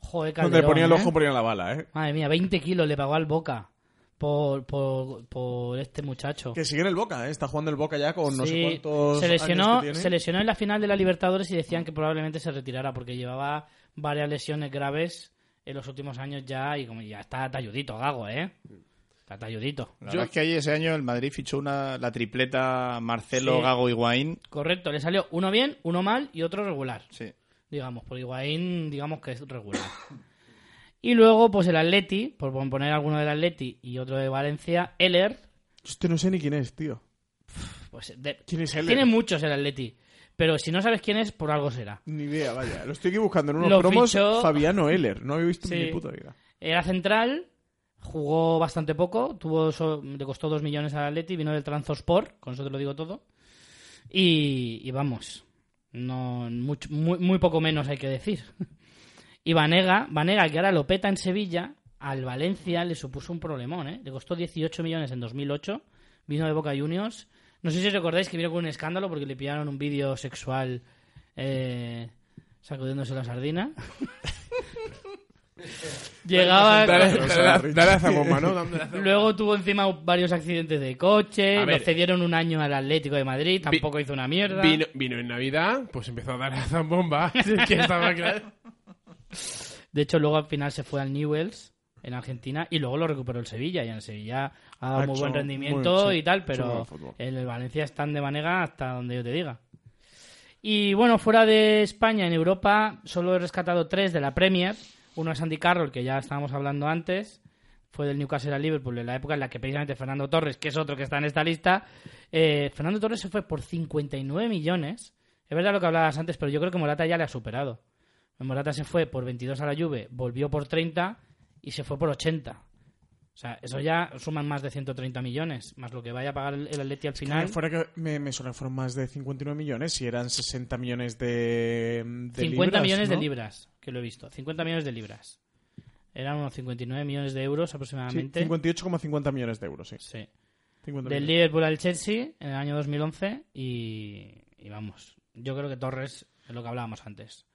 Joder, Calderón,
Donde ponía el
¿eh?
ojo ponía la bala, ¿eh?
Madre mía, 20 kilos le pagó al Boca por, por, por este muchacho.
Que sigue en el Boca, ¿eh? Está jugando el Boca ya con no sé
Sí,
cuántos
se lesionó,
años que tiene.
se lesionó en la final de la Libertadores y decían que probablemente se retirara porque llevaba varias lesiones graves en los últimos años ya y como ya está talludito Gago, ¿eh? Está talludito.
La
Yo-
verdad es que ahí ese año el Madrid fichó una, la tripleta Marcelo,
Sí.
Gago, Higuaín.
Correcto, le salió uno bien, uno mal y otro regular,
Sí.
digamos, porque Higuaín digamos que es regular. Y luego pues el Atleti, por poner alguno del Atleti y otro de Valencia, Eller,
Hostia, no sé ni quién es, tío.
pues de-
¿Quién es él?
tiene muchos el Atleti, pero si no sabes quién es por algo será.
Ni idea, vaya. Lo estoy aquí buscando en unos
Lo
promos.
fichó-
Fabiano Heller. No había visto en
Sí.
mi puta vida.
Era central, jugó bastante poco, tuvo so- le costó 2 millones al Atleti, vino del Transosport, con eso te lo digo todo. Y, y vamos, no mucho- muy, muy poco menos hay que decir. Y Vanega, Vanega, que ahora lo peta en Sevilla, al Valencia le supuso un problemón, ¿eh? Le costó 18 millones en 2008, vino de Boca Juniors. No sé si os recordáis que vino con un escándalo porque le pillaron un vídeo sexual eh, sacudiéndose la sardina. Llegaba...
Dale,
Rosa,
dale,
Rich.
dale a Zamoma, ¿no? Dame la Zamoma.
Luego tuvo encima varios accidentes de
A
coche, lo
ver.
cedieron un año al Atlético de Madrid, tampoco hizo una mierda.
Vino, vino en Navidad, pues empezó a dar a Zambomba. Así que estaba claro.
De hecho, luego al final se fue al Newells en Argentina y luego lo recuperó el Sevilla. Y en el Sevilla ha dado
Ha
muy
hecho
buen
muy-
rendimiento
sí,
y tal,
hecho buen
pero
fútbol.
en el Valencia están de manega hasta donde yo te diga. Y bueno, fuera de España, en Europa, solo he rescatado tres de la Premier. Uno es Andy Carroll, que ya estábamos hablando antes. Fue del Newcastle al Liverpool en la época en la que precisamente Fernando Torres, que es otro que está en esta lista, eh, Fernando Torres se fue por 59 millones. Es verdad lo que hablabas antes, pero yo creo que Morata ya le ha superado. Morata se fue por 22 a la Juve, volvió por 30 y se fue por 80. O sea, eso ya suman más de 130 millones, más lo que vaya a pagar el el Atleti al final.
Fuera que me, me suena que fueron más de 59 millones y eran 60 millones de, de
50
libras,
millones
¿no?
de libras, que lo he visto. 50 millones de libras. Eran unos 59 millones de euros
Sí,
aproximadamente.
58,50 millones de euros, sí.
Sí.
50
Del
millones.
Liverpool al Chelsea en el año 2011 y, y vamos. Yo creo que Torres es lo que hablábamos antes.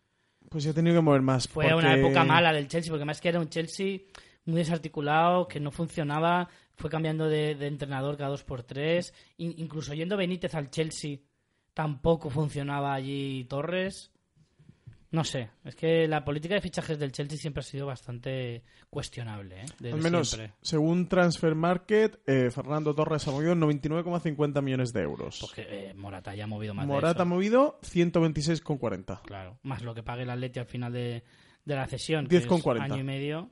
Pues ya he tenido que mover más.
Fue una
porque-
época mala del Chelsea, porque más que era un Chelsea muy desarticulado, que no funcionaba, fue cambiando de, de entrenador cada dos por tres, In- incluso yendo Benítez al Chelsea, tampoco funcionaba allí Torres. No sé, es que la política de fichajes del Chelsea siempre ha sido bastante cuestionable, ¿eh? Desde
Al menos,
siempre.
según Transfer Market, eh, Fernando Torres ha movido 99,50 millones de euros.
Porque eh, Morata ya ha movido más de
Morata ha
eso.
movido 126,40.
Claro, más lo que pague el Atleti al final de, de la cesión,
10,40.
año y medio,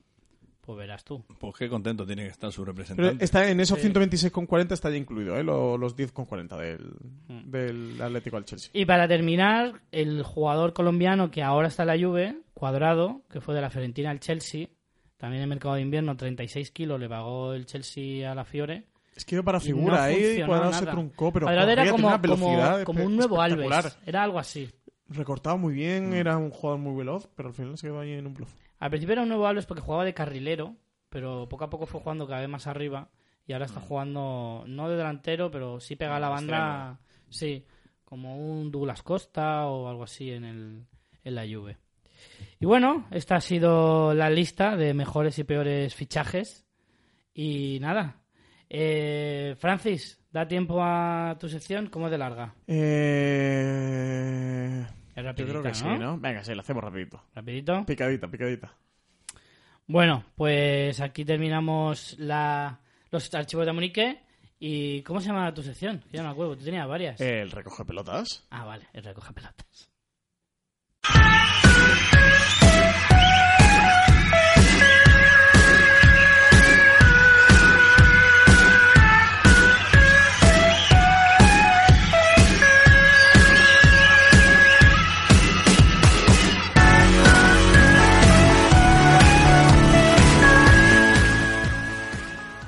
pues verás tú.
Pues qué contento tiene que estar su
Pero
representante.
está en esos 126,40 está ya incluido, ¿eh? Lo- los 10,40 del,
Mm.
del Atlético al Chelsea.
Y para terminar, el jugador colombiano que ahora está en la Juve, Cuadrado, que fue de la Fiorentina al Chelsea, también en mercado de invierno, 36 kilos le pagó el Chelsea a la Fiore.
Es que iba
Y
para
no
figura, ¿eh?
funcionó
Cuadrado se
nada.
truncó, pero
Cuadrado era
corría, tenía
como,
una velocidad
como, como un nuevo
espectacular.
Alves, Mm. era algo así.
Recortaba muy bien, era un jugador muy veloz, pero al final se quedó ahí en un bluff.
Al principio era un nuevo Alves porque jugaba de carrilero, pero poco a poco fue jugando cada vez más arriba y ahora está jugando no de delantero, pero sí pega a la banda, sí, como un Douglas Costa o algo así en el en la Juve. Y bueno, esta ha sido la lista de mejores y peores fichajes y nada. Eh, Francis, da tiempo a tu sección, ¿cómo es de larga?
Eh...
Es
Yo
rapidita,
creo que sí,
¿no?
¿no? Venga, sí, lo hacemos rapidito.
Rapidito.
Picadita, picadita.
Bueno, pues aquí terminamos la, los archivos de Amunique. ¿Y cómo se llama tu sección? Que Ya no me acuerdo, tú tenías varias.
El recoge pelotas.
Ah, vale, el recoge pelotas.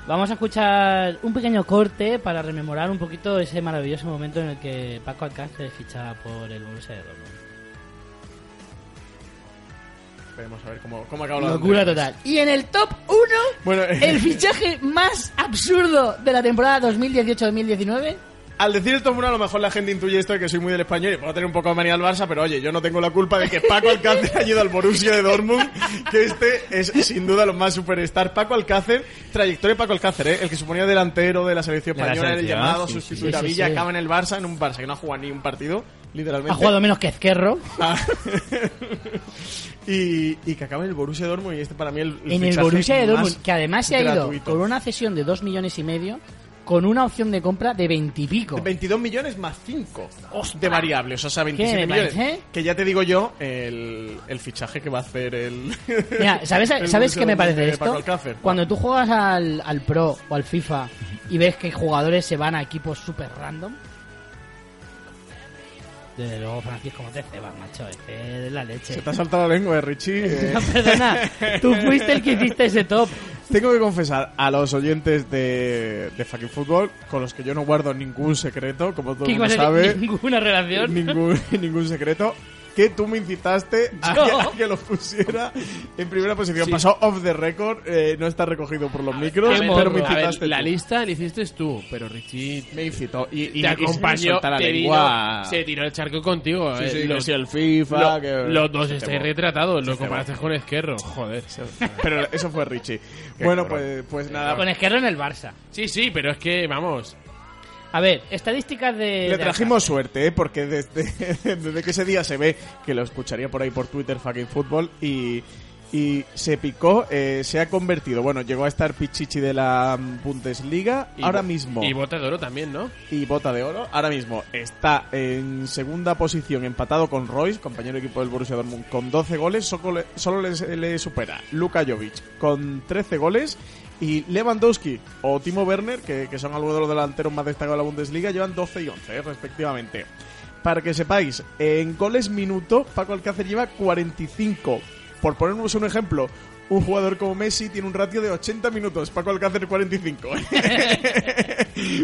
vamos a escuchar un pequeño corte para rememorar un poquito ese maravilloso momento en el que Paco Alcácer fichaba por el Borussia de Dortmund.
Esperemos a ver cómo, cómo acaba la
Locura total. Y en el top 1,
Bueno,
el fichaje más absurdo de la temporada 2018-2019.
Al decir esto, bueno, a lo mejor la gente intuye esto de que soy muy del español y puedo tener un poco de manía al Barça, pero oye, yo no tengo la culpa de que Paco Alcácer ayuda al Borussia de Dortmund, que este es sin duda los más superstar. Paco Alcácer, trayectoria de Paco Alcácer, ¿eh? el que suponía delantero de la selección
De la
española, el
selección,
llamado
sí,
sustituir
sí.
a
Sí, sí,
Villa,
sí.
acaba en el Barça, en un Barça que no ha jugado ni un partido, literalmente.
Ha jugado menos que Ezquerro.
Ah. y, y que acaba en el Borussia de Dortmund y este para mí el,
en el
fichaje
Borussia de
más
Dortmund, que además se ha ido
gratuito.
con una cesión de 2 millones y medio, con una opción de compra de 20 y pico.
22 millones más 5 de variables, o sea,
¿Qué ¿eh?
27
me
millones.
parece?
Que ya te digo yo el, el fichaje que va a hacer el.
Mira, ¿sabes,
el
¿sabes
Borussia
qué me
Dortmund
parece
de
esto?
Paco Alcácer.
Cuando tú juegas al, al Pro o al FIFA y ves que jugadores se van a equipos super random. Desde luego, Francisco Montez se va, macho. Es que es la
Se
leche.
te ha saltado la lengua, eh, Richie. Eh,
No, perdona, tú fuiste el que hiciste ese top.
tengo que confesar a los oyentes de, de Fucking Fútbol, con los que yo no guardo ningún secreto, como todo
¿Qué
el mundo
ibas a
Pues sabe,
decir? Ninguna relación.
ningún, ningún secreto, que tú me incitaste a,
Yo.
que, a que lo pusiera en primera posición. Pasó off the record, eh, no está recogido por los micros,
a ver,
pero me
a ver,
incitaste.
la
tú.
lista la hiciste tú, pero Richie
me incitó y, y
te
y- y me
acompañó,
soltó la
te vino,
lengua.
se tiró el charco contigo.
Sí,
eh,
sí, que
los,
sí, el FIFA,
lo-
que-
los dos
se
estáis
cebó.
retratados, lo
Se
comparaste con Esquerro. Joder.
Pero eso fue Richie. bueno,
cabrón.
pues, pues nada.
Con Esquerro en el Barça.
Sí, sí, pero es que, vamos,
A ver, estadísticas de. de
Le trajimos suerte, ¿eh? porque desde, desde que ese día se ve que lo escucharía por ahí por Twitter, fucking fútbol, y, y se picó, eh, se ha convertido. Bueno, llegó a estar Pichichi de la mm, Bundesliga
Y
ahora
bo-
mismo
Y bota de oro también, ¿no?
y bota de oro. Ahora mismo está en segunda posición, empatado con Royce, compañero de equipo del Borussia Dortmund, con 12 goles. Solo le, solo le- le supera Luka Jovic con 13 goles. Y Lewandowski o Timo Werner, que, que son algunos de los delanteros más destacados de la Bundesliga, llevan 12 y 11, eh, respectivamente. Para que sepáis, en goles minuto, Paco Alcácer lleva 45. Por ponernos un ejemplo, un jugador como Messi tiene un ratio de 80 minutos, Paco Alcácer 45.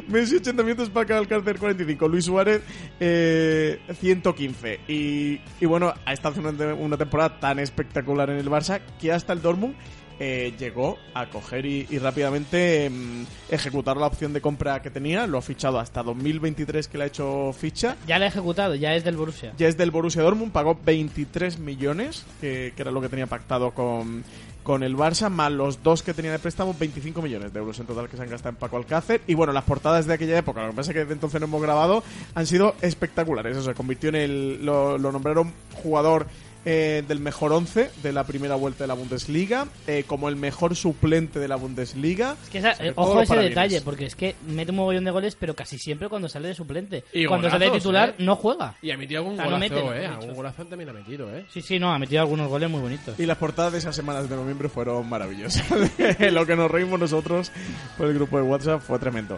Messi 80 minutos, Paco Alcácer 45. Luis Suárez eh, 115. Y, y bueno, ha estado haciendo una, una temporada tan espectacular en el Barça que hasta el Dortmund eh, llegó a coger y, y rápidamente em, ejecutar la opción de compra que tenía. Lo ha fichado hasta 2023 que le ha hecho ficha.
Ya la ha ejecutado, ya es del Borussia.
Ya es del Borussia Dortmund, pagó 23 millones, que, que era lo que tenía pactado con, con el Barça, más los dos que tenía de préstamo, 25 millones de euros en total que se han gastado en Paco Alcácer. Y bueno, las portadas de aquella época, lo que pasa es que desde entonces no hemos grabado, han sido espectaculares. Eso se convirtió en el. Lo, lo nombraron jugador. eh, del mejor 11 de la primera vuelta de la Bundesliga, eh, como el mejor suplente de la Bundesliga.
Es que esa- eh,
Sobre todo
ojo a ese
para
detalle,
bienes.
porque es que mete un mogollón de goles, pero casi siempre cuando sale de suplente.
Y
cuando sale de
golazos,
titular,
¿eh?
no juega.
Y ha metido algún
Ah, no
golazo,
mete, no,
¿eh?
no,
Algún
no.
golazo también ha metido, ¿eh?
Sí, sí, no, ha metido algunos goles muy bonitos.
Y las portadas de esas semanas de noviembre fueron maravillosas. Lo que nos reímos nosotros por el grupo de WhatsApp fue tremendo.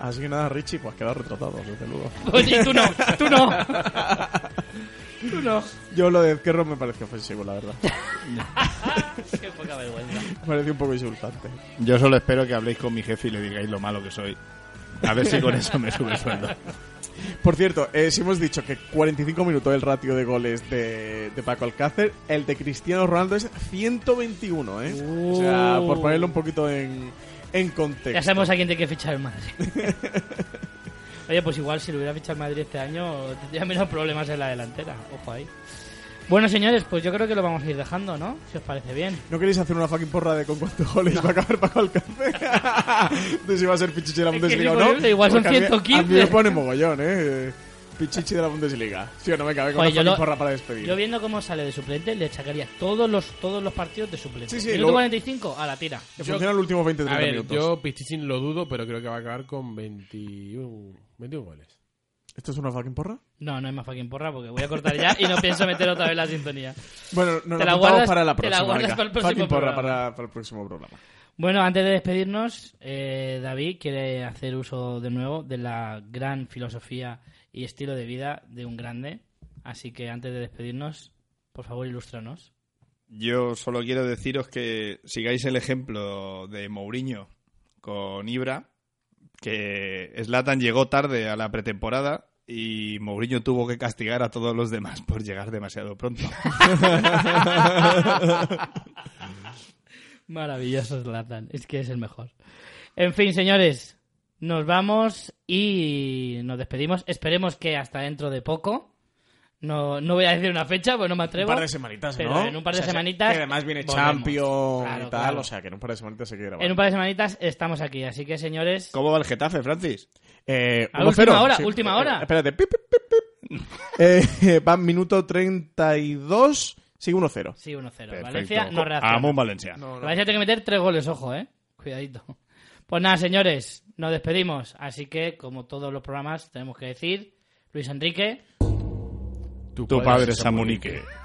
Así que nada, Richie, pues quedado retratado, desde luego.
Oye, tú no, tú no.
Tú no. Yo lo de Ezquerro me pareció ofensivo, la verdad.
Qué poca vergüenza.
Me pareció un poco insultante.
Yo solo espero que habléis con mi jefe y le digáis lo malo que soy. A ver si con eso me sube el sueldo.
Por cierto, eh, si hemos dicho que 45 minutos el ratio de goles de, de Paco Alcácer, el de Cristiano Ronaldo es 121, ¿eh? O sea, por ponerlo un poquito en, en contexto.
Oh. Ya sabemos a quién te que fichar el Madrid. Oye, pues igual si lo hubiera fichado el Madrid este año, tendría menos problemas en la delantera. Ojo ahí. Bueno, señores, pues yo creo que lo vamos a ir dejando, ¿no? Si os parece bien.
¿No queréis hacer una fucking porra de con cuántos goles va a acabar Paco Alcácer? de si va a ser Pichichi de la
Es que es
Bundesliga o no.
imposible, igual son
Porque a mí- A mí,
115.
me pone mogollón, eh. Pichichi de la Bundesliga. Sí o no, venga, venga,
Joder, yo
una fucking
lo-
porra para despedir.
Yo viendo cómo sale de suplente, le sacaría todos los, todos los partidos de suplente.
Sí, sí,
Minuto
luego-
45, a la tira.
que
yo-
funcionan los últimos 20-30
A ver,
minutos.
yo Pichichín lo dudo, pero creo que va a acabar con 21, 21 goles.
¿Esto es una fucking porra?
No, no hay más fucking porra porque voy a cortar ya y no pienso meter otra vez la sintonía.
Bueno, no
Te
la
la
apuntamos
guardas-
para la
te la
próxima.
guardas
venga.
para el próximo
Fucking porra
programa.
para, para el próximo programa.
Bueno, antes de despedirnos, eh, David quiere hacer uso de nuevo de la gran filosofía y estilo de vida de un grande. Así que antes de despedirnos, por favor, ilústranos.
Yo solo quiero deciros que sigáis el ejemplo de Mourinho
con Ibra, que Zlatan llegó tarde a la pretemporada y Mourinho tuvo que castigar a todos los demás por llegar demasiado pronto.
Maravilloso Zlatan, es que es el mejor. En fin, señores, nos vamos y nos despedimos. Esperemos que hasta dentro de poco. No, no voy a decir una fecha, pues no me atrevo.
un par de semanitas,
pero
¿no?
en un par de
O sea,
semanitas
Que además viene
volvemos.
Champions
Claro,
y tal,
claro.
o sea, que en un par de semanitas se quiere grabar.
En un par de semanitas estamos aquí, así que señores,
¿Cómo va el Getafe, Francis?
Eh,
A
1-0.
última hora, última
eh,
hora.
espérate. Pip, pip, pip, pip. Eh, va minuto 32, sigue 1-0.
sí 1-0.
Perfecto.
Valencia
Ah,
no reacciona.
Amo en Valencia.
No, no.
Valencia tiene que meter tres goles, ojo, eh. Cuidadito. Pues nada, señores, nos despedimos. Así que, como todos los programas, tenemos que decir, Luis Enrique,
Tu padre es Samunique.